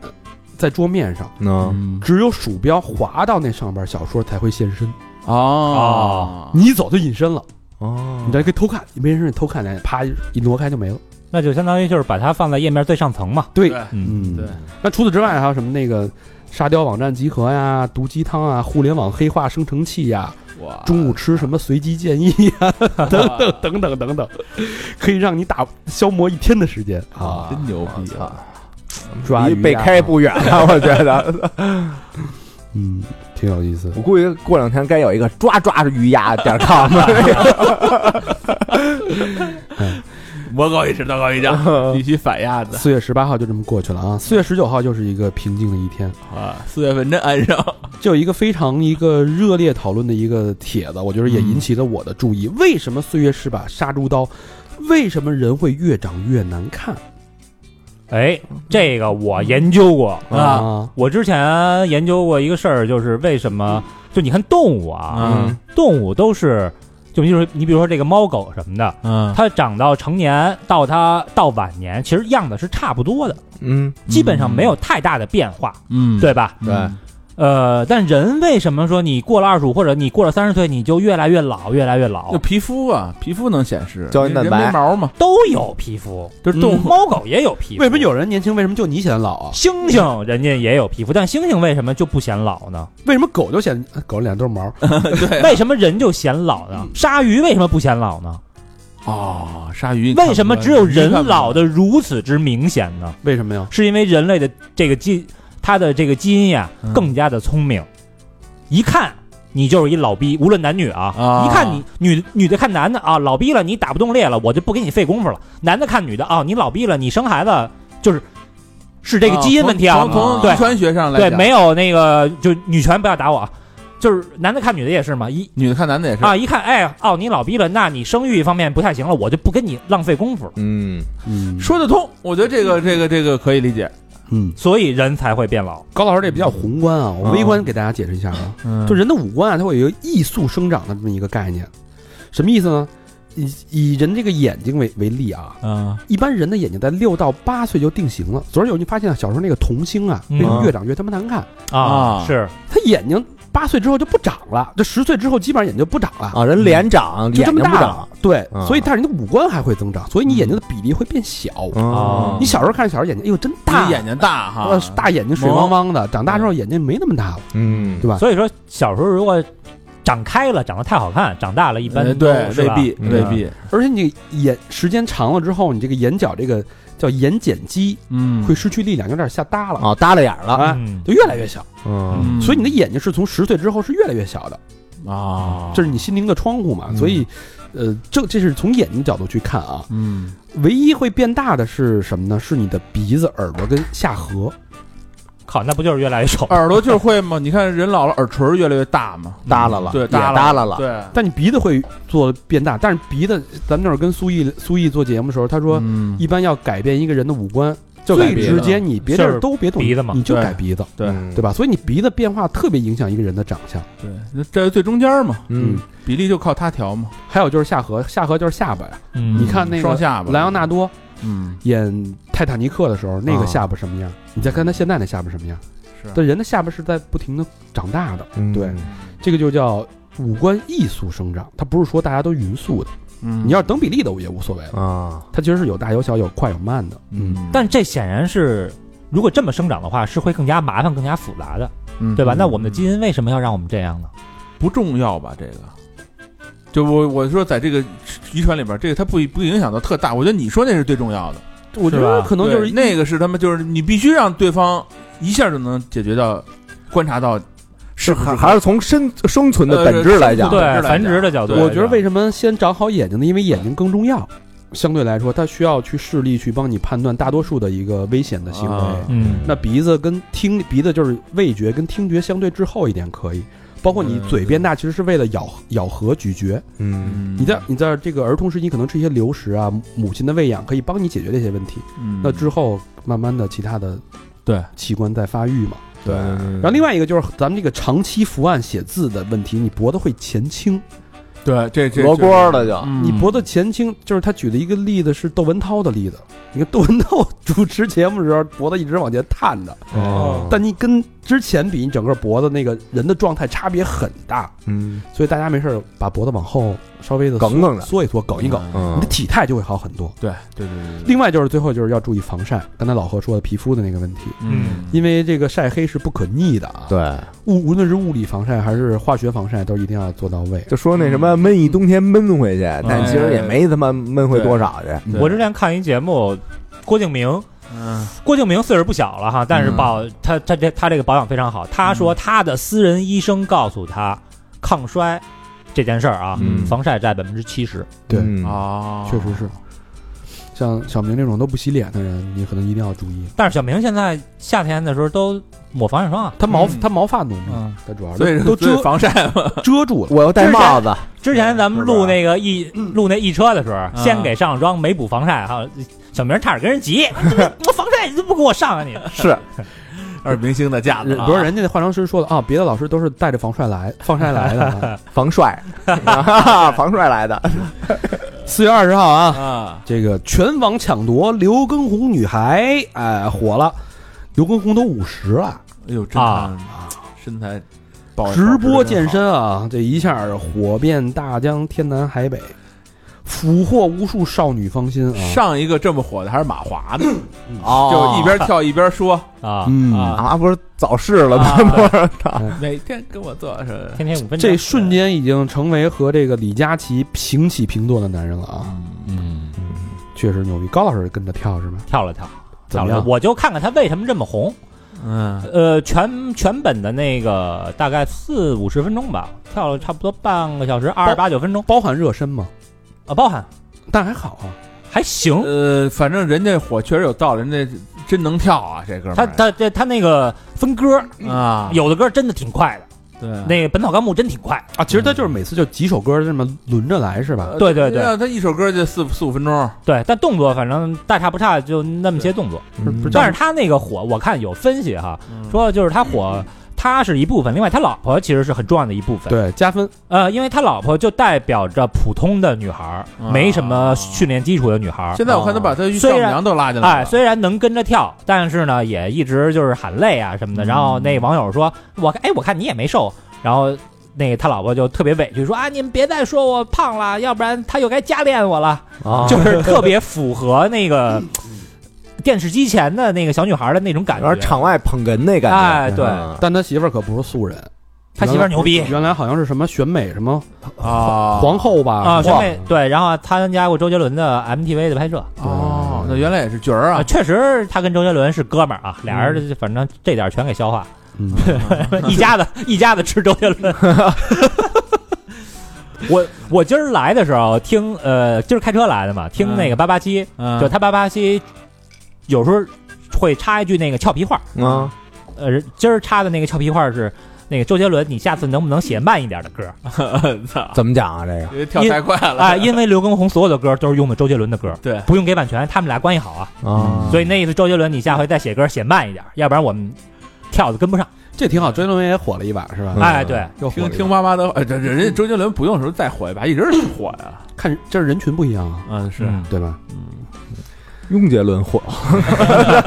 C: 在桌面上，
B: 嗯，
C: 只有鼠标滑到那上边，小说才会现身。
D: 哦，
C: 你一走就隐身了，
B: 哦
C: 你这可以偷看，你没人你偷看两眼，啪一挪开就没了。
E: 那就相当于就是把它放在页面最上层嘛。
C: 对
D: 对
C: 嗯
D: 对。
C: 那除此之外，还有什么那个沙雕网站集合呀、毒鸡汤啊、互联网黑化生成器呀、
D: 哇，
C: 中 午吃什么随机建议呀、等等 等等等等，可以让你打消磨一天的时间
D: 啊，真牛逼啊！
C: 抓
B: 离
C: 鱼啊
B: 被
C: 呀
B: 开不远了，我觉得。
C: 嗯，挺有意思
B: 我。估计过两天该有一个抓抓鱼鸭点 com，
D: 魔高一尺，道高一丈， 必须反压的
C: 四月十八号就这么过去了啊！四月十九号就是一个平静的一天，
D: 啊！四月份真安生，
C: 就有一个非常一个热烈讨论的一个帖子，我觉得也
D: 嗯
C: 引起了我的注意。为什么岁月是把杀猪刀？为什么人会越长越难看
E: 哎，
D: 嗯
E: 这个我研究过，
C: 啊？
E: 我之前研究过一个事儿，就是为什么就你看动物啊，
D: 嗯
E: 动物都是就你比如说你比如说这个猫狗什么的，
D: 嗯，
E: 它长到成年到它到晚年，其实样子是差不多的，
B: 嗯，
E: 基本上没有太大的变化，
D: 嗯，
E: 对吧？
B: 对
E: 呃，但人为什么说你过了二十五或者你过了三十岁，你就越来越老，越来越老
D: 就？皮肤啊，皮肤能显示
B: 胶原蛋白
D: 人没毛嘛，
E: 都有皮肤，
D: 就是动物
E: 猫狗也有皮肤。
C: 为什么有人年轻，为什么就你显老啊？
E: 猩猩人家也有皮肤，但猩猩为什么就不显老呢？
C: 为什么狗就显狗脸都是毛？
D: 嗯 对
E: 为什么人就显老呢？鲨鱼为什么不显老呢？
D: 哦，鲨鱼你看不
E: 为什么
D: 出来
E: 只有人老？的如此之明显呢？
C: 为什么呀？
E: 是因为人类的这个基，它的这个基因呀
D: 嗯
E: 更加的聪明，一看你就是一老逼，无论男女啊，
D: 啊
E: 一看你女女的看男的啊，老逼了你打不动猎了，我就不给你费功夫了；男的看女的啊，你老逼了，你生孩子就是是这个基因问题啊，
D: 哦从从从遗
E: 对
D: 传学上来
E: 对，
D: 讲，
E: 没有那个就女权不要打我啊，就是男的看女的也是嘛，一
D: 女的看男的也是
E: 啊，一看，哎，哦，你老逼了，那你生育方面不太行了，我就不跟你浪费功夫了，
B: 嗯，
C: 嗯，
D: 说得通，我觉得这个这个这个可以理解。
C: 嗯，
E: 所以人才会变老。
C: 高老师这比较宏观啊，我微观给大家解释一下啊。
D: 嗯
C: 就人的五官啊，它会有一个易速生长的这么一个概念，什么意思呢？以以人这个眼睛为为例啊，
D: 啊，
C: 一般人的眼睛在六到八岁就定型了。昨儿有你发现啊小时候那个童星啊，
E: 嗯
C: 为什么越长越他妈难看？
D: 啊
E: 是
C: 他眼睛八岁之后就不长了，这十岁之后基本上眼睛就不长了。
D: 嗯
B: 啊，人脸长，
C: 就
B: 眼
C: 这
B: 睛
C: 么
B: 不
C: 大了
B: 长，
C: 对
B: 啊，
C: 所以但是你的五官还会增长，所以你眼睛的比例会变小。
B: 嗯
E: 哦
C: 你小时候看小时候眼睛，哎呦真大，
D: 你眼睛大哈
C: 呃，大眼睛水汪汪
B: 啊
C: 的，长大之后眼睛没那么大了。
B: 嗯，
C: 吧
E: 所以说小时候如果长开了，长得太好看，长大了一般
D: 呃
E: 都
D: 对，
E: 是
D: 未
E: 吧
D: 必
B: 嗯
D: 未必，
C: 而且你眼时间长了之后，你这个眼角这个叫眼睑肌
D: 嗯
C: 会失去力量，有点下耷了，
B: 啊，耷拉眼儿了，
C: 啊
D: 哎
E: 嗯
C: 就越来越小。
B: 嗯
C: 所以你的眼睛是从十岁之后是越来越小的，
D: 的啊，
C: 这是你心灵的窗户嘛。
B: 嗯
C: 所以，呃，这这是从眼睛角度去看啊。
D: 嗯
C: 唯一会变大的是什么呢？是你的鼻子、耳朵跟下颌。
E: 靠，那不就是越来越丑？
D: 耳朵就是会嘛，你看人老了耳垂儿越来越大嘛，
B: 耷拉了，
D: 对
B: 也
D: 耷拉
B: 耷拉了，
D: 对，
C: 但你鼻子会做变大，但是鼻子，咱们那会儿跟苏毅苏毅做节目的时候，他说
D: 嗯
C: 一般要改变一个人的五官，
D: 就改
C: 最
D: 鼻
C: 直
D: 子
C: 接你别地儿都别动
E: 就是鼻子嘛
C: 你就
D: 对
C: 改鼻子，
D: 对
B: 嗯
C: 对吧？所以你鼻子变化特别影响一个人的长相。
D: 对，那这最中间嘛，
B: 嗯，
D: 比例就靠它调嘛。
C: 还有就是下颌，下颌就是下巴呀。
E: 嗯
C: 你看那个
D: 双下巴，
C: 莱昂纳多
D: 嗯，
C: 演《泰坦尼克》的时候，那
B: 啊
C: 个下巴什么样？你再看他现在那下巴什么样？
D: 是
C: 但人的下巴是在不停的长大的，
B: 嗯
C: 对这个就叫五官艺术生长。它不是说大家都匀速的，
D: 嗯，
C: 你要是等比例的我也无所谓了。
B: 啊，
C: 它其实是有大有小，有快有慢的。
D: 嗯，
E: 但这显然是，如果这么生长的话，是会更加麻烦、更加复杂的，
D: 嗯
E: 对吧？
D: 嗯
E: 那我们的基因为什么要让我们这样呢？
D: 不重要吧？这个，就我我说在这个遗传里边，这个它不不影响到特大。我觉得你说那是最重要的，
C: 我觉得可能就
D: 对
C: 是
D: 那个是他们就是你必须让对方一下就能解决到，观察到是不是
B: 还
D: 呃
B: 还是从生生存的本质来讲，
D: 对
E: 对繁殖的角度，
D: 对嗯
C: 我觉得为什么先长好眼睛呢？因为眼睛更重要。相对来说，它需要去视力去帮你判断大多数的一个危险的行为。
D: 啊
E: 嗯，
C: 那鼻子跟听鼻子就是味觉跟听觉相对滞后一点可以，包括你
D: 嗯
C: 嘴变大其实是为了咬咬合咀嚼。
B: 嗯
D: 嗯
C: 你在你在这个儿童时期可能吃一些流食啊，母亲的喂养可以帮你解决这些问题。
D: 嗯
C: 那之后慢慢的其他的
D: 对
C: 器官在发育嘛。
B: 对，
C: 然后另外一个就是咱们这个长期伏案写字的问题，你脖子会前倾，
D: 对这这
B: 罗锅了，就
D: 这嗯
C: 你脖子前倾就是他举了一个例子是窦文涛的例子。你看窦文涛主持节目的时候，脖子一直往前探着，
B: 哦
C: 但你跟之前比，你整个脖子那个人的状态差别很大，
B: 嗯
C: 所以大家没事儿把脖子往后稍微的
B: 梗梗的
C: 缩一缩，梗一梗，
B: 嗯
C: 你的体态就会好很多。
D: 对对对对对，
C: 另外就是最后就是要注意防晒，刚才老何说的皮肤的那个问题，
D: 嗯
C: 因为这个晒黑是不可逆的啊。，
B: 对，
C: 物无论是物理防晒还是化学防晒，都一定要做到位。
B: 就说那什
D: 嗯
B: 么闷一冬天闷回去，但其实也没他妈闷回多少去，
E: 我之前看一节目，郭敬明，
D: 嗯
E: 郭敬明岁数不小了哈，但是
D: 嗯
E: 保、他他这他这个保养非常好。他
C: 嗯
E: 说他的私人医生告诉他，抗衰这件事儿啊，
B: 嗯
E: 防晒占百分之七十。
C: 对
B: 嗯
D: 啊，
C: 确实是，像小明这种都不洗脸的人，你可能一定要注意。
E: 但是小明现在夏天的时候都抹防晒霜啊，
C: 他毛
D: 嗯
C: 他毛发浓密
E: 嗯，
C: 他主要是
D: 所以
C: 都
D: 所以
C: 遮
D: 防晒嘛，
C: 遮住了。
B: 我要戴帽子，
E: 之
C: 嗯
E: 前咱们
D: 是吧
E: 录那个一录那一车的时候，先给上妆没补防晒哈，小明差点跟人 急，我防晒你都不给我上啊你，
B: 是
D: 二明星的架子
C: 人
D: 啊，
C: 不是人家那化妆师说的啊，别的老师都是带着防晒来防晒来的啊。
B: 防 帅，啊防帅来的，
C: 四月二十号啊，
D: 啊，
C: 这个全网抢夺刘畊宏女孩，哎，火了。刘畊宏都五十了，
D: 哎呦，真
E: 啊
D: 看身材保，哦保持
C: 直
D: 得
C: 播
D: 真
C: 健
D: 好
C: 身啊，这一下火遍大江天南海北，俘获无数少女芳心啊。
D: 上一个这么火的还是马华呢，
B: 哦
D: 就一边跳一边说，
E: 啊，
C: 嗯
E: 啊，
B: 啊，不是早逝了吗？
D: 每天跟我做什么？
E: 天天五分钟，
C: 这瞬间已经成为和这个李佳琦平起平坐的男人了啊，
D: 嗯，
C: 确实牛逼。高老师跟着跳是吧？
E: 跳了跳。
C: 怎么
E: 跳了
C: 样
E: 跳我就看看他为什么这么红。
D: 嗯，
E: 呃，全全本的那个大概四五十分钟吧，跳了差不多半个小时，二十八九分钟
C: 包含热身吗？
E: 啊，包含
C: 但还好啊，
E: 还行。
D: 呃，反正人家火确实有道理，人家真能跳啊，这哥们
E: 他
D: 儿
E: 他这他那个分歌，
D: 啊，
E: 有的歌真的挺快的，
C: 嗯
D: 对
E: 那个《本草纲目》真挺快。
C: 啊，其实他就是每次就几首歌这么轮着来是吧？
E: 对对对
D: 啊他一首歌就四四五分钟，
E: 对，但动作反正大差不差，就那么些动作。
D: 嗯
C: 不是不是嗯
E: 但是他那个火，我看有分析哈，说就是他火，他是一部分，另外他老婆其实是很重要的一部分。
C: 对，加分。
E: 呃，因为他老婆就代表着普通的女孩儿，
D: 啊
E: 没什么训练基础的女孩儿。
D: 现在我
B: 啊
D: 看他把他
E: 哦
D: 丈母娘都拉进来
E: 哎，
D: 了，
E: 虽然能跟着跳，但是呢，
C: 嗯
E: 也一直就是喊累啊什么的。然后那网友说：“我看，哎，我看你也没瘦。”然后那个他老婆就特别委屈，说啊，你们别再说我胖了，要不然他又该加练我了。
B: 啊
E: 就是特别符合那 个电视机前的那个小女孩的那种感
B: 有点
E: 觉。
B: 场外捧哏那感觉。
E: 哎对
B: 嗯
C: 但他媳妇儿可不是素人，
E: 他媳妇儿牛逼
C: 原来好像是什么选美什么
E: 啊
C: 皇后吧？
E: 啊，
C: 皇
E: 选美对，然后他参加过周杰伦的 MTV 的拍摄
D: 哦，那原来也是角儿
E: 啊，
D: 啊，
E: 确实他跟周杰伦是哥们儿
B: 嗯
E: 啊，俩人就反正这点儿全给消 化，
C: 嗯
E: 一家子一家子吃周杰伦。我我今儿来的时候听呃，今儿开车来的嘛，听那个八八七，就
D: 嗯
E: 他八八七有时候会插一句那个俏皮话，
B: 啊，
E: 呃，今儿插的那个俏皮话是那个周杰伦，你下次能不能写慢一点的歌啊、
B: 怎么讲啊？这
D: 因为跳太快了，
E: 哎因为刘畊宏所有的歌都是用的周杰伦的歌，
D: 对，
E: 不用给版权，他们俩关系好啊，
B: 个啊，
E: 所以那意思周杰伦，你下回再写歌写慢一点，要不然我们跳的跟不上。
C: 这挺好，周杰伦也火了一把是吧？
B: 嗯
E: 哎，对，
C: 又火
D: 听
C: 了一把
D: 听妈妈的话，哎，这人家周杰伦不用的时候再火一把，一直是火呀，
C: 看这人群不一样啊，
D: 嗯是
E: 嗯
C: 对吧？
B: 用杰伦火了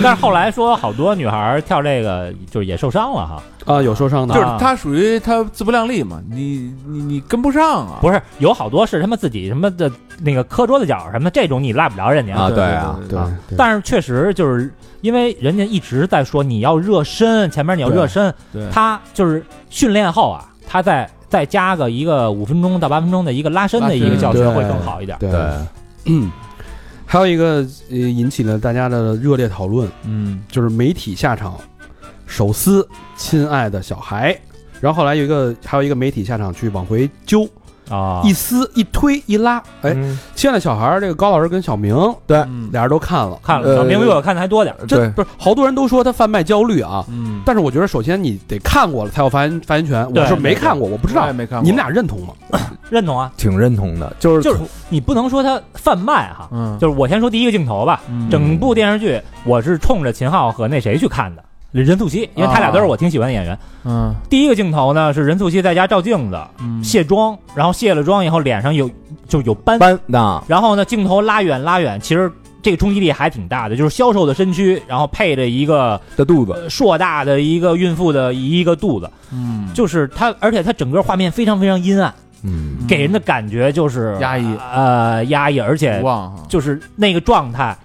E: 但是后来说好多女孩跳这个就是也受伤了哈，
C: 啊，有受伤的
D: 就，是他属于他自不量力嘛，你你你跟不上啊，
E: 不是有好多是他们自己什么的那个磕桌子角什么这种你赖不着人家
B: 啊！对
D: 对
B: 啊，
C: 对
B: 啊，
C: 对
E: 但是确实就是因为人家一直在说你要热身，前面你要热身，
D: 对
E: 他就是训练后啊，他再再加个一个五分钟到八分钟的一个拉伸的一个教学
C: 拉伸
E: 会更好一点。
C: 对
B: 对，
C: 嗯， 还有一个呃引起了大家的热烈讨论，
D: 嗯
C: 就是媒体下场手撕亲爱的小孩，然后后来有一个还有一个媒体下场去往回揪，
E: 啊，
C: 一撕一推一拉，哎，
B: 嗯
C: 亲爱的小孩，这个高老师跟小明
D: 嗯
C: 俩人都看了，
E: 看了，
B: 呃
E: 小明比我看的还多点儿。
C: 这
B: 对
C: 不是好多人都说他贩卖焦虑啊，
D: 嗯，
C: 但是我觉得首先你得看过了才有发言发言权，我
E: 对
C: 是没看过，我不知
D: 我
C: 道
D: 也，没看过，
C: 你们俩认同吗？
E: 认同啊，
B: 挺认同的，就是
E: 就是你不能说他贩卖哈，
D: 嗯
E: 就是我先说第一个镜头吧，
D: 嗯
E: 整部电视剧我是冲着秦昊和那谁去看的，任素汐，因为他俩都
D: 啊
E: 是我挺喜欢的演员。
D: 嗯
E: 第一个镜头呢是任素汐在家照镜子
D: 嗯
E: 卸妆，然后卸了妆以后脸上有就有斑，
B: 班的
E: 然后呢镜头拉远拉远，其实这个冲击力还挺大的，就是消瘦的身躯，然后配着一个
B: 的肚子，
E: 呃硕大的一个孕妇的一个肚子，
D: 嗯
E: 就是他，而且他整个画面非常非常阴暗，
B: 嗯，
E: 给人的感觉就是
D: 压抑
E: 呃压抑，而且
D: 忘啊
E: 就是那个状态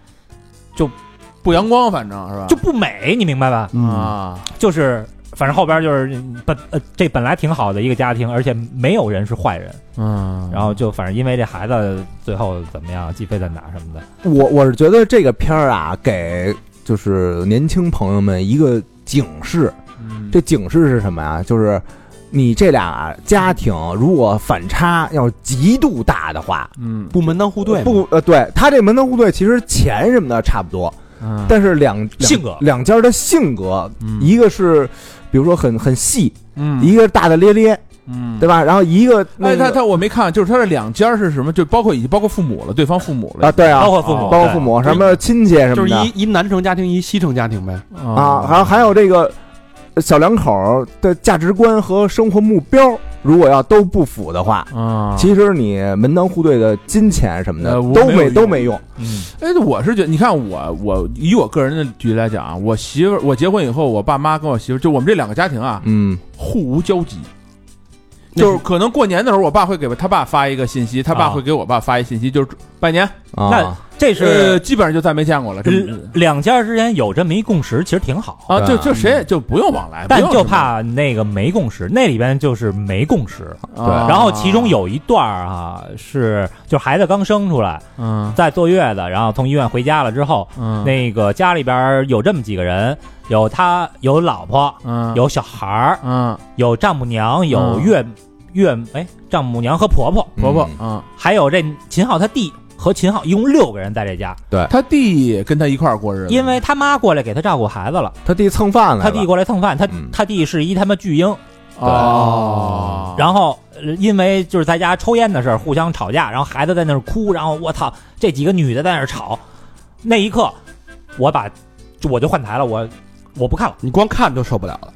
D: 不阳光，反正是吧，
E: 就不美，你明白吧？
D: 啊
E: 就是反正后边就是本呃这本来挺好的一个家庭，而且没有人是坏人，
D: 嗯
E: 然后就反正因为这孩子最后怎么样鸡飞蛋打什么的，
B: 嗯我我是觉得这个片儿啊，给就是年轻朋友们一个警示，
D: 嗯
B: 这警示是什么呀？就是你这俩家庭如果反差要极度大的话，
D: 嗯
C: 不门当户对嘛，
B: 不呃，对他这门当户对，其实钱什么的差不多，
D: 嗯
B: 但是两两
E: 性格
B: 两家的性格，
D: 嗯
B: 一个是比如说很很细，
D: 嗯
B: 一个是大大咧咧，
D: 嗯
B: 对吧？然后一个那
D: 哎，
B: 个
D: 他他我没看，就是他这两家是什么？就包括已经包括父母了，对方父母了
B: 啊，对啊，
E: 包括父母，
B: 包括父母什么亲戚什
C: 就
B: 么
C: 是
B: 的
C: 一一男成家庭一西成家庭呗，
B: 啊，
D: 嗯
B: 还有还有这个小两口的价值观和生活目标，如果要都不符的话。
D: 啊，
B: 其实你门当户对的金钱什么的
D: 呃我
B: 都
D: 没有
B: 没
D: 用
B: 都没用，
D: 哎，我是觉得，你看我我以我个人的举例来讲啊，我媳妇儿我结婚以后，我爸妈跟我媳妇儿就我们这两个家庭啊，
B: 嗯
D: 互无交集。
C: 那
D: 就
C: 是
D: 是可能过年的时候，我爸会给他爸发一个信息，他爸
E: 啊
D: 会给我爸发一信息，就是拜年，
E: 那
B: 啊，
E: 这
D: 呃，
E: 是
D: 基本上就再没见过了。这么
E: 两家之间有这么一共识，其实挺好。
D: 啊，就
B: 对啊
D: 就谁也就不用往来，
E: 嗯但
D: 不用
E: 就
D: 什么
E: 怕那个没共识，那里边就是没共识。
D: 啊
E: 然后其中有一段儿啊，是就孩子刚生出来，
D: 嗯
E: 在坐月子，然后从医院回家了之后，
D: 嗯
E: 那个家里边儿有这么几个人，有他，有老婆，
D: 嗯
E: 有小孩儿，
D: 嗯
E: 有丈母娘，有岳、岳哎丈母娘和婆婆，
D: 婆婆
B: 嗯
D: 嗯，
E: 还有这秦昊他弟和秦昊，一共六个人在这家，
D: 他弟跟他一块儿过日子，
E: 因为他妈过来给他照顾孩子了，
B: 他弟蹭饭来
E: 他
B: 了，
E: 弟过来蹭饭，他、
B: 嗯
E: 他弟是一他妈巨婴，
D: 哦，
E: 然后呃因为就是在家抽烟的事儿互相吵架，然后孩子在那儿哭，然后我操，这几个女的在那儿吵，那一刻我把就我就换台了，我我不看了。
C: 你光看就受不了了。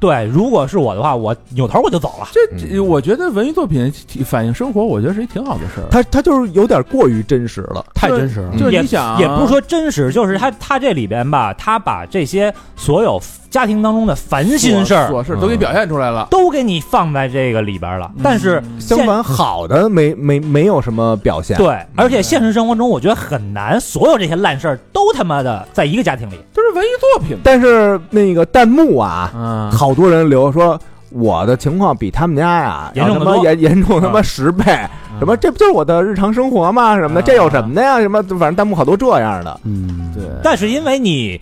E: 对，如果是我的话，我扭头我就走了。
D: 这这，
B: 嗯
D: 我觉得文艺作品体反映生活，我觉得是一挺好的事儿。
B: 他他就是有点过于真实了，
C: 太真实了
B: 嗯
D: 就是你想啊，
E: 也不是说真实，就是他他这里边吧，他把这些所有家庭当中的烦心事儿嗯
D: 琐事都给表现出来了。
E: 都给你放在这个里边了。但是
B: 嗯相
E: 现
B: 反，好的没没没有什么表现。
E: 对，而且现实生活中，我觉得很难，所有这些烂事儿都他妈的在一个家庭里。
D: 都是文艺作品嘛。
B: 但是那个弹幕啊，
D: 嗯，
B: 好多人留说我的情况比他们家呀
E: 严重
B: 要
E: 得
B: 他妈
E: 多
B: 严严重他妈十倍，什么这不就是我的日常生活吗？什么的，这有什么的呀？什么反正弹幕好多这样的，
A: 嗯，
D: 对，
E: 但是因为你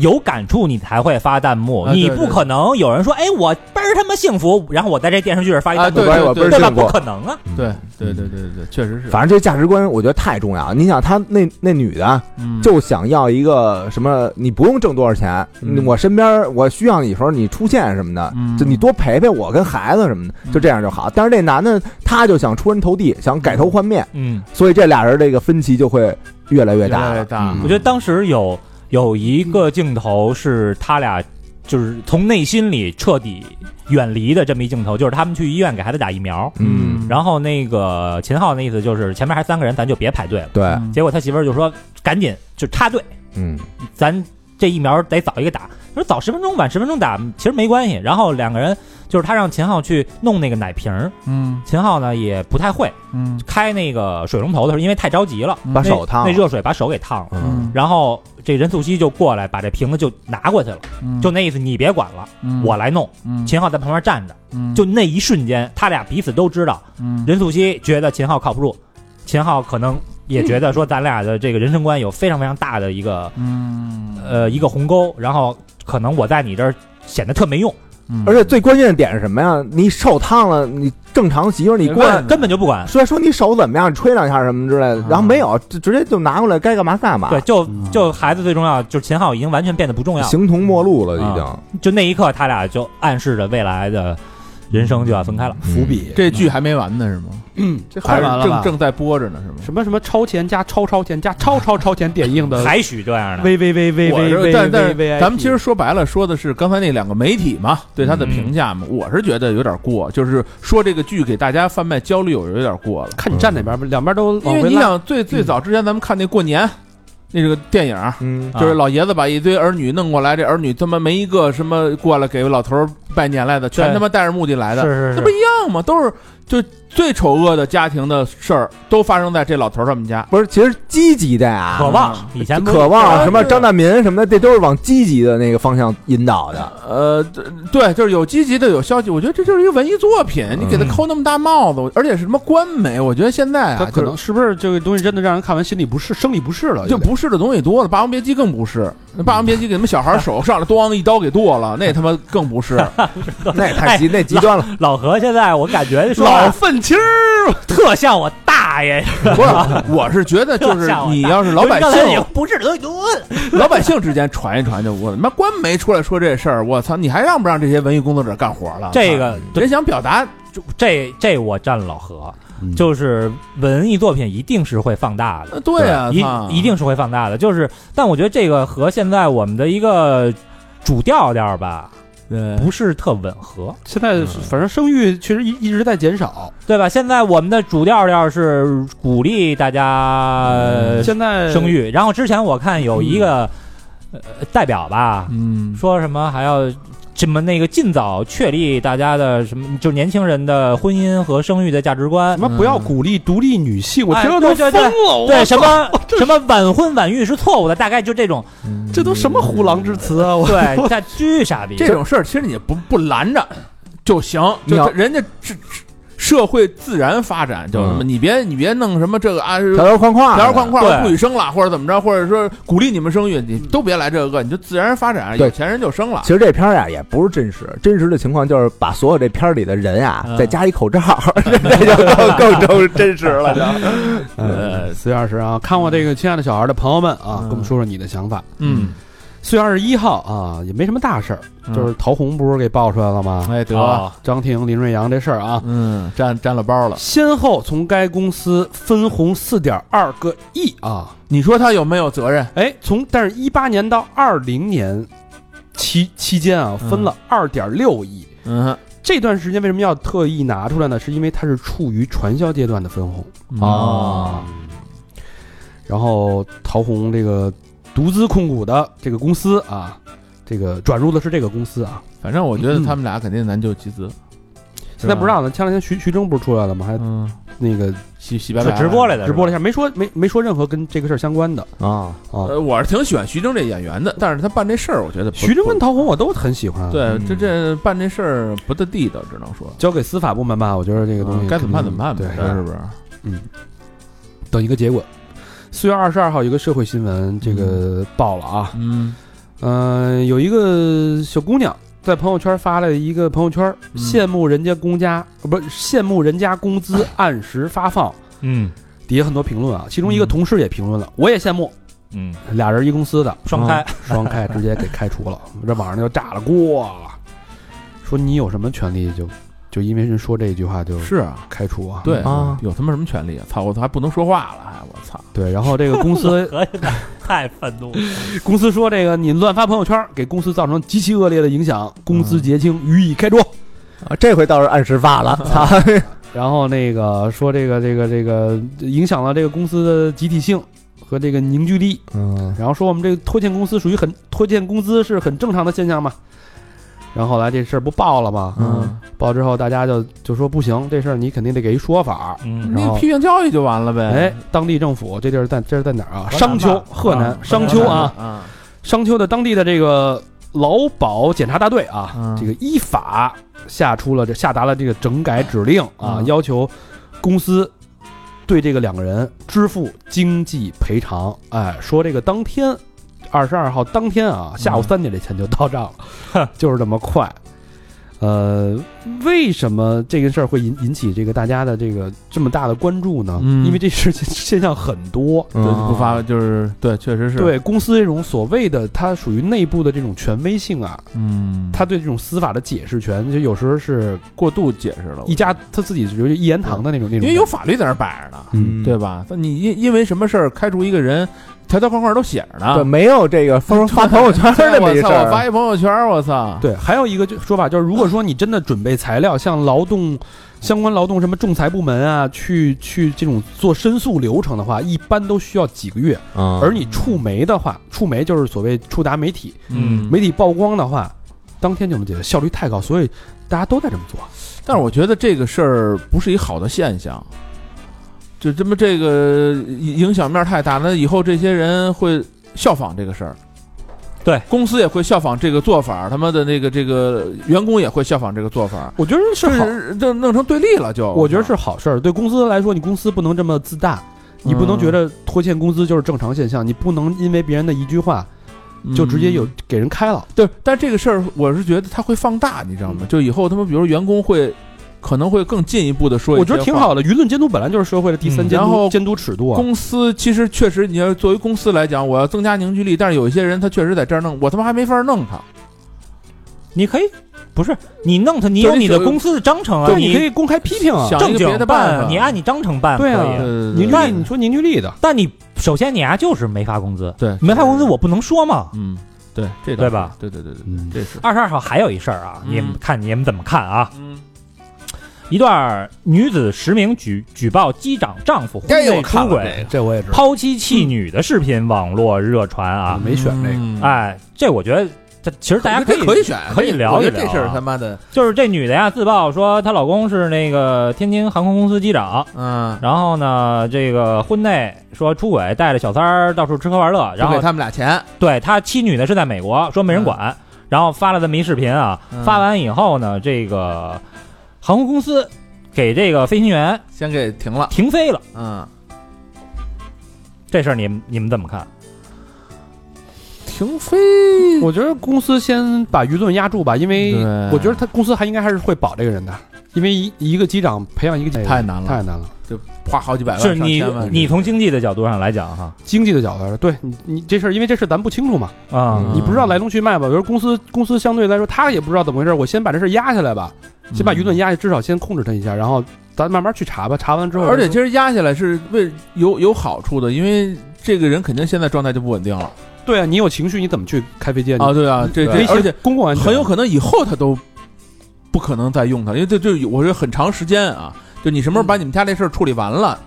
E: 有感触，你才会发弹幕，
D: 啊对
E: 你不可能有人说，哎，我倍儿他妈幸福，然后我在这电视剧上发一
D: 啊，
E: 弹幕，
D: 对
B: 关系
D: 对
B: 我
D: 对
B: 倍儿
E: 对吧？
B: 幸福
E: 不可能啊！
D: 对对对对对对，确实是。
B: 反正这价值观我觉得太重要。你想，她那那女的啊
D: 嗯
B: 就想要一个什么，你不用挣多少钱，
D: 嗯
B: 我身边我需要你的时候你出现什么的，
D: 嗯
B: 就你多陪陪我跟孩子什么的，就这样就好。但是那男的他就想出人头地，想改头换面，
E: 嗯，
B: 所以这俩人这个分歧就会越来越大
D: 越来越
B: 了。
D: 大
B: 嗯
E: 我觉得当时有有一个镜头是他俩就是从内心里彻底远离的这么一镜头，就是他们去医院给孩子打疫苗，
B: 嗯，
E: 然后那个秦昊那意思就是前面还三个人，咱就别排队了。
B: 对，
D: 嗯
E: 结果他媳妇儿就说：“赶紧就插队，
B: 嗯，
E: 咱这疫苗得早一个打。”说早十分钟晚十分钟打其实没关系。然后两个人就是他让秦昊去弄那个奶瓶儿，
D: 嗯
E: 秦昊呢也不太会
D: 嗯
E: 开那个水龙头的时候，因为太着急了，那
B: 把手烫
E: 那
B: 了，
E: 热水把手给烫了。
B: 嗯，
E: 然后这任素汐就过来把这瓶子就拿过去了，
D: 嗯
E: 就那意思你别管了，我来弄。秦昊在旁边站着，
D: 嗯
E: 就那一瞬间，他俩彼此都知道，任素汐觉得秦昊靠不住，秦昊可能也觉得说咱俩的这个人生观有非常非常大的一个
D: 嗯
E: 呃一个鸿沟，然后可能我在你这儿显得特没用，
B: 而且最关键的点是什么呀？你手烫了，你正常媳妇儿你过来
D: 嗯
E: 根本就不管，
B: 说说你手怎么样，吹两下什么之类的，然后没有，就直接就拿过来该干嘛干嘛
E: 对，，就
D: 嗯
E: 就孩子最重要，就是秦昊已经完全变得不重要了，
B: 形同陌路了已经。嗯
E: 就那一刻他俩就暗示着未来的人生就要分开了。
A: 伏笔
D: 这剧还没完呢是吗？
B: 这
D: 还
B: 还
D: 是
B: 是
C: 完了吧
D: 正正在播着呢是吗？
C: 什么什么超前加超超前加超超超前点映
D: 嗯
C: 的
E: 还许这样的，
C: 微微微微
D: 我
C: 微
D: 是
C: 微
D: 但但
C: 微
D: 是
C: 微，
D: 咱们其实说白了，说的是刚才那两个媒体嘛对他的
E: 嗯
D: 评价嘛，我是觉得有点过，就是说这个剧给大家贩卖焦虑，有有点过了。
C: 看你站哪边吧，两边都
D: 因
C: 往
D: 为
C: 回
D: 你
C: 拉。
D: 想，最最早之前咱们看那过年，那是个电影儿，
E: 啊
B: 嗯，
D: 就是老爷子把一堆儿女弄过来，这儿女他妈没一个什么过来给老头儿拜年来的，全
E: 对
D: 他妈带着目的来的，
E: 是是
D: 这
E: 是
D: 不一样吗？都是就最丑恶的家庭的事儿都发生在这老头儿他们家。
B: 不是，其实积极的 呀，
E: 渴望
D: 嗯
E: 以前不
B: 渴望什么
D: 对
B: 张大民什么的，这都是往积极的那个方向引导的。
D: 呃，对对，就是有积极的，有消极。我觉得这就是一个文艺作品，你
E: 嗯
D: 给他扣那么大帽子，我而且是什么官媒，我觉得现在
C: 他
D: 啊，
C: 可能是不是这个东西真的让人看完心里不适、生理不适了？
D: 就就不是的东西多了，《霸王别姬》更不是，《霸王别姬》给你们小孩手上来 咣一刀给剁了，那他妈更不 是。
B: 那也太极那极端了，
E: 老何现在我感觉说
C: 老
E: 话
C: 愤青 儿，
E: 特像我大爷，
D: 不是，我是觉得 就是
E: 吓我一
D: 你
E: 跳
D: 要是老百
E: 刚 才也
D: 姓，
E: 不是呃都
D: 老百姓之间传一传就无所谓。妈官媒出来说这事儿，我操，你还让不让这些文艺工作者干活了？
E: 这个
D: 操人想表达，
E: 这这我占老何
A: 嗯，
E: 就是文艺作品一定是会放大的，
D: 呃对啊，操
E: 一一定是会放大的。就是，但我觉得这个和现在我们的一个主调调吧，
D: 对
C: 嗯
E: 不是特吻合，
C: 现在是反正生育确实一一直在减少。
E: 对吧？现在我们的主调调是鼓励大家呃
C: 现在
E: 生育，然后之前我看有一个
C: 嗯
E: 呃代表吧，
D: 嗯，
E: 说什么还要什么那个尽早确立大家的什么，就是年轻人的婚姻和生育的价值观
C: 什。么不要
D: 嗯
C: 鼓励独立女性，我
E: 哎
C: 听着都
E: 对对
C: 疯
E: 对
C: 了。我
E: 对
C: 操
E: 什么什么晚婚晚育是错误的，大概就这种，
C: 这都什么胡狼之 词啊！我
E: 对，他巨傻逼。
D: 这种事儿其实你不不拦着就行，
B: 你要
D: 就人家这社会自然发展，就
B: 嗯
D: 你别你别弄什么这个啊。
B: 条条框框，
D: 条条框框
E: 对
D: 不许生了，或者怎么着，或者说鼓励你们生育，你都别来这个，你就自然发展，
B: 对
D: 有钱人就生了
B: 其。实这片儿呀也不是真实，真实的情况就是把所有这片儿里的人呀
E: 嗯
B: 再加一口罩，这就更 更真真实了。就
C: 呃，四月二十啊，看过这个《亲爱的小孩》的朋友们
D: 嗯
C: 啊，跟我们说说你的想法。
D: 嗯，
C: 四月二十一号啊，也没什么大事儿，
D: 嗯
C: 就是陶虹不是给爆出来了吗？
D: 哎得，
E: 哦
C: 啊，张庭、林瑞阳这事儿啊，
D: 嗯，沾沾了包了。
C: 先后从该公司分红四点二个亿啊，
D: 你说他有没有责任？
C: 哎，从但是一八年到二零年期期间啊，
D: 嗯
C: 分了二点六亿。
D: 嗯
C: 这段时间为什么要特意拿出来呢？是因为它是处于传销阶段的分红。
D: 嗯
B: 哦，
C: 然后陶虹这个独资控股的这个公司啊，这个转入的是这个公司啊。
D: 反正我觉得他们俩肯定难救其子。
C: 现在不让了，前两天徐徐峥不是出来了吗？还
D: 嗯，
C: 那个
D: 洗洗白
E: 是
D: 白
E: 直播来的，
C: 直播了一下，没说没没说任何跟这个事儿相关的
B: 啊，
C: 啊。
D: 呃，我是挺喜欢徐峥这演员的，但是他办这事儿，我觉得不
C: 徐峥跟
D: 不
C: 陶虹我都很喜欢，，
D: 对
F: 嗯
D: 这这办这事儿不太地道，只能说
C: 交给司法部门吧，我觉得这个东西
D: 嗯该怎么办怎么办
C: 对
D: 呗，，是不是？
C: 嗯等一个结果。四月二十二号有一个社会新闻，这个爆了啊，
D: 嗯，
C: 嗯，有一个小姑娘在朋友圈发了一个朋友圈，
D: 嗯
C: 羡慕人家公家，呃不是羡慕人家工资按时发放。
F: 嗯
C: 底下很多评论啊，其中
D: 嗯
C: 一个同事也评论了，我也羡慕，
F: 嗯，
C: 俩人一公司的
E: 双
D: 嗯
E: 开，
C: 双开直接给开除了，这网上就炸了锅了，说你有什么权利就就因为人说这一句话就是
D: 啊，
C: 开除啊？
D: 对
B: 啊
D: 有他妈什么权利啊？操，我还不能说话了，哎还我操，
C: 对，然后这个公 司
E: 可以的，太愤怒了，
C: 公司说这个你乱发朋友圈，给公司造成极其恶劣的影响，公资结清，予以开除。
B: 啊这回倒是按时发了，操！
C: 然后那个说这个这个这个影响了这个公司的集体性和这个凝聚力，
B: 嗯
C: 然后说我们这个拖欠公司属于很拖欠工资是很正常的现象嘛。然后后来这事儿不爆了吗？
B: 嗯，
C: 爆之后大家就就说不行，这事儿你肯定得给一说法儿。
F: 嗯
C: 然
D: 那
C: 后
D: 批评教育就完了呗。
C: 哎，当地政府这地儿在这是在哪儿
F: 河
C: 啊？
F: 南
C: 商丘
F: 吧，
C: 河南
F: 啊
C: 商
D: 河
C: 丘
D: 南
C: 啊，
D: 啊，
C: 商丘的当地的这个劳保检查大队啊，
D: 嗯
C: 这个依法下出了这下达了这个整改指令啊，
D: 嗯
C: 要求公司对这个两个人支付经济赔偿。哎，说这个当天二十二号当天啊，下
D: 嗯
C: 午三点这钱就到账了，就是这么快。呃，为什么这个事儿会引引起这个大家的这个这么大的关注呢？
D: 嗯
C: 因为这事情现象很多，
D: 对，
B: 嗯
D: 不发就是对，确实是，
C: 对公司这种所谓的它属于内部的这种权威性啊，
D: 嗯，
C: 他对这种司法的解释权，就有时候是
D: 过度解释了，
C: 一家他自己就是一言堂的那种那
D: 因
C: 种，
D: 为有法律在那儿摆着呢，
B: 嗯
D: 对吧？那你因因为什么事儿开除一个人，条条框框都写着
B: 对，
D: 呢。
B: 没有这个发发朋友圈
D: 对
B: 这么
D: 啊我
B: 一事
D: 操！我
B: 儿
D: 发一朋友圈，我操！
C: 对，还有一个就说法就是，如果说你真的准备材料，像劳动相关劳动什么仲裁部门啊，去去这种做申诉流程的话，一般都需要几个月。
B: 嗯
C: 而你触媒的话，触媒就是所谓触达媒体，
F: 嗯
C: 媒体曝光的话，当天就能解决，效率太高，所以大家都在这么做。
D: 但是我觉得这个事儿不是一好的现象，就这么这个影响面太大，那以后这些人会效仿这个事儿。
E: 对，
D: 公司也会效仿这个做法，他妈的那个这个员工也会效仿这个做法，
C: 我觉得是
D: 就
C: 好，
D: 是这弄成对立了就。
C: 我觉得是好事儿。对公司来说，你公司不能这么自大，你
D: 嗯
C: 不能觉得拖欠工资就是正常现象，你不能因为别人的一句话就直接有
D: 嗯
C: 给人开了。
D: 对，但这个事儿我是觉得它会放大，你知
C: 嗯
D: 道吗？就以后他们比如员工会可能会更进一步的说一些话，
C: 我觉得挺好的，舆论监督本来就是社会的第三
F: 嗯
C: 监
D: 然
C: 督
D: 后
C: 监督尺度啊。
D: 公司其实确实，你要作为公司来讲，我要增加凝聚力，但是有一些人他确实在这儿弄，我他妈还没法弄他。
E: 你可以。不是你弄他，你
D: 就
E: 有
D: 是
E: 你的
D: 就
E: 公司的章程啊，
C: 对，你可以公开批评啊。
D: 想一
E: 正
D: 个
E: 经
D: 别的办
E: 办，
D: 法，
E: 你按你章程办可
C: 对啊
E: 以。
D: 呃
C: 凝聚力，你说凝聚力的，
E: 但你首先你啊就是没发工资，
D: 对
E: 没发工资我不能说嘛。
D: 嗯，对，这倒
E: 对吧
D: 是？对对对对，
C: 嗯，
D: 这是
E: 二十二号还有一事儿啊，你们
D: 嗯
E: 看你们怎么看啊？
D: 嗯，
E: 一段女子实名举举报机长丈夫婚内出轨、
C: 这我也知道，
E: 抛妻弃女的视频网络热传啊。
C: 没选这个。
D: 个，
E: 哎，这我觉得这其实大家
D: 嗯可
E: 可
D: 以
E: 以
D: 可以选，
E: 可以
D: 这
E: 聊
D: 我
E: 一
D: 觉得
E: 聊
D: 这事儿
E: 啊
D: 他妈的，
E: 就是这女的呀，自曝说她老公是那个天津航空公司机长，
D: 嗯，
E: 然后呢，这个婚内说出轨，带着小三儿到处吃喝玩乐，然
D: 不
E: 后
D: 给他们俩钱，
E: 对他妻女呢是在美国，说没人管，然后发了这么一视频啊，
D: 嗯
E: 发完以后呢，这个航空公司给这个飞行员
D: 先给停了，
E: 停飞了，
D: 嗯，
E: 这事儿你们你们怎么看？
D: 停飞，
C: 我觉得公司先把舆论压住吧，因为
D: 对
C: 我觉得他公司还应该还是会保这个人的，因为一一个机长培养一个
D: 太难了
C: 哎太难了。
D: 花好几百万，
E: 是
D: 上
E: 你
D: 千万
E: 你从经济的角度上来讲哈，
C: 经济的角度来说，对你你这事儿，因为这事儿咱不清楚嘛，
E: 啊、
D: 嗯
C: 你不知道来龙去脉吧？比如公司公司相对来说，他也不知道怎么回事，我先把这事儿压下来吧，嗯先
D: 嗯
C: 把舆论压下，至少先控制他一下，然后咱慢慢去查吧。查完之后，
D: 而且其实压下来是为有有好处的，因为这个人肯定现在状态就不稳定了
C: 对啊，你有情绪，你怎么去开飞机
D: 啊，？对啊，这
C: 哎你
D: 这
C: 威胁
D: 而且
C: 公共安全
D: 很有可能以后他都不可能再用它，因为这就有我觉得很长时间啊，就你什么时候把你们家这事儿处理完了，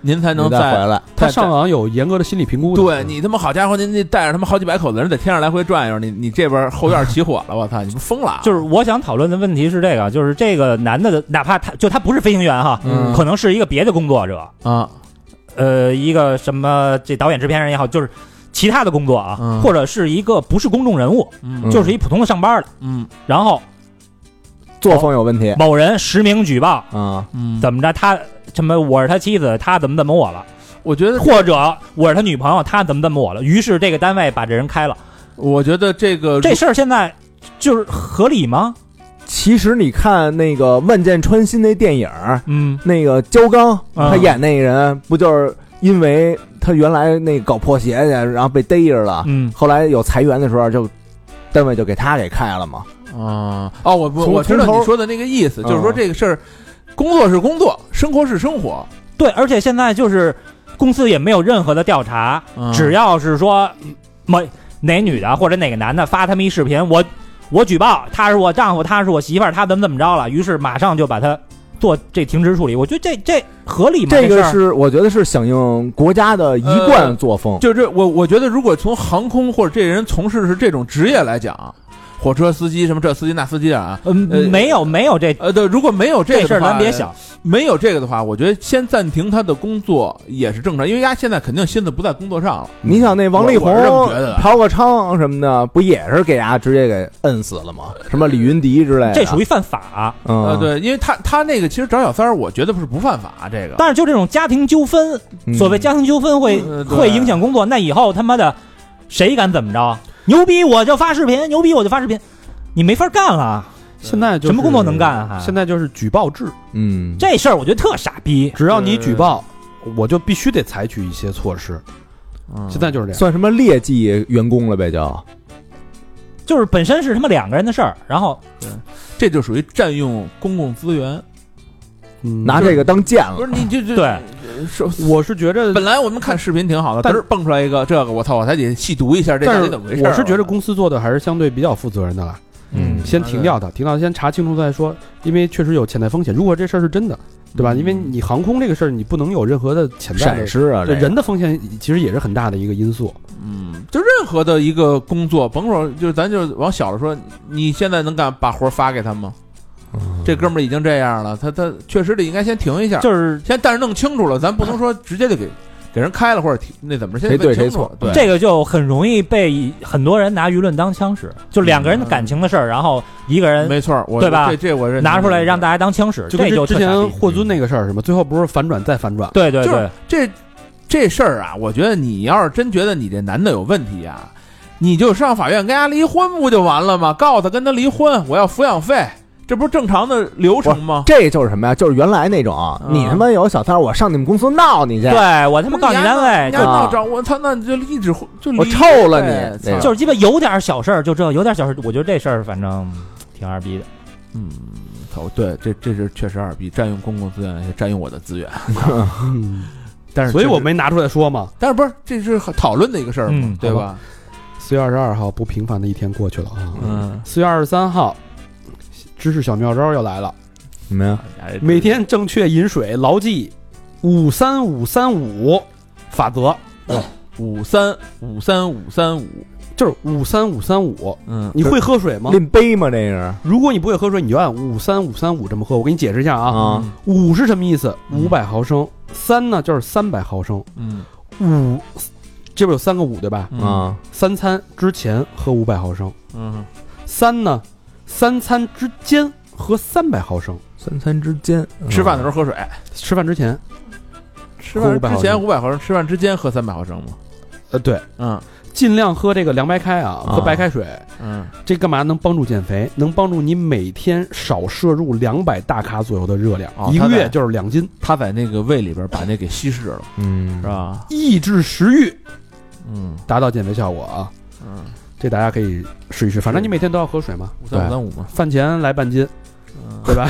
D: 您才能
B: 嗯再回
D: 在
B: 来。
C: 他
D: 在
C: 上岗有严格的心理评估的。
D: 对你他妈好家伙，您这带着他妈好几百口子人在天上来回转悠，你你这边后院起火了，我操，你不疯了啊？
E: 就是我想讨论的问题是这个，就是这个男的的，哪怕他就他不是飞行员哈，
D: 嗯
E: 可能是一个别的工作者，
D: 啊，
E: 呃，一个什么这导演、制片人也好，就是其他的工作啊，
D: 嗯
E: 或者是一个不是公众人物，
D: 嗯
E: 就是一普通的上班的。
D: 嗯
E: 然后
B: 作风有问题
E: 某人实名举报，
B: 啊，
D: 嗯，
E: 怎么着他什么我是他妻子，他怎么怎么我了，
D: 我觉得
E: 或者我是他女朋友，他怎么怎么我了。于是这个单位把这人开了，
D: 我觉得这个
E: 这事儿现在就是合理吗？
B: 其实你看那个《万箭穿心》那电影儿，
E: 嗯
B: 那个焦刚
D: 啊
E: 嗯
B: 他演那个人，不就是因为他原来那搞破鞋去，然后被逮着
D: 啊
B: 了，
E: 嗯，
B: 后来有裁员的时候就。单位就给他给开了嘛，
D: 啊哦，我我
B: 从
D: 我知道
B: 从头
D: 你说的那个意思，
B: 嗯
D: 就是说这个事儿，工作是工作，生活是生活，
E: 对，而且现在就是公司也没有任何的调查，
D: 嗯
E: 只要是说某哪女的或者哪个男的发他们一视频，我我举报他是我丈夫，他是我媳妇儿，他怎么怎么着了，于是马上就把他做这停职处理。我觉得这这合理吗？
B: 这
E: 事
B: 个
E: 儿
B: 是我觉得是响应国家的一贯作风。
D: 就是我我觉得，如果从航空或者这人从事是这种职业来讲，火车司机什么这司机那司机啊，
E: 嗯、
D: 呃
E: 没有没有这
D: 呃，对，如果没有这个
E: 这事儿
D: 的话
E: 咱别，想，
D: 没有这个的话，我觉得先暂停他的工作也是正常，因为他现在肯定心思不在工作上了。
B: 你想那王力
D: 我我是这么
B: 宏
D: 觉得的、
B: 朴个昌什么的，不也是给伢直接给摁死了吗？什么李云迪之类
D: 哎啊
B: 的，
E: 这属于犯法。
B: 嗯、
D: 呃，对，因为他他那个其实找小三儿，我觉得不是不犯法，这个
E: 但是就这种家庭纠纷，
B: 嗯
E: 所谓家庭纠纷会、
D: 嗯对
E: 会影响工作，那以后他妈的谁敢怎么着？牛逼我就发视频，牛逼我就发视频，你没法干了。
C: 现在就是
E: 什么工作能干啊还
C: 现在就是举报制，
B: 嗯，
E: 这事儿我觉得特傻逼。
C: 只要你举报，我就必须得采取一些措施。
D: 嗯
C: 现在就是这样。
B: 算什么劣迹员工了呗？就
E: 就是本身是他妈两个人的事儿，然后
D: 这就属于占用公共资源，
C: 嗯
B: 拿这个当剑
D: 不
B: 了
D: 是。你这这
E: 对
D: 是
C: 我是觉着
D: 本来我们看视频挺好的，
C: 但
D: 但是蹦出来一个这个，我操，我才得细读一下这
C: 但
D: 到
C: 是
D: 底怎么回事儿。
C: 我是觉得公司做的还是相对比较负责任的啦。
E: 嗯
C: 先停掉它，停掉它先查清楚再说，因为确实有潜在风险。如果这事儿是真的，对吧？因为你航空这个事儿，你不能有任何的潜在
B: 闪
C: 的。
B: 失啊，
C: 对
B: 这
C: 人的风险其实也是很大的一个因素。
D: 嗯，就任何的一个工作，甭说就是咱就是往小了说，你现在能敢把活儿发给他吗？这哥们儿已经这样了，他他确实得应该先停一下，
E: 嗯就是
D: 先但是弄清楚了，咱不能说直接就给给人开了或者停那怎么着，
B: 谁
D: 先
B: 对
D: 问清
B: 谁
D: 楚
B: 错
D: 对，
E: 这个就很容易被很多人拿舆论当枪使，就两个人的感情的事儿，然后一个人
D: 没错儿，我
E: 对吧
D: 这这我认
E: 拿出来让
D: 家
E: 大家当枪使，
C: 就
E: 这
C: 跟
E: 就
C: 之
E: 特傻
C: 前
E: 逼。
C: 霍尊那个事儿是吗？最后不是反转再反转？
E: 对对
D: 就是
E: 对，
D: 这这事儿啊，我觉得你要是真觉得你这男的有问题啊，你就上法院跟他离婚不就完了吗？告诉他跟他离婚，我要抚养费，这不是正常的流程吗？
B: 这就是什么呀？就是原来那种，啊你他妈有小三儿，我上你们公司闹你去，
E: 对我他妈告你单位，
D: 你
E: 就
D: 要
B: 啊
D: 闹着我操，那你就一直就离
B: 我臭了你
D: 对
B: 那个
E: 就是鸡巴有点小事儿就这，有点小事儿，我觉得这事儿反正挺二逼的。
D: 嗯，操，对，这这是确实二逼，占用公共资源，也占用我的资源，
C: 嗯，
D: 但是
C: 所以我
D: 没，
C: 没拿出来说嘛。
D: 但是不是这是讨论的一个事儿嘛
E: 嗯，
D: 对吧？
C: 四月二十二号，不平凡的一天过去了啊。
D: 嗯，
C: 四月二十三号，知识小妙招又来了，
B: 什么呀？
D: 哎嗯
C: 每天正确饮水，牢记五三五三五法则，
D: 五三五三五三五，
C: 就是五三五三五。
D: 嗯
C: 你会喝水吗？
B: 拎杯吗？这是
C: 如果你不会喝水，你就按五三五三五这么喝。我给你解释一下啊，
B: 啊，
C: 五是什么意思？
D: 嗯
C: 五百毫升，三呢就是三百毫升，
D: 嗯
C: 五这边有三个五对吧？
D: 嗯
B: 啊，
C: 三餐之前喝五百毫升，
D: 嗯，
C: 三呢，三餐之间喝三百毫升，
B: 三餐之间
D: 吃饭的时候喝水，
C: 吃饭之前，
D: 嗯吃饭
C: 500
D: 之
C: 毫
D: 前
C: 升
D: 五百毫升，吃饭之间喝三百毫升嘛。
C: 呃对，
D: 嗯
C: 尽量喝这个凉白开啊，
B: 啊
C: 喝白开水，
D: 嗯
C: 这干嘛能帮助减肥？能帮助你每天少摄入两百大卡左右的热量，啊
D: 哦
C: 一个
D: 它在
C: 月就是两斤，，
D: 他在那个胃里边把那给稀释了，
B: 嗯
D: 是吧？
C: 抑制食欲，
D: 嗯
C: 达到减肥效果啊。
D: 嗯，
C: 这大家可以试一试，反正你每天都要喝水嘛。
D: 五
C: 对
D: 三五，三五嘛。
C: 饭前来半 斤，
D: 嗯
C: 对吧？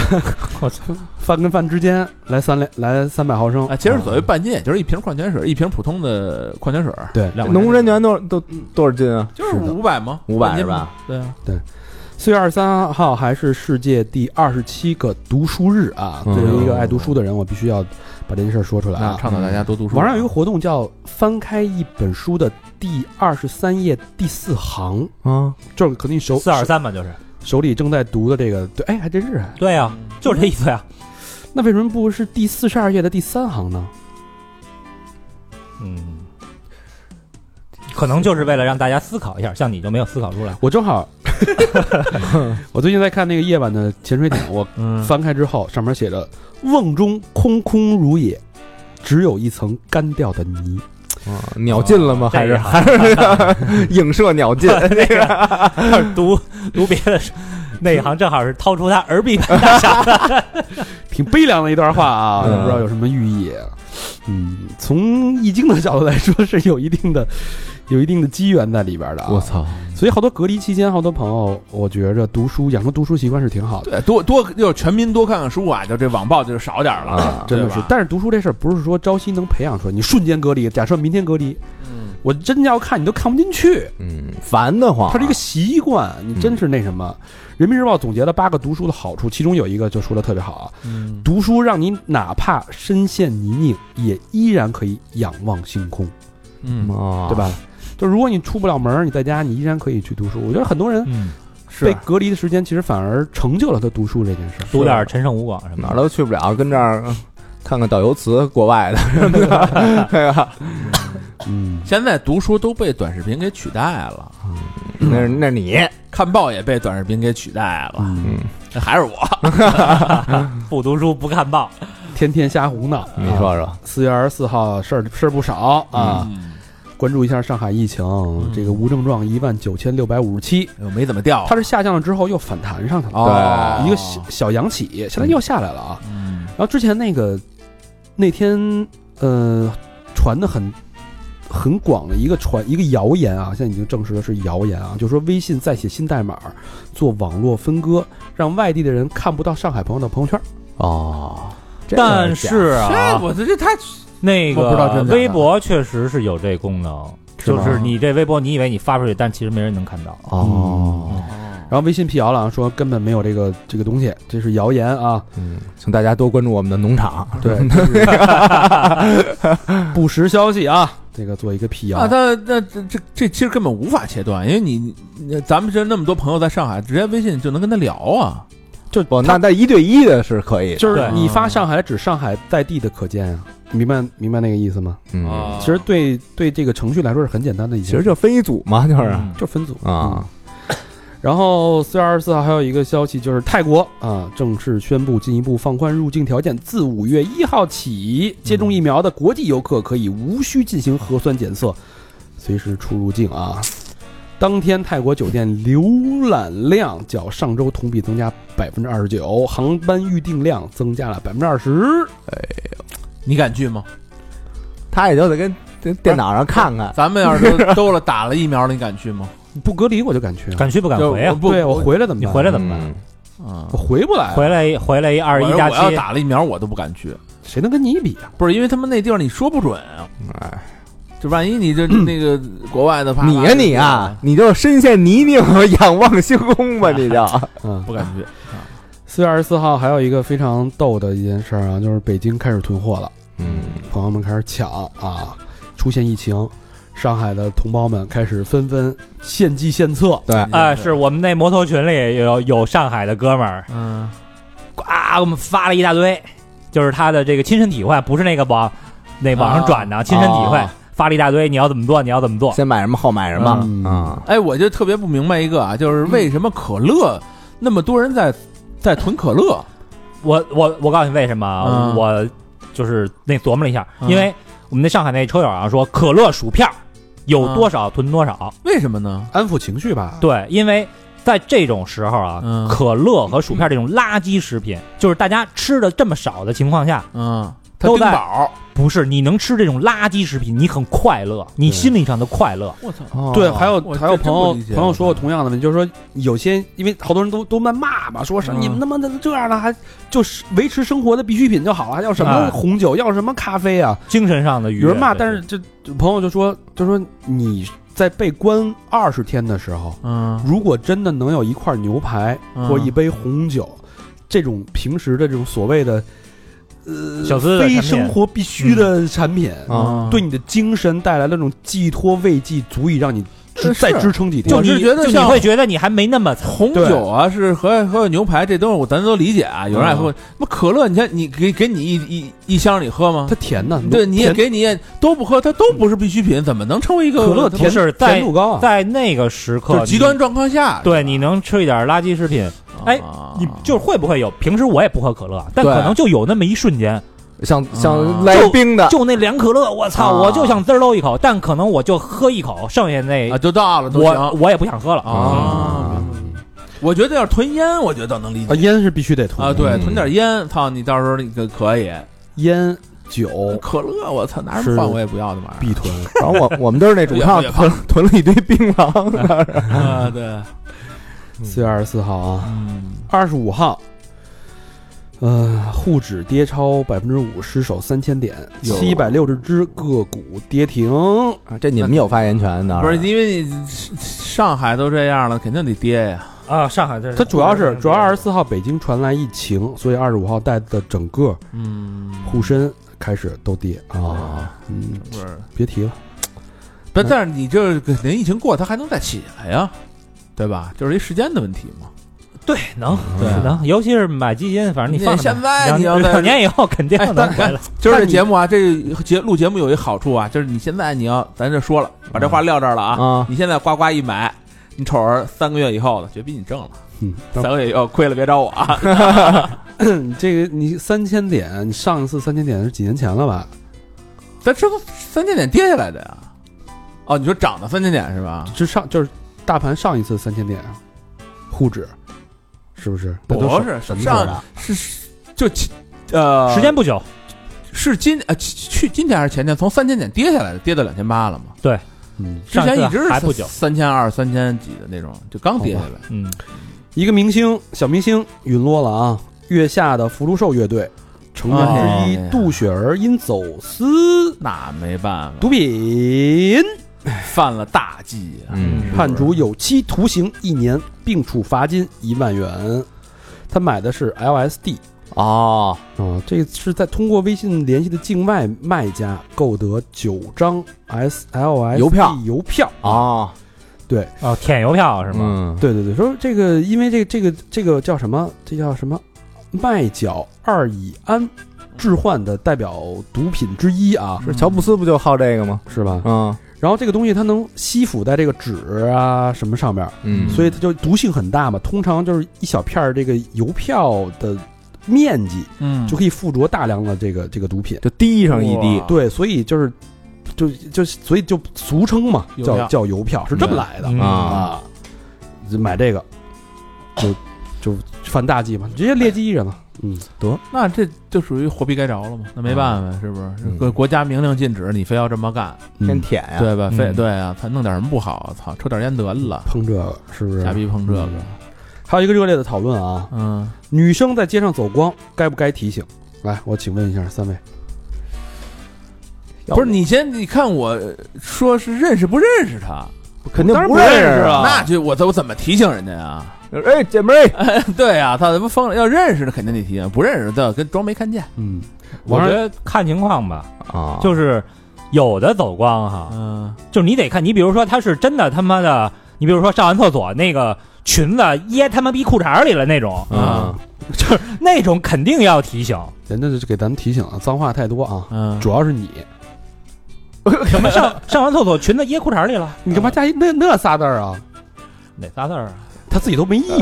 E: 我操，
C: 饭跟饭之间来三两来三百毫升
D: 啊，，其实所谓半斤，也就是一瓶矿泉水，一瓶普通的矿泉水，
C: 对。
B: 农夫山泉多少都多少斤啊？
D: 就是五百吗？
B: 五百
D: 半斤
B: 是
D: 嘛
B: 吧？
D: 对啊，
C: 四月二十三号还是世界第二十七个读书日啊！
B: 嗯
C: 作为一个爱读书的人，我必须要把这件事儿说出来
D: 那
C: 啊！
D: 倡导大家多读书。
C: 网上有一个活动叫“翻开一本书的第二十三页第四行
B: 啊，”，
C: 就是肯定手
E: 四二三嘛，就是
C: 手里正在读的这个，对，哎，还真是哎。
E: 对呀、就是这意思啊呀、
C: 那为什么不是第四十二页的第三行呢？
F: 嗯，
E: 可能就是为了让大家思考一下，像你就没有思考出来。
C: 我正 好，我最近在看那个夜晚的潜水艇， 我
F: 嗯
C: 翻开之后，上面写着“瓮中空空如也，只有一层干掉的泥
B: 啊鸟尽了吗？还是
E: 这个
B: 还是影射鸟尽？
E: 那个读 读别的书那一行正好是掏出他耳鬓般大笑。”，
C: 挺悲凉的一段话啊，
B: 嗯
C: 也不知道有什么寓意。啊嗯，从易经的角度来说，是有一定的、有一定的机缘在里边的、啊。！
D: 操！
C: 所以好多隔离期间，好多朋友，我觉着读书养成读书习惯是挺好的。
D: 对，多多就是全民多看看书啊，就这网暴就少点儿了，
B: 啊
C: 真的
D: 对
C: 是
D: 吧，
C: 但是读书这事儿不是说朝夕能培养出来，你瞬间隔离，假设明天隔离，
D: 嗯
C: 我真要看你都看不进去，
B: 嗯，烦得慌啊。
C: 它是一个习惯，你真是那什么。人民日报总结了八个读书的好处，其中有一个就说的特别好啊，
D: 嗯，
C: 读书让你哪怕深陷泥泞，也依然可以仰望星空，
D: 嗯，
B: 啊，
C: 对吧？就如果你出不了门儿，你在家你依然可以去读书。我觉得很多人
F: 嗯，
B: 啊
C: 被隔离的时间，其实反而成就了他读书这件事儿。
E: 读点陈胜吴广什么
B: 哪
E: 的
B: 儿。都去不了，跟这儿呃看看导游词，国外的， 对吧？
C: 嗯，
D: 现在读书都被短视频给取代了，
B: 那是那是你，
D: 看报也被短视频给取代了，
C: 嗯，
D: 那还是我。
E: 不读书不看报，
C: 天天瞎胡闹。啊
B: 你说说，
C: 四月二十四号事儿事儿不少 啊，
D: 嗯，
C: 关注一下上海疫情，这个无症状一万九千六百五十七，
D: 我哎没怎么掉
C: 它是下降了之后又反弹上去了，
B: 哦
C: 一个小小阳起，现在又下来了啊。
D: 嗯
C: 然后之前那个那天呃传的很很广的一个传一个谣言啊，现在已经证实了是谣言啊，就说微信再写新代码做网络分割，让外地的人看不到上海朋友的朋友圈。
B: 哦，这个
E: 但
B: 假
E: 是
D: 这
E: 啊，
D: 我这这太
E: 那
D: 我不知道
E: 个
D: 真假的
E: 微博确实是有这功能，
B: 是
E: 就
B: 吗
E: 是你这微博，你以为你发出去，但其实没人能看到。
B: 哦，
C: 嗯然后微信辟谣了啊，说根本没有这个这个东西，这是谣言啊。
B: 嗯，请大家多关注我们的农场，
C: 对，这是 不实消息啊，这个做一个辟谣
D: 啊，。他那这这这其实根本无法切断，因为你你咱们这那么多朋友在上海，直接微信就能跟他聊啊。
C: 就
B: 不，那那一对一的是可以的，
C: 就是
E: 对
C: 你发上海指上海在地的可见啊，明白明白那个意思吗？
D: 啊
B: 嗯，
C: 其实对对这个程序来说是很简单的一件
B: 其实
C: 事，
B: 就分一组嘛，就是
F: 嗯
C: 就分组
B: 啊。
C: 嗯然后四月二十四号还有一个消息，就是泰国啊正式宣布进一步放宽入境条件，自五月一号起，接
B: 嗯
C: 种疫苗的国际游客可以无需进行核酸检测，随时出入境啊。当天泰国酒店浏览量较上周同比增加百分之二十九，航班预订量增加了百分之二十。
D: 你敢去吗？
B: 他也就得跟跟电脑上看看，
D: 咱们要是都都了打了疫苗了，你敢去吗？
C: 不隔离我就敢去啊，
E: 敢去不敢
D: 就
E: 回呀
D: 我？不
C: 对我回来怎么
E: 你
C: 办？
E: 回来
B: 这
E: 怎么办？
D: 啊
C: 我，回不来，
E: 回来一回来一二
D: 我
E: 十
D: 要
E: 一假
D: 我要
E: 期，
D: 打了疫苗，我都不敢去，
C: 谁能跟你比啊？
D: 不是因为他们那地儿你说不准啊，
B: 哎，
D: 就万一你这那个国外的啪啪
B: 你呀你呀，，你就是深陷泥泞，仰望星空吧，你就
C: 嗯，
D: 不敢去。
C: 四月二十四号还有一个非常逗的一件事儿啊，就是北京开始囤货了，
B: 嗯，
C: 朋友们开始抢啊，出现疫情，上海的同胞们开始纷纷献计献策，
B: 对，
E: 哎，是我们那摩托群里有有上海的哥们儿，
D: 嗯，
E: 呱，我们发了一大堆，就是他的这个亲身体会，不是那个网那网上转的，
D: 啊
E: 亲身体会、
B: 哦
E: 发了一大堆，你要怎么做，你要怎么做，
B: 先买什么后买什
C: 嗯
B: 么啊，
D: 哎，我就特别不明白一个啊，就是为什么可乐那么多人在在囤可乐？
E: 我我我告诉你为什么啊，
D: 嗯
E: 我就是那琢磨了一下，
D: 嗯
E: 因为我们那上海那车友啊说可乐薯片儿有多少囤多少，
D: 为什么呢？
C: 安抚情绪吧。
E: 对，因为在这种时候啊，
D: 嗯
E: 可乐和薯片这种垃圾食品，就是大家吃的这么少的情况下，
D: 嗯，他
E: 都
D: 冰
E: 在
D: 宝，
E: 不是你能吃这种垃圾食品，你很快乐，你心理上的快乐。
D: 我操！
C: 对，
B: 哦
C: 还有
D: 我
C: 还有
D: 这
C: 朋友
D: 真不理解
C: 朋友说过同样的问题，就是说有些因为好多人都都在骂嘛，说什么
D: 嗯
C: 你们他妈的这样了，还就是维持生活的必需品就好了，还要什么
E: 哎
C: 红酒，要什么咖啡啊？
E: 精神上的愉悦。
C: 有人骂，
E: 对
C: 但是这这朋友就说，就说你在被关二十天的时候，
D: 嗯，
C: 如果真的能有一块牛排或一杯红酒，这种平时的这种所谓的呃
E: 小资的
C: 非
E: 产品嗯
C: 生活必须的产品，
B: 啊，
D: 嗯
C: 对你的精神带来的那种寄托慰藉，足以让你支
D: 呃是
C: 再支撑几天。
E: 就
D: 我是
E: 你
D: 觉得
E: 就你
D: 像
E: 会觉得你还没那么惨，
D: 红酒啊，是和和牛排这东西，我咱都理解啊。有人爱喝，那可乐，你看你给给你一一一箱，你喝吗
C: 它？甜呢，
D: 对，你也
C: 甜
D: 给你也都不喝，它都不是必需品，怎么能成为一个
C: 可乐
E: 不
C: 甜
E: 是
C: 甜
E: 在
C: 度高啊。
E: 在那个时
D: 就
E: 刻
D: 是极端
E: 你，
D: 状况下？
E: 对，你能吃一点垃圾食品，哎
D: 啊
E: 你就是会不会有？平时我也不喝可乐，啊但可能就有那么一瞬间，
B: 像
D: 啊
B: 像来冰的，
E: 就那凉可乐，我操，
D: 啊
E: 我就想滋儿搂一口，但可能我就喝一口，剩下那
D: 啊，就到了都
E: 我
D: 行
E: 我也不想喝了
D: 啊。我觉得要是囤烟，我觉得倒能理
C: 啊，
D: 解
C: 烟是必须得囤
D: 啊。对，
E: 嗯
D: 囤点烟，操你到时候你可可以。
C: 烟酒
D: 可乐，我操，拿什
C: 是
D: 么换我也不要那玩意
C: 必囤。
B: 然后我我们队儿那主唱
D: 也也
B: 囤囤了一堆槟榔，
D: 儿 啊。对，
C: 四月二十四号啊，
D: 嗯，
C: 二十五号，呃，沪指跌超百分之五，失守三千点，
B: 哟
C: 七百六十只个股跌停。
B: 啊这你们有发言权 的，
D: 不是因为你上海都这样了，肯定得跌呀。
E: 啊！上海这
C: 它主要是主要二十四号北京传来疫情，所以二十五号带的整个
D: 嗯，
C: 沪深开始都跌啊。
D: 啊，
C: 嗯，
D: 不是，
C: 别提了，
D: 但但是你这个等疫情过，它还能再起来呀，对吧？就是一时间的问题嘛。
E: 对能
D: 对啊
E: 能，尤其是买基金，反正你放着
D: 现
E: 买
D: 在你要
E: 两
D: 在
E: 两年以后肯定
D: 哎
E: 能
D: 但
E: 回来。
D: 今儿这
C: 但你
D: 节目啊，这节录节目有一好处啊，就是你现在你要咱这说了，把这话撂这儿了啊，
B: 啊，
D: 你现在呱呱一买，你瞅着三个月以后的，绝逼你挣了，
C: 嗯，
D: 三个月以后亏了别找我啊。
C: 你 这个你三千点，你上一次三千点是几年前了吧？
D: 咱这都三千点跌下来的呀。哦，你说涨到三千点是吧？
C: 就上就是大盘上一次三千点啊，沪指是不是？那都
D: 不是
C: 什么时啊候
D: 上
C: 的？
D: 是就起呃
E: 时间不久，
D: 是今呃去去今天还是前天从三千点跌下来的，跌到两千八了嘛？
C: 嗯，
D: 之前一
E: 上
D: 直
E: 次
D: 是
E: 还不久，
D: 三千二、三千几的那种，就刚跌下来。
E: 嗯，
C: 一个明星小明星陨落了啊！月下的福禄寿乐队成员之一、
D: 哎呀
C: 杜雪儿因走私
D: 那没办法，
C: 毒品
D: 犯了大忌啊！
B: 嗯
C: 判处有期徒刑一年，并处罚金一万元。他买的是 LSD
B: 哦，
C: 啊，这是在通过微信联系的境外卖家购得九张 S LSD
B: 邮票
C: 邮票啊
B: 哦，
E: 哦，舔邮票是吗？
B: 嗯，
C: 对对对，说这个，因为这个这个这个叫什么？这叫什么？麦角二乙胺置换的代表毒品之一啊，
B: 是乔布斯不就好这个吗？
C: 是吧？
B: 嗯
C: 然后这个东西它能吸附在这个纸啊什么上面，
B: 嗯
C: 所以它就毒性很大嘛。通常就是一小片儿这个邮票的面积
D: 嗯
C: 就可以附着大量的这个这个毒品。
B: 就滴上一滴
D: 哇，
C: 对，所以就是就就所以就俗称嘛，
D: 邮票
C: 叫叫邮票是这么来的。
E: 嗯
B: 啊，
C: 啊，就买这个，就就犯大忌嘛，直接列记一人了。嗯，得
D: 那这就属于活逼该着了嘛？那没办法，是不是？
B: 嗯
D: 国国家明令禁止，你非要这么干，
B: 先舔呀，
D: 对吧？
E: 嗯
D: 非对啊，他弄点什么不好啊？操，抽点烟得了，
C: 碰这个是不是？
D: 瞎逼碰这个。
C: 还有一个热烈的讨论啊，
D: 嗯，
C: 女生在街上走光该不该提醒？来，我请问一下三位，
B: 要
D: 不是你先，你看我说是认识不认识他，
B: 肯定
D: 当然
B: 不认识
D: 识
B: 啊
D: 那就我我怎么提醒人家呀？
B: 哎，姐妹儿，
D: 对啊，他怎么疯了？要认识的肯定得提醒，不认识的跟装没看见。
C: 嗯，
E: 我
C: 王
E: 觉
C: 上
E: 得看情况吧，
B: 啊，
E: 就是有的走光哈，
D: 嗯，
E: 就是你得看，你比如说他是真的他妈的，你比如说上完厕所那个裙子掖他妈逼裤衩里了那种，
B: 啊，
E: 就是那种肯定要提醒。
C: 人家就给咱们提醒了，脏话太多啊，
D: 嗯，
C: 主要是你，
E: 什么上上完厕所裙子掖裤衩里了？
C: 你干嘛加一那那仨字儿啊？
E: 哪仨字儿啊？
C: 他自己都没意义，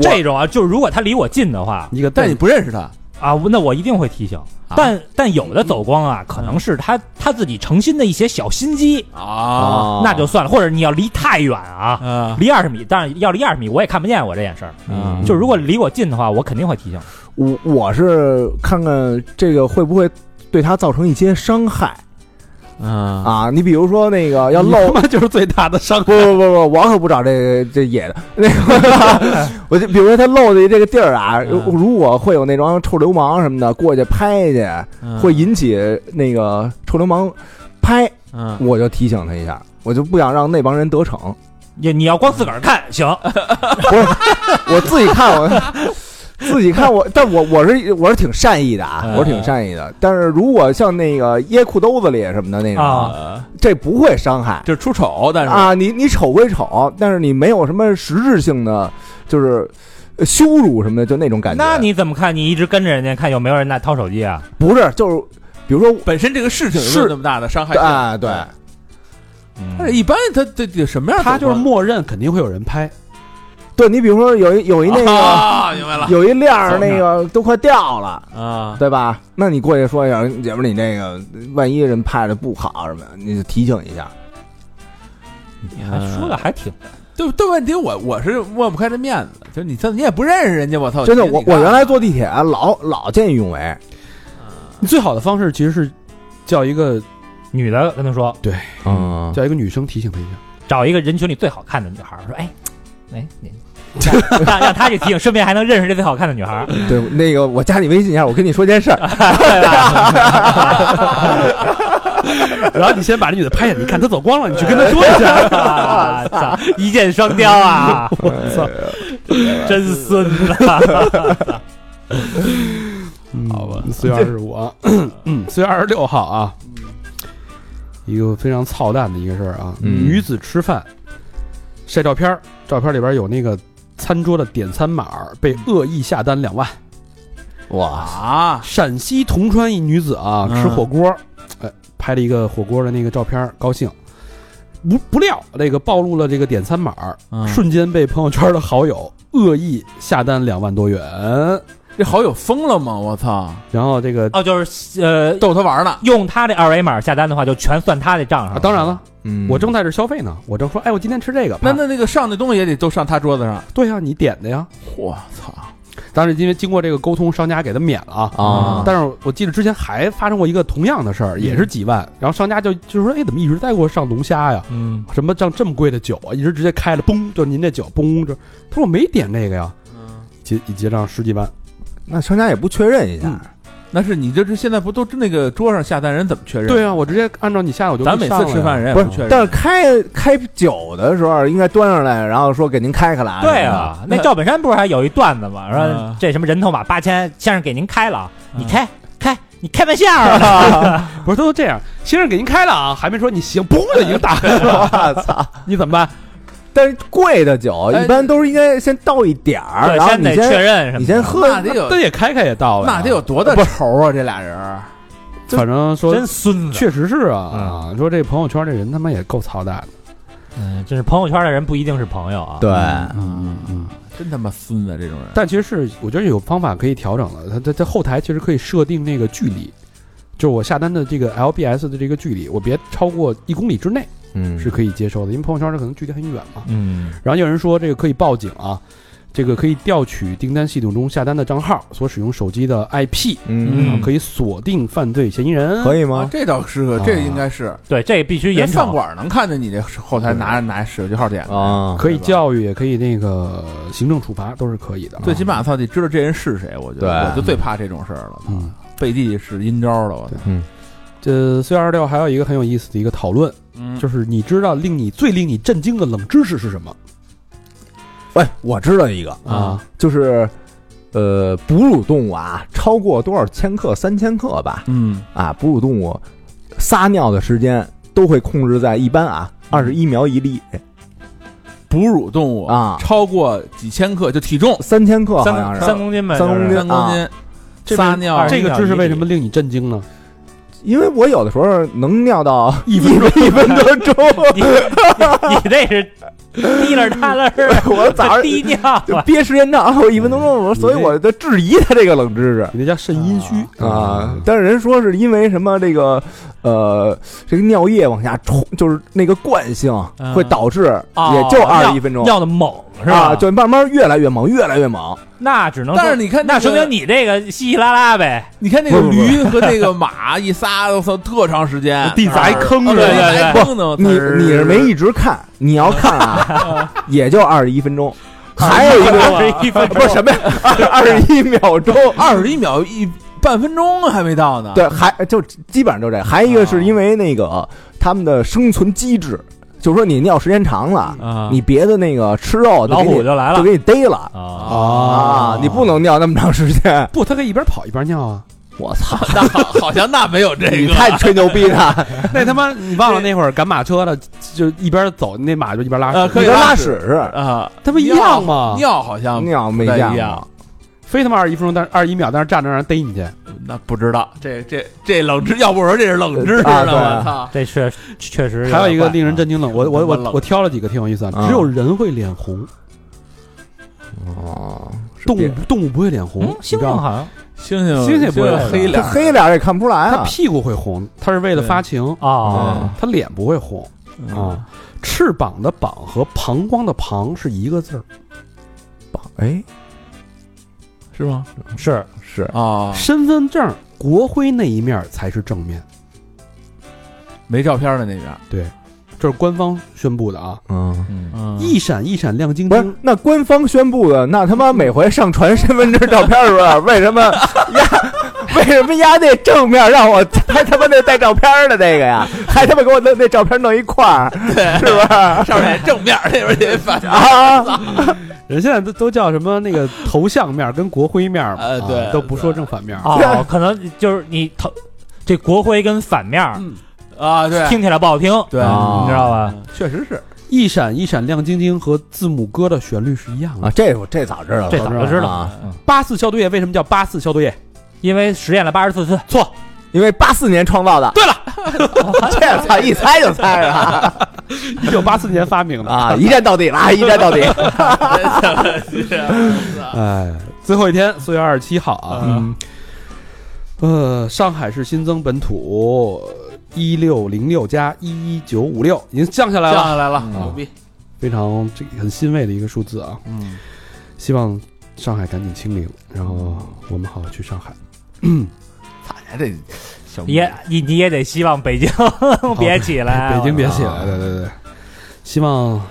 E: 这种啊，就是如果他离我近的话
C: 你个
D: 但你不认识他，
E: 啊，那我一定会提醒。但但有的走光啊，可能是他他自己诚心的一些小心机，
D: 啊，
E: 那就算了。或者你要离太远啊，
D: 啊，
E: 离二十米，但是要离二十米我也看不见我这眼神儿。
D: 嗯
E: 就是如果离我近的话，我肯定会提醒。
B: 我我是看看这个会不会对他造成一些伤害
D: 嗯，
B: 啊？你比如说那个要露
C: 他妈就是最大的伤
B: 不不不不，我可不找这这野的。那个， 我就比如说他露的这个地儿啊，
D: 嗯
B: 如果会有那帮臭流氓什么的过去拍去，
D: 嗯
B: 会引起那个臭流氓拍
D: 嗯，
B: 我就提醒他一下，我就不想让那帮人得逞。
E: 你你要光自个儿看行，
B: 我自己看我 自己看我，但我我是我是挺善意的啊，
E: 嗯
B: 我是挺善意的。但是如果像那个掖裤兜子里什么的那种，
E: 啊
D: 呃，
B: 这不会伤害
D: 这出丑，但是
B: 啊。你你丑归丑，但是你没有什么实质性的，就是呃羞辱什么的，就那种感觉。
E: 那你怎么看？你一直跟着人家看有没有人在掏手机啊？
B: 不是就是，比如说
D: 本身这个事情有没有
B: 是
D: 那么大的伤害性？
B: 啊，对，
D: 但哎是一般他这这什么样的
C: 他
D: 状况？
C: 就是默认肯定会有人拍，
B: 对你比如说有一有一那个、
D: 啊，明白了
B: 有一链儿那个都快掉了。
D: 啊，
B: 对吧？那你过去说一下，姐们儿，你这个万一人拍的不好什么的，你就提醒一下。
E: 你
D: 嗯
E: 还说的还挺
D: 对对，问题我我是抹不开这面子，就是你这你也不认识人家，我操！
B: 真的，
D: 哦你
B: 我我原来坐地铁老老见义勇为，
C: 最好的方式其实是叫一个
E: 女的跟他说，
B: 嗯，
C: 叫一个女生提醒他一下。
E: 找一个人群里最好看的女孩儿说，哎，哎，你让让她去提醒身边还能认识这最好看的女孩儿，
B: 嗯对，那个我加你微信一下，我跟你说件事儿，
E: 对吧？
C: 然后你先把这女的拍下，你看她走光了，你去跟她 说一下。
E: 啊操一箭双雕啊！我操，真孙子！
C: 好吧，嗯四月二十五啊，嗯，四月二十六号啊，一个非常操蛋的一个事儿啊，
B: 嗯
C: 女子吃饭晒照片儿，照片里边有那个餐桌的点餐码儿被恶意下单两万。
B: 哇，
D: 啊，
C: 陕西铜川一女子啊，
D: 嗯
C: 吃火锅，哎，拍了一个火锅的那个照片儿，高兴。不不料，那个暴露了这个点餐码儿，
D: 说
C: 瞬间被朋友圈的好友
D: 嗯
C: 恶意下单两万多元。
D: 这好友疯了吗？我操，
C: 然后这个，
E: 哦，就是呃，
D: 逗他玩
B: 啊
D: 呢。
E: 用他这二维码下单的话，就全算他的账上
C: 啊
E: 了。
C: 当然了，
B: 嗯
C: 我正在这消费呢，我正说，哎，我今天吃这个。
D: 那
C: 啪
D: 那那个上的东西也得都上他桌子上。
C: 对呀、你点的呀。
D: 我操！
C: 当然，因为经过这个沟通，商家给他免了啊。
B: 啊，
C: 但是我记得之前还发生过一个同样的事
D: 嗯
C: 儿，也是几万，然后商家就就说，哎，怎么一直在给我上龙虾呀？
E: 嗯，
C: 什么上这么贵的酒啊？一直直接开了，嘣，就您这酒，嘣，这他说我没点那个呀，
D: 嗯
C: 结一结账十几万，
B: 那商家也不确认一下，
D: 那是你这是现在不都那个桌上下单人怎么确认？
C: 对啊，我直接按照你下的我就
D: 咱每次
C: 上了呀
D: 吃饭人
B: 不
D: 也
B: 是
D: 确，认
B: 但是开开酒的时候应该端上来，然后说给您开开了，
E: 对，啊，那赵本山不是还有一段子吗？说
D: 嗯
E: 这什么人头马八千，先生给您开了，啊你开开，你开玩笑啊！
C: 不是他都这样，先生给您开了啊，还没说你行，嘣就已经 打开了，
B: 我操！
C: 你怎么办？
B: 但是贵的酒
D: 哎
B: 一般都是应该先倒一点儿，
E: 对
B: 然后
E: 先
B: 你
E: 得确
B: 先
E: 认什
B: 你
E: 么的。
B: 先喝，
D: 那得有
C: 那也开开也到了呀，啊
D: 那得有多大仇啊？这俩人
C: 反正说
E: 真孙子，
C: 确实是啊，你说这朋友圈这人他妈也够操蛋的，
E: 嗯，真是朋友圈的人不一定是朋友啊。
B: 对，
C: 嗯嗯。
D: 真他妈孙子，这种人
C: 但其实是我觉得有方法可以调整的，它它它后台其实可以设定那个距离，就是我下单的这个 LBS 的这个距离，我别超过一公里之内
B: 嗯
C: 是可以接受的，因为朋友圈它可能距离很远嘛。
E: 嗯，
C: 然后有人说这个可以报警啊，这个可以调取订单系统中下单的账号所使用手机的 IP，
B: 嗯，
C: 啊可以锁定犯罪嫌疑人。
B: 可
C: 以，
B: 以
D: 啊
B: 吗，？啊
D: 这倒是个，这应该是
E: 对，这必须
D: 人
E: 严
D: 饭
E: 惩。
D: 馆能看见你这后台拿拿手机号点的
B: 啊，
C: 可以
D: 对吧
C: 教育，也可以那个行政处罚，都是可以的啊。
D: 最起码操，得知道这人是谁。我觉得
B: 对
D: 我就最怕这种事儿了，
C: 嗯。
D: 背地是阴招了。我操，
C: 这四月二十六还有一个很有意思的一个讨论，
D: 嗯
C: 就是你知道令你最令你震惊的冷知识是什么
B: 喂，哎我知道一个，
C: 啊？
B: 就是呃，哺乳动物啊，超过多少千克？三千克吧？
D: 嗯，
B: 啊，哺乳动物撒尿的时间都会控制在一般啊二十一秒一粒
D: 哺乳动物
B: 啊
D: 超过几千克就体重
B: 三千克好
D: 三
B: 像是
E: 三公斤呗，
B: 三公斤
D: 三公斤，
E: 这
D: 撒尿
E: 二
C: 啊这个知识为什
E: 一
C: 么令你震惊呢？
B: 因为我有的时候能尿到
C: 一
B: 一
C: 分钟
B: 一分多钟，
E: 就是你这是滴了大了儿，
B: 我早上
E: 滴尿啊
B: 就憋时间长，我一分多钟，我所以我就质疑他这个冷知识。
C: 你那叫肾阴虚
B: 啊，
C: 嗯
B: 但是人说是因为什么这个，呃，这个尿液往下冲，就是那个惯性
E: 嗯
B: 会导致，
E: 哦
B: 也就二十一分钟，
E: 尿的猛是吧？哦
B: 啊，就慢慢越来越猛，越来越猛。
E: 那只能说，
D: 但是你看那
E: 那
D: 个，
E: 说明你这个稀稀拉拉呗，
D: 你看那个
B: 不是不是
D: 驴和那个马一撒，我操，特长时间，
C: 地砸一坑
D: 哦
E: 对
D: 对
E: 对
D: 对，
E: 对
D: 还坑呢。
B: 你你是没一直看，你要看啊，也就二十一分钟。
E: 啊
B: 还有一个
E: 一分
B: 不是什么呀，二二十一秒钟，
D: 二十一秒一半分钟还没到呢。
B: 对，还就基本上就这。还一个是因为那个他们的生存机制，就是说你尿时间长了，
D: 啊，
B: 你别的那个吃肉就
F: 老
B: 给你
F: 虎就来
B: 就
F: 了
B: 给你逮了
E: 啊，
B: 啊！你不能尿那么长时间，
C: 不，他可以一边跑一边尿啊。
B: 我 操！
D: 那好好像那没有这
B: 你
D: 个，
B: 太吹牛逼 了，
C: 那他妈你忘了那会儿赶马车的，就一边走那马就一边拉屎，
D: 啊可
B: 你
D: 以
B: 跟
D: 拉
B: 拉
D: 屎
B: 屎是
D: 啊，
C: 他不一样吗？
D: 尿好像
B: 尿没
D: 不太
B: 样
D: 一
B: 吗
D: 样，
C: 非他妈二十一分钟，但是二十一秒，但是站着让人逮你去。
D: 那不知道这这这冷 知，要不说这是冷知识
B: 啊对
D: 了，我操！
E: 这确确实
C: 还有一个
E: 点啊
C: 令人震惊的，我我
D: 怎么
C: 我
D: 冷
C: 我挑了几个挺有意思的，
B: 啊
C: 只有人会脸红，
B: 哦，是
C: 动物
B: 别
C: 动物不会脸红
E: 怪，嗯，
C: 你
E: 星
C: 知
E: 星
C: 道吗？
E: 好像
D: 星星
C: 星星不会
D: 星黑
B: 这
D: 脸，
B: 黑脸儿也看不出来
C: 它
B: 啊。
C: 屁股会红，它是为了发情
E: 啊
B: 嗯，
C: 它脸不会红
D: 嗯
C: 啊。翅膀的膀和膀胱的膀是一个字儿，
B: 哎，
D: 是吗？
E: 是
B: 是
D: 啊，
C: 身份证国徽那一面才是正面，
D: 没照片的那边，
C: 这是官方宣布的啊。
B: 嗯。
D: 嗯，
F: 嗯
C: 一闪一闪亮晶
B: 不是
C: 晶，，
B: 那官方宣布的，那他妈每回上传身份证照片的时候，为什么压？ 为什么压那正面让我还他妈那带照片的那个 呀？还他妈给我弄那照片弄一块儿，是不
D: 啊上面正面那边也 反
B: 是啊？
C: 人现在都都叫什么那个头像面跟国徽面，
D: 呃
C: 啊
D: 对
C: 都不说正反面。啊
E: 哦，可能就是你头这国徽跟反面儿
C: 嗯，
D: 啊，对
E: 听起来不好听，
D: 对，
B: 啊
E: 你知道吧？
D: 嗯确实是
C: 一闪一闪亮晶晶和字母哥的旋律是一样的
B: 啊，。这我这早知道了，
E: 这早就知道，
B: 啊，
C: 八四消毒液为什么叫八四消毒 液？
E: 因为实验了八十四次，
C: 错，
B: 因为八四年创造的。对了， 这操一猜就猜了
C: 一九八四年发明的。
B: 啊！一站到底了，啊一站到 底。
C: 哎，最后一天，四月二十七号啊。
B: 嗯
C: 呃，上海市新增本土一六零六加一一九五六，已经降下来
D: 降
C: 了，
D: 下来了，
B: 嗯
D: 牛逼，
C: 非常这个很欣慰的一个数字啊。
D: 嗯，
C: 希望上海赶紧清零，然后我们好好去上 海。
D: 操，你还这小
E: 也你你也得希望北京 别起来，啊
C: 北京别起
E: 我
C: 来，对对对，希望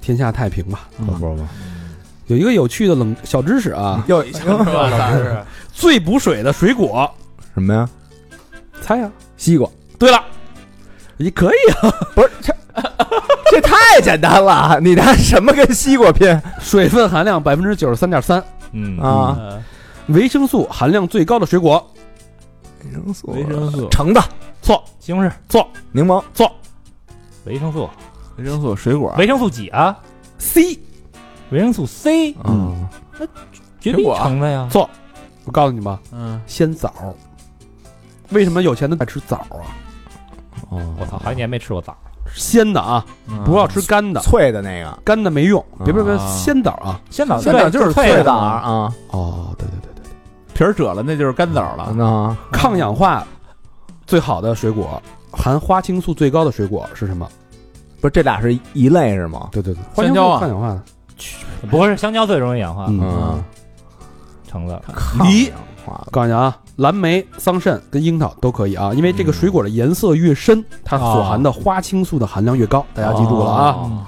C: 天下太平吧。
D: 嗯
C: 有一个有趣的冷小知识啊，
B: 又
D: 是吧？操是
C: 最补水的水果，
B: 什么呀？
C: 猜啊。
B: 西瓜。
C: 对了，你可以啊，
B: 不是这这太简单了，你拿什么跟西瓜拼
C: 水分含量百分之九十三点三，
F: 嗯
B: 啊？
E: 呃
F: 嗯
C: 维生素含量最高的水果，
B: 维生素
D: 维生素、
B: 橙子、
C: 错，
E: 西红柿、
B: 柠檬、
E: 维生素、
D: 维生素、水果、
E: 维生素几啊？
C: C
E: 维生素 C
B: 嗯，
E: 绝
D: 苹
E: 对
D: 果啊
E: 橙子呀，
C: 错，我告诉你吧，
D: 嗯，
C: 鲜枣。为什么有钱的爱吃枣啊？
B: 哦
E: 我操，好几年没吃过枣，
C: 鲜的啊，不要吃干的，
B: 脆的那个
C: 干的没用。别别别，
D: 啊
C: 鲜枣啊！
E: 鲜枣
B: 鲜枣
E: 对
B: 就是
E: 脆
B: 脆
E: 的
B: 枣
E: 嘛，
B: 啊
C: 哦，对对对对，
D: 皮儿褶了，那就是干枣
B: 啊
D: 了。
B: 那
C: 抗氧化最好的水果，含花青素最高的水果是什么？
B: 不是这俩是一类是吗？
C: 对对对，花青
D: 香
C: 素
D: 蕉啊
C: 抗氧化的。
E: 不是香蕉最容易啊氧化，
C: 嗯，
E: 橙子
D: 梨
C: 告诉你啊，蓝莓、桑葚跟樱桃都可以啊，因为这个水果的颜色越深，它所含的花青素的含量越高，大家记住了
E: 哦
C: 啊，
D: 啊，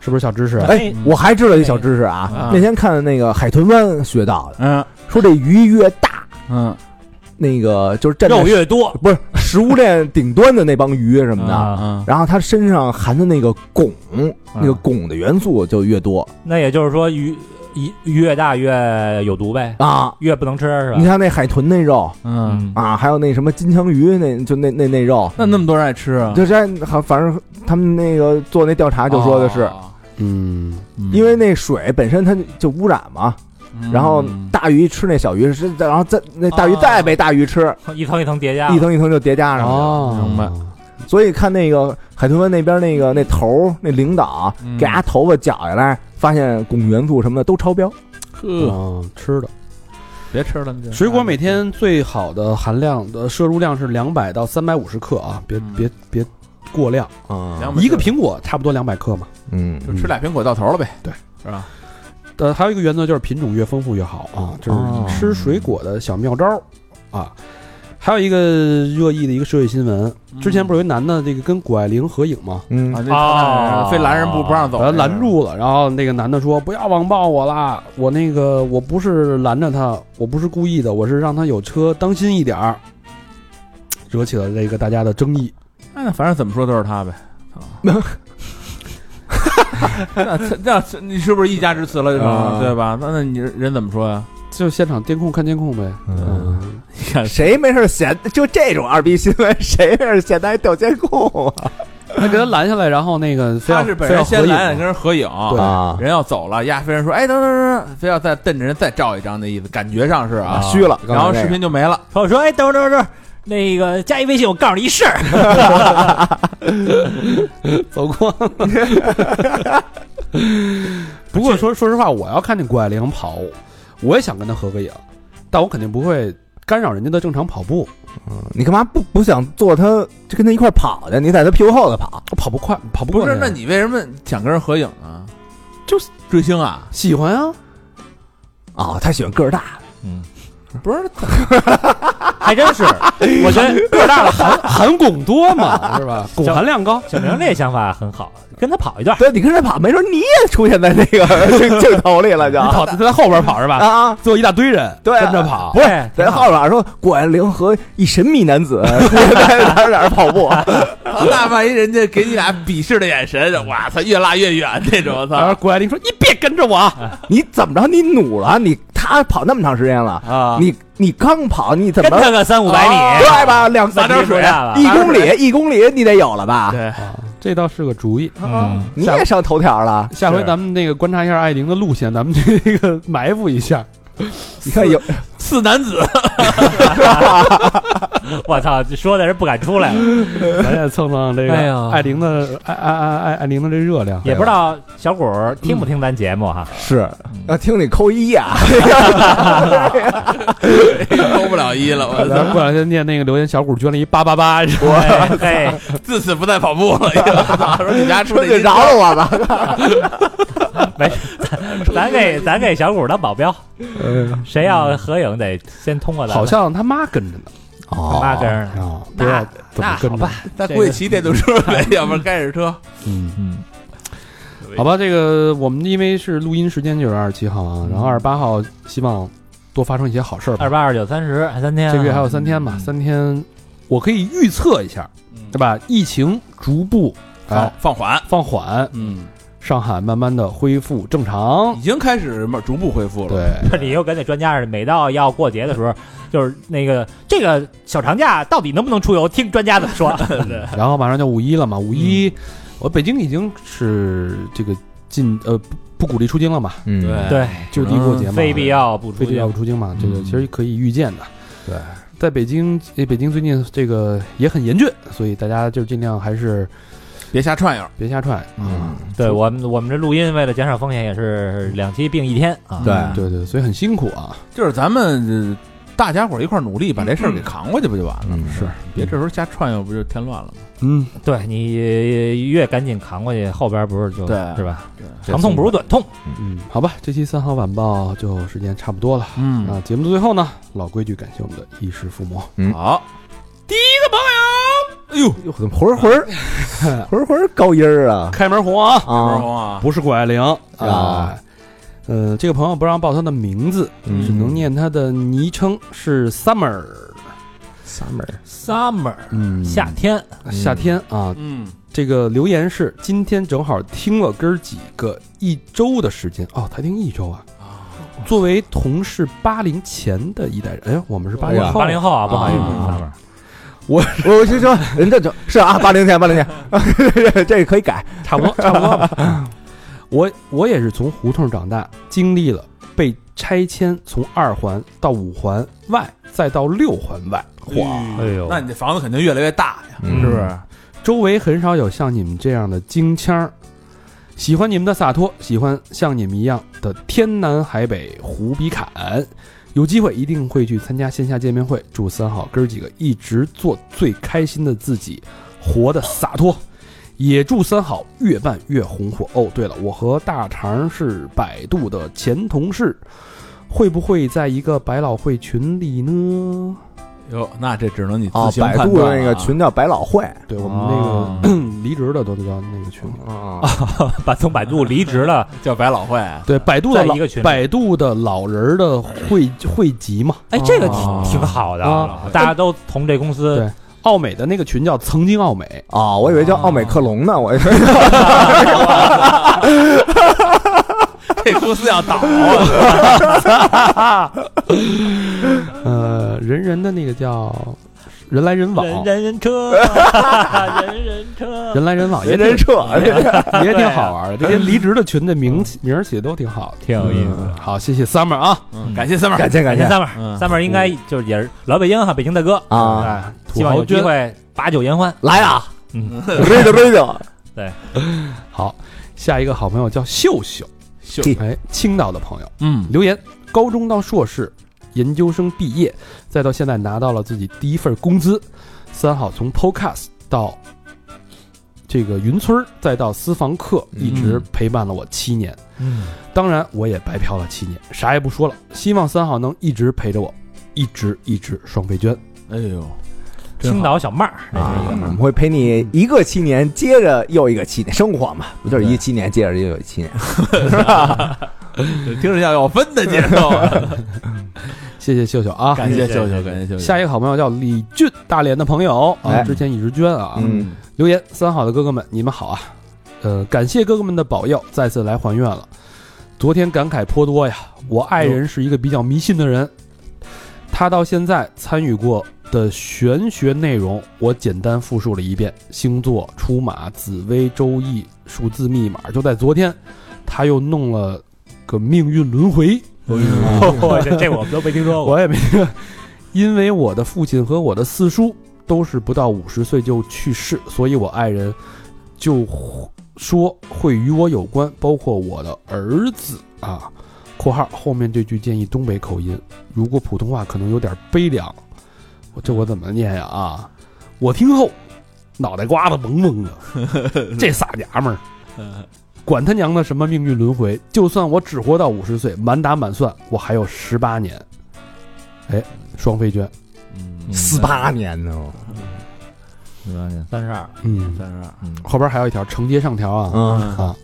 C: 是不是小知识？
B: 哎，我还知道一小知识啊
D: 啊，
B: 那天看那个海豚湾学到的，
D: 嗯
B: 说这鱼越大，
D: 嗯，
B: 那个就是站在
E: 肉越多
B: 不是食物链顶端的那帮鱼什么的，
E: 啊
D: 嗯
B: 然后它身上含的那个汞，
D: 啊
B: 那个汞的元素就越多
E: 那也就是说鱼鱼越大越有毒呗，
B: 啊。
E: 越不能吃是吧
B: 你？看那海豚那肉
D: 嗯，
B: 啊，还有那什么金枪鱼那就那那那肉，
D: 那那么多人爱吃啊？
B: 就这好，反正他们那个做那调查就说的是，
D: 哦，
C: 嗯，
D: 嗯
B: 因为那水本身它就污染嘛，然后
D: 嗯
B: 大鱼吃那小鱼是，然后再那大鱼
E: 哦
B: 再被大鱼吃，
E: 一层一层叠加，
B: 一层一层就叠加上去了。
C: 哦，
D: 明白。
B: 所以看那个海豚湾那边那个那头儿那领导啊
D: 嗯
B: 给他头发绞下来，发现汞元素什么的都超标。
D: 呵，
C: 嗯，吃的
D: 别吃了，那就
C: 水果每天最好的含量的摄入量是两百到三百五十克啊，别
D: 嗯
C: 别别过量，
B: 啊
D: 两
C: 一个苹果差不多两百克嘛。
B: 嗯
D: 就吃俩苹果到头了呗，
C: 对，
D: 是吧？
C: 呃，还有一个原则就是品种越丰富越好啊，就是
B: 哦
C: 吃水果的小妙招儿啊。还有一个热议的一个社会新闻，
D: 嗯
C: 之前不是有一男的这个跟谷爱凌合影吗？
B: 嗯
D: 啊，，
F: 啊
D: 那非拦人不不让走
C: 把，他拦住了，然后那个男的说：“不要网暴我啦，我那个我不是拦着他，我不是故意的，我是让他有车，当心一点儿。”惹起了这个大家的争议。
D: 那反正怎么说都是 他呗。那那那你是不是一家之词了？
B: 啊
D: 对吧？那那你人怎么说呀？
C: 就现场监控看监控呗。
B: 嗯
C: 嗯，
D: 你看
B: 谁没事闲就这种二逼新闻，谁没事闲的还调监控啊
C: 他给他拦下来，然后那个非要
D: 他是
C: 非
D: 本
C: 要
D: 人
C: 合
D: 先
C: 影
D: 拦
C: 嘛
D: 跟人合影，
C: 对
B: 啊？
D: 人要走了，呀，非人说：“哎，等等等等，非要再瞪着人再照一张的意思，感觉上是啊。
B: 虚了，
D: 然后视
B: 频
D: 频就没了。
E: 我说，哎，等会儿等会儿等会儿，那个加一微信，我告诉你一事 儿。
C: 走光了。 不过说说实话，我要看见谷爱凌跑，我也想跟她合个影，但我肯定不会干扰人家的正常跑步。
B: 你干嘛不不想坐他，就跟他一块儿跑去？你在他屁股后头跑，
C: 我跑不快，跑不过
D: 不是，
C: 人
D: 那你为什么想跟人合影呢？
C: 就是
D: 追星 啊，
C: 喜欢啊？
B: 啊、他喜欢个儿大
D: 不是
E: 还真 是，
C: 我觉得 个儿大了含含汞多嘛，是 吧？汞含量高。
E: 小明这想法很好，跟他跑一段。
B: 对，你跟他跑，没准你也出现在那个 镜镜头里了就，
C: 跑他在后边跑是吧？
B: 啊啊！
C: 最后一大堆人
B: 对啊
C: 跟着跑，
B: 不
E: 哎
B: 是，在后边说，果然灵和一神秘男子 在哪儿哪儿跑步，
D: 那万一人家给你俩鄙视的眼神，哇操，越拉越远那种，我
C: 然后
D: 操
C: 谷爱凌说：“你别跟着我啊
B: 你怎么着？你努了？你他跑那么长时间了，
D: 啊！
B: 你你刚跑，你怎
E: 跟
B: 么
E: 他
B: 着？
E: 个三五百米，
C: 啊
B: 对吧？两
E: 三
B: 三
E: 点水 啊
B: 一公里，一公里你得有了吧？
D: 对，！”
C: 这倒是个主意。
E: 嗯，
B: 你也上头条了，
C: 下回
F: 是
C: 咱们那个观察一下艾琳的路线，咱们这个埋伏一下。
B: 你看有
D: 四男子
E: 我操，说的人不敢出来了，
C: 咱也蹭蹭这
E: 哎
C: 个
E: 呀
C: 艾琳的艾艾艾艾艾琳的这热量，
E: 也不知道小谷儿听不听咱节目哈。
B: 是要听你扣一呀，
D: 勾不了一了，我操！
C: 咱过两天念那个留言，小谷捐了一八八八，是吧
E: 哎嘿，
D: 自此不再跑步了。说你家出
B: 说
D: 的
B: 你饶了我吧。
E: 咱给咱给小谷儿当保镖， 谁要合影得先通过咱们。
C: 呃好像他妈跟着呢。
E: 那跟儿呢，
C: 啊，不知道怎么跟着。
D: 他估计骑电动车呗， 要不然开着车。
C: 嗯嗯，好吧，这个我们因为是录音时间就是二十七号啊，然后二十八号希望多发生一些好事儿吧。
E: 二八、二九、三十，还三天啊。
C: 这个月还有三天嘛，三天我可以预测一下，对吧？疫情逐步
D: 放
C: 哎
D: 放缓，
C: 放缓，
D: 嗯，
C: 上海慢慢的恢复正常
D: 已。经开始逐步恢复了。
C: 对，
E: 你又跟那专家似的，每到要过节的时候，就是那个这个小长假到底能不能出游，听专家怎么说。
C: 然后马上就五一了嘛，五一我北京已经是这个禁呃不不鼓励出京了嘛，
B: 嗯
D: 对
E: 对，嗯
C: 哎就地过节嘛，
E: 非必要不出
C: 非必要
E: 游
C: 不。出京嘛，这个其实可以预见的。
B: 对，
C: 在北京，呃北京最近这个也很严峻，所以大家就尽量还是
D: 别瞎串悠。
C: 别瞎啊串。
B: 嗯，
E: 对我们，我们这录音为了减少风险，也是两期并一天啊。
B: 对
C: 对对，所以很辛苦啊。
D: 就是咱们呃大家伙儿一块儿努力，把这事儿给扛过去，不就完了？
B: 嗯
C: 是，
D: 别这时候瞎串悠，不就添乱了吗？
C: 嗯，
E: 对你越赶紧扛过去，后边不是就
D: 对
E: 是吧？
D: 对
E: 长痛不如短痛。
C: 嗯，好吧，这期三好晚报就时间差不多了。
D: 嗯，
C: 那节目的最后呢，老规矩，感谢我们的衣食父母。
D: 好，
B: 哟，怎么魂儿魂儿魂儿魂儿高音儿啊
C: 开门红啊，
D: 二
B: 啊！
D: 红啊，
C: 不是谷爱凌
B: 啊
C: 啊。呃，这个朋友不让报他的名字，
B: 嗯
C: 只能念他的昵称是 Summer，
B: summer
E: Summer，
C: 嗯
E: 夏天，
C: 夏天啊。
D: 嗯，
C: 这个留言是今天正好听了哥儿几个一周的时间哦，才听一周啊。作为同是八零前的一代人，哎呀，我们是八零
B: 哎呀
C: 后，
E: 八零后啊，不好意思
C: 啊
E: ，Summer。
B: 我我就说，人这就是啊，八零前八零前， 这可以改。
C: 差 不多，差不多吧。我我也是从胡同长大，经历了被拆迁，从二环到五环外，再到六环外，
D: 哇
E: 哎呦
D: 嗯那你这房子肯定越来越大呀，
B: 嗯
D: 是不是？
C: 周围很少有像你们这样的京腔儿。喜欢你们的洒脱，喜欢像你们一样的天南海北胡比侃。有机会一定会去参加线下见面会。祝三好哥儿几个一直做最开心的自己，活得洒脱。也祝三好越办越红火。哦，对了，我和大肠是百度的前同事，会不会在一个百老汇群里呢？
D: 哟，那这只能你
B: 啊
D: 自，行
B: 百
D: 判断
B: 度
D: 了啊
B: 的那个群叫百老汇
C: 对我们那个离职的都叫那个群里。
B: 啊，
E: 把从百度离职了，
D: 叫百老汇啊，
C: 对，百度
E: 在
C: 的
E: 一
C: 老
E: 个群里。
C: 百度的老人儿的汇汇集嘛，
E: 哎，这个
D: 哦
E: 挺挺好的
C: 啊，
E: 大家都同这公司
C: 对奥美的那个群叫曾经奥美，
B: 啊，我以为叫奥美克隆呢，我以为
D: 这公司要倒 了。
C: 呃，人人的那个叫人来人往，
E: 人人人 车，人人车，
C: 人来人往也
B: 人
C: 挺
B: 啊人撤，
C: 也
E: 啊
C: 挺好玩的。这些离职的群的名起名儿起的都挺好的，
E: 挺有意思的。
C: 嗯好，谢谢 Summer 啊，
D: 嗯感谢三妹儿
B: 感谢感
E: 感
B: 谢
E: 谢三妹儿，
D: 嗯
E: 三妹儿应该就是也是老北京哈，北京大哥，
B: 啊，
E: 哎希望有机会把酒言欢。
B: 来啊，
E: 嗯，
B: 瑞的瑞的，
C: 好，下一个好朋友叫秀秀，
D: 秀
C: 哎，青岛的朋友。
D: 嗯，
C: 留言：高中到硕士，研究生毕业，再到现在拿到了自己第一份工资。三好从 Podcast 到这个云村儿，再到私房课，
B: 嗯
C: 一直陪伴了我七年。
E: 嗯，
C: 当然，我也白嫖了七年，啥也不说了。希望三好能一直陪着我，一直一直双飞娟。
D: 哎呦，真好
E: 青岛小妹儿，
B: 啊，我们会陪你一个七年，接着又一个七年，生活嘛，不就是一七年接着又有一七年？
D: 听着像要分的节奏啊。
C: 谢谢秀秀 啊！
D: 感谢秀秀，感谢秀秀。
C: 下一个好朋友叫李俊，大连的朋友啊，
B: 哎
C: 之前一直捐啊，
B: 嗯，
C: 留言：三好的哥哥们，你们好啊！呃，感谢哥哥们的保佑，再次来还愿了。昨天感慨颇多呀，我爱人是一个比较迷信的人，他到现在参与过的玄学内容，我简单复述了一遍：星座、出马、紫微、周易、数字密码。就在昨天，他又弄了个命运轮回，
E: 我哦这这我们都没听说过。
C: 我也没，因为我的父亲和我的四叔都是不到五十岁就去世，所以我爱人就说会与我有关，包括我的儿子啊。（括号后面这句建议东北口音，如果普通话可能有点悲凉，我这我怎么念呀？啊，我听后脑袋瓜子嗡嗡的，这傻娘们儿。）
D: 嗯
C: 管他娘的什么命运轮回！就算我只活到五十岁，满打满算我还有十八年。哎，双飞娟，
D: 嗯
B: 四八年呢，
D: 四八年
E: 三十二，
C: 嗯，
D: 三十二，
C: 后边还有一条承接上条啊，
B: 嗯
C: 啊，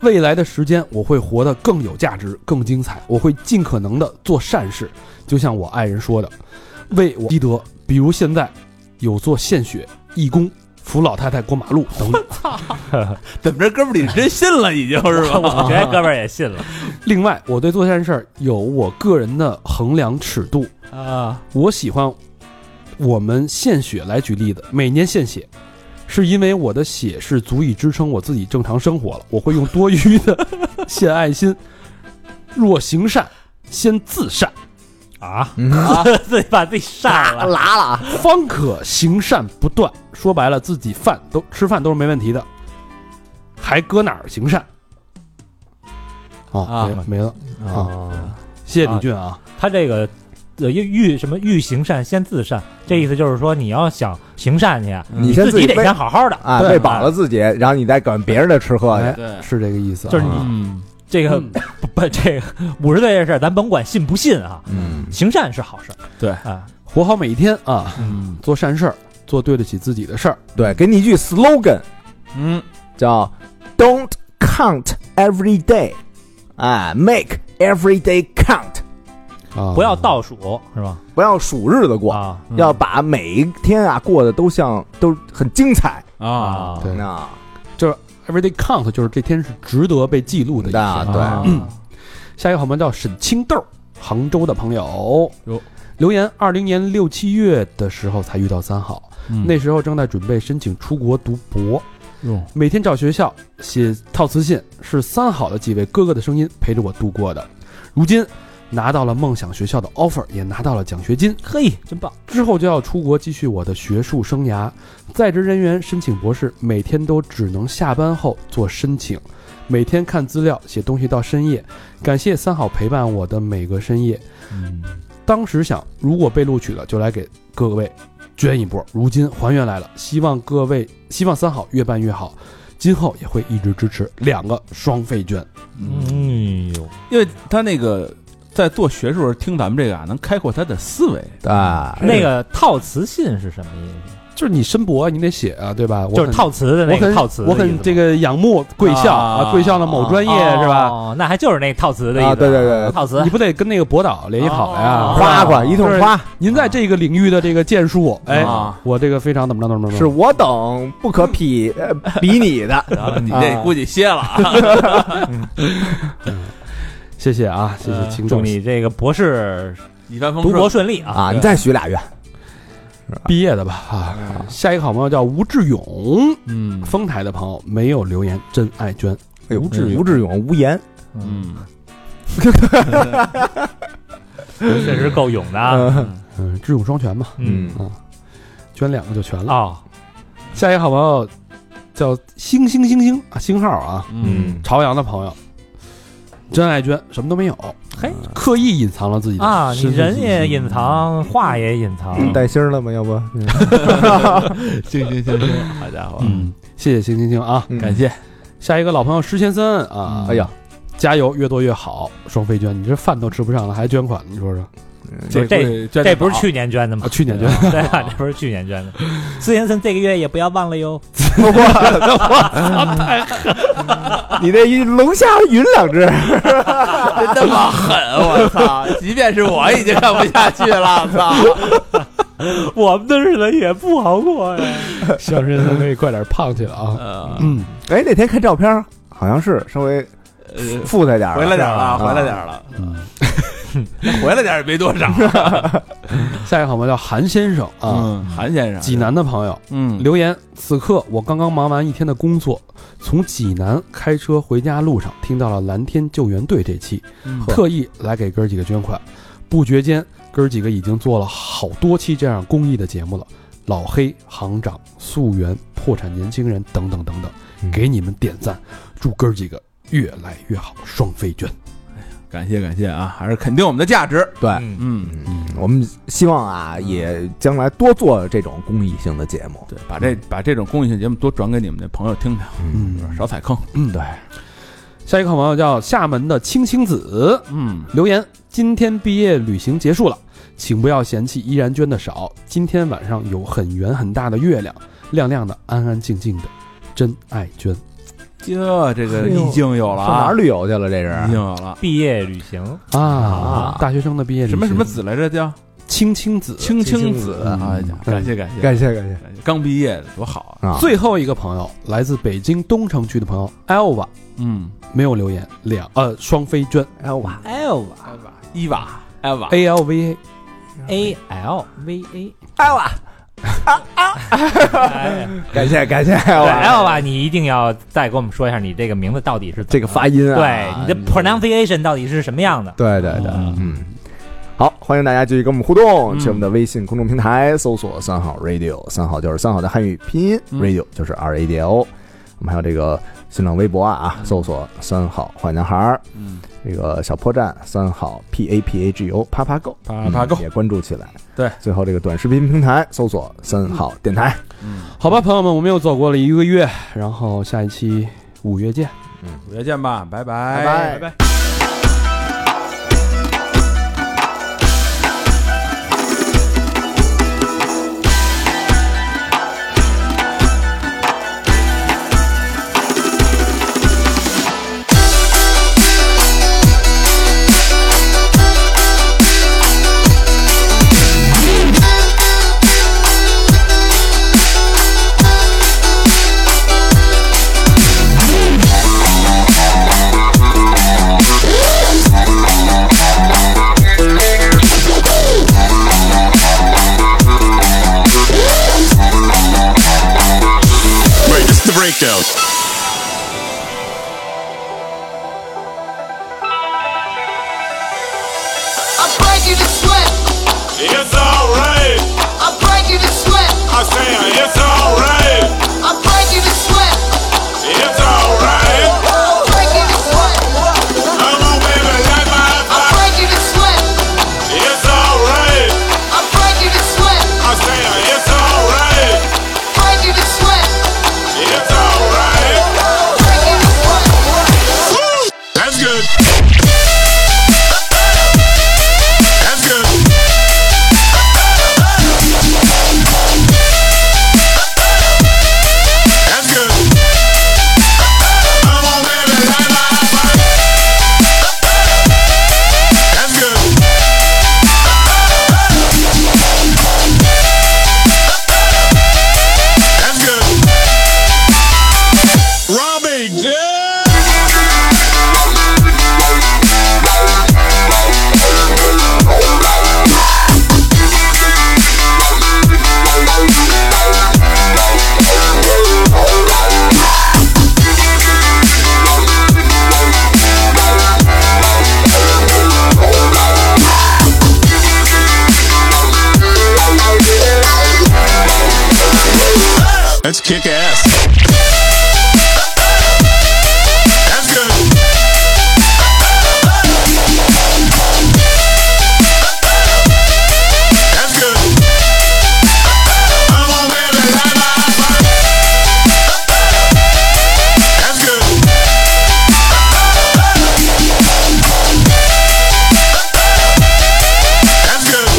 C: 未来的时间我会活得更有价值、更精彩，我会尽可能的做善事，就像我爱人说的，为我积德，比如现在有做献血、义工、扶老太太过马路等等。
D: 怎么这哥们儿你真信了已经是 吧？
E: 我觉得哥们儿也信了
C: 另外，我对做善事儿有我个人的衡量尺度，
E: 啊。
C: 我喜欢我们献血来举例子，每年献血，是因为我的血是足以支撑我自己正常生活了。我会用多余的献爱心，若行善，先自善，
E: 啊，
B: 嗯
E: 自己把自己杀了，
B: 拉了，
C: 方可行善不断。说白了，自己饭都吃饭都是没问题的，还搁哪儿行善？啊，
D: 啊
E: 嗯
C: 没没了啊！谢谢李俊啊，
E: 他这个呃欲欲什么欲行善先自善，这意思就是说你要想行善去，
B: 你先
E: 自己得
B: 喂
E: 先好好的，
B: 啊，
C: 对
B: 喂饱了自己，然后你再管别人的吃喝去。
D: 对，
C: 是这个意思啊，
E: 就是你
D: 嗯，
E: 这个
C: 嗯
E: 不 不这个五十岁这事儿，咱甭管信不信啊，
B: 嗯，
E: 行善是好事儿。
D: 对
E: 啊，
C: 活好每一天啊，
D: 嗯
C: 做善事儿，做对得起自己的事儿。
B: 对，给你一句 slogan
D: 嗯，
B: 叫 "Don't count every day"，哎，make every day count，
C: 啊，
E: 不要倒数是吧？
B: 不要数日子过，
E: 啊
D: 嗯
B: 要把每一天啊过得都像都很精彩
D: 啊，
C: 对
B: 啊。
C: everyday count，就是这天是值得被记录的一天。
B: 那对，
E: 啊
D: 哦
C: 嗯下一个好朋友叫沈青豆，杭州的朋友
D: 哟
C: 留言：二零年六七月的时候才遇到三好，
D: 嗯
C: 那时候正在准备申请出国读博，
D: 哟
C: 每天找学校写套词信，是三好的几位哥哥的声音陪着我度过的。如今拿到了梦想学校的 offer，也拿到了奖学金，
E: 嘿，真棒！
C: 之后就要出国继续我的学术生涯。在职人员申请博士，每天都只能下班后做申请，每天看资料、写东西到深夜。感谢三好陪伴我的每个深夜。
D: 嗯
C: 当时想，如果被录取了，就来给各位捐一波。如今还原来了，希望各位，希望三好越办越好，今后也会一直支持两个双费捐。
E: 嗯呦，
D: 因为他那个在做学术时候听咱们这个啊，能开阔他的思维。
B: 啊，
E: 那个套词信是什么意思？
C: 就是你申博你得写啊，对吧？我
E: 就是
C: 很
E: 套词的
C: 我
E: 那个
C: 很
E: 套词的意
C: 我
E: 思吗，
C: 很这个仰慕贵校
D: 啊
C: 啊，贵校的某专业
E: 哦
C: 是吧？
E: 哦，那还就是那套词的意思。
B: 啊对对对
E: 套词
C: 你不得跟那个博导联系好了
E: 哦
C: 呀？
B: 夸夸一通夸，
C: 您在这个领域的这个建树，哎
D: 啊，
C: 我这个非常怎么着怎么着，
B: 是我等不可匹呃比 拟的。
D: 你这估计歇了啊，
C: 谢谢啊，谢谢
E: 呃
C: 秦
E: 祝
C: 总
E: 你这个博士
D: 一帆风
E: 读
D: 顺。
E: 博顺利啊！
B: 啊，你再许俩愿，
C: 毕业的吧啊。
E: 嗯
C: 下一个好朋友叫吴志勇，
D: 嗯
C: 丰台的朋友没有留言，真爱娟，
B: 哎呦
C: 吴志勇
B: 吴志勇无言
D: 嗯，
E: 确实够勇的啊！
B: 嗯
C: 嗯，智勇双全嘛，
E: 嗯
B: 嗯
C: 捐两个就全了。
E: 哦，
C: 下一个好朋友叫星星星星啊，星号啊，
D: 嗯，
C: 朝阳的朋友，真爱娟什么都没有，
E: 嘿
C: 刻意隐藏了自己的
E: 嗯啊，你
C: 身份
E: 人
C: 信
E: 也
C: 息
E: 隐藏，话也隐藏，
C: 嗯
B: 带星儿了吗？ 要不，
D: 行行行行，好家伙，
C: 嗯，谢谢星星星啊，
B: 嗯
D: 感谢
C: 下一个老朋友石先森啊，
B: 哎呀，
C: 加油，越多越好，双飞捐，你这饭都吃不上了，还捐款，你说说，
E: 这
D: 嗯这这
E: 这不是去年捐的吗
C: 啊，？去年捐，
E: 对啊，这不是去年 捐的。斯先生这个月也不要忘了哟。
D: 啊
B: 你这一龙虾云两 只，
D: 真他妈狠，我操！即便是我已经看不下去了，操！
E: 我们的日子也不好过 呀。
C: 希望石先森可以快点胖起来啊，
D: 呃，
C: 嗯，
B: 哎，那天看照片儿好像是稍微富态点儿了，
D: 呃回来点儿了，
B: 是吧
D: 回来点儿了，
C: 嗯
D: 回来点儿也没多少。
C: 下一个好朋友叫韩先生啊，
D: 嗯，韩先生，
C: 济南的朋友
D: 嗯，
C: 留言：此刻我刚刚忙完一天的工作，从济南开车回家路上听到了蓝天救援队这期，
D: 嗯
C: 特意来给哥儿几个捐款。不觉间，哥儿几个已经做了好多期这样公益的节目了。老黑、行长、溯源、破产年轻人等等等等，
B: 嗯
C: 给你们点赞，祝哥儿几个越来越好，双飞捐。
D: 感谢感谢啊，还是肯定我们的价值。
B: 对，
E: 嗯
D: 嗯，
B: 嗯，我们希望啊，也将来多做这种公益性的节目。
D: 对，把这把这种公益性节目多转给你们的朋友听听，
B: 嗯，
D: 少踩坑。
C: 嗯，对。下一个好朋友叫厦门的青青子，
D: 嗯，
C: 留言：今天毕业旅行结束了，请不要嫌弃依然捐的少。今天晚上有很圆很大的月亮，亮亮的，安安静静的，真爱捐。
D: 这这个意境有了
B: 上哪
D: 啊
B: 儿，旅游去了？这
D: 意境
B: 是
D: 有了。
E: 毕业旅行
C: 啊，
B: 啊
C: 大学生的毕业旅
D: 什
C: 行
D: 么什么子来着？叫
C: 青青子。
D: 青青子。
B: 嗯
D: 哎呀，感谢感谢
B: 感谢感谢
D: 感谢，刚毕业的多好啊。
B: 啊！
C: 最后一个朋友来自北京东城区的朋友 Elva，
D: 嗯，
C: 没有留言，两呃双飞捐
B: 哎哇，
E: ，L
D: 伊娃，艾娃，
C: A L V A，
E: A L V A
B: 哎哇，
E: 啊 哎。
B: 感谢感谢哎
E: 对
B: 哇，
E: L 啊吧，你一定要再给我们说一下，你这个名字到底是怎么
B: 这个发音啊，
E: 对你的 pronunciation 到底是什么样的？
B: 对对对，嗯。好，欢迎大家继续跟我们互动，去我们的微信公众平台搜索“三好 radio”，三好就是三好的汉语拼音
D: 嗯
B: ，radio 就是 R A D O。我们还有这个新浪微博啊，搜索“三好坏男孩儿”，
D: 嗯，
B: 这个小破站三好 P A P A G O 啪啪 Go
D: 啪啪 Go
B: 也关注起来。
D: 对，
B: 最后这个短视频平台搜索三好电台，
C: 好吧，朋友们，我们又走过了一个月，然后下一期五月见。
D: 五月嗯见吧，拜拜
B: 拜拜
D: 拜。
G: Wait, this is the breakdown.
H: I break you to sweat.
G: It's alright.
H: I break you to sweat.
G: I say it's alright.
H: I break you to sweat.
G: It's alright.
H: I break you to sweat.
G: Come on, baby, light my
H: I
G: fire.
H: break you to sweat.
G: It's alright.
H: I break you to sweat.
G: I say it's alright.
H: Break you to sweat.
G: It's alright. Let's kick ass. That's good. That's good. Come on, baby, light my fire. That's good. That's good.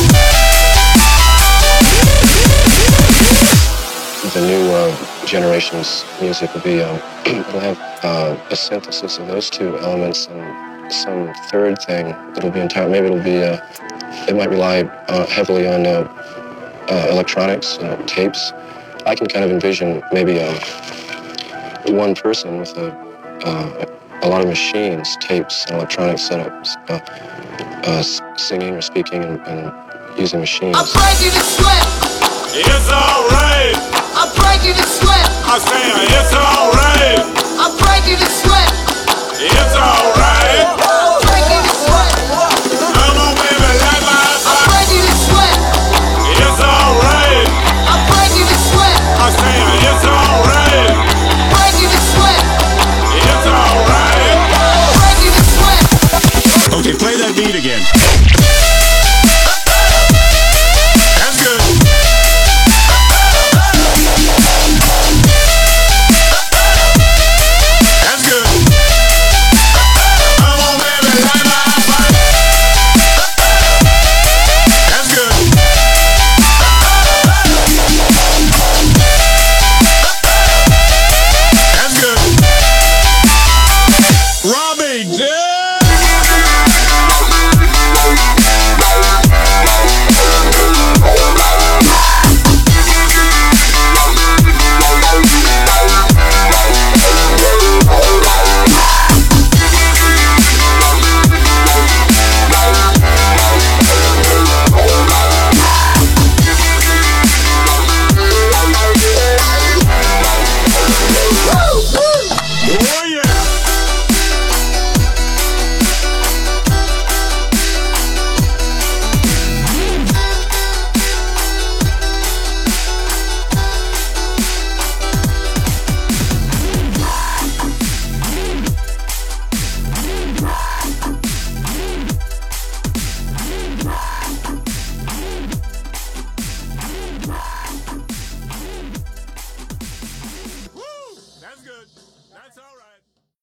I: the new uh, generation's music will be um, it'll have uh, a synthesis of those two elements and some third thing that'll be entire. Maybe it'll be uh, it might rely uh, heavily on uh, uh, electronics and tapes. I can kind of envision maybe uh, one person with a, uh, a lot of machines, tapes, and electronic setups, uh, uh, s- singing or speaking and, and using machines.
H: I break you to slim.
G: It's alright.
H: I break you to slim.
G: I say it's alright.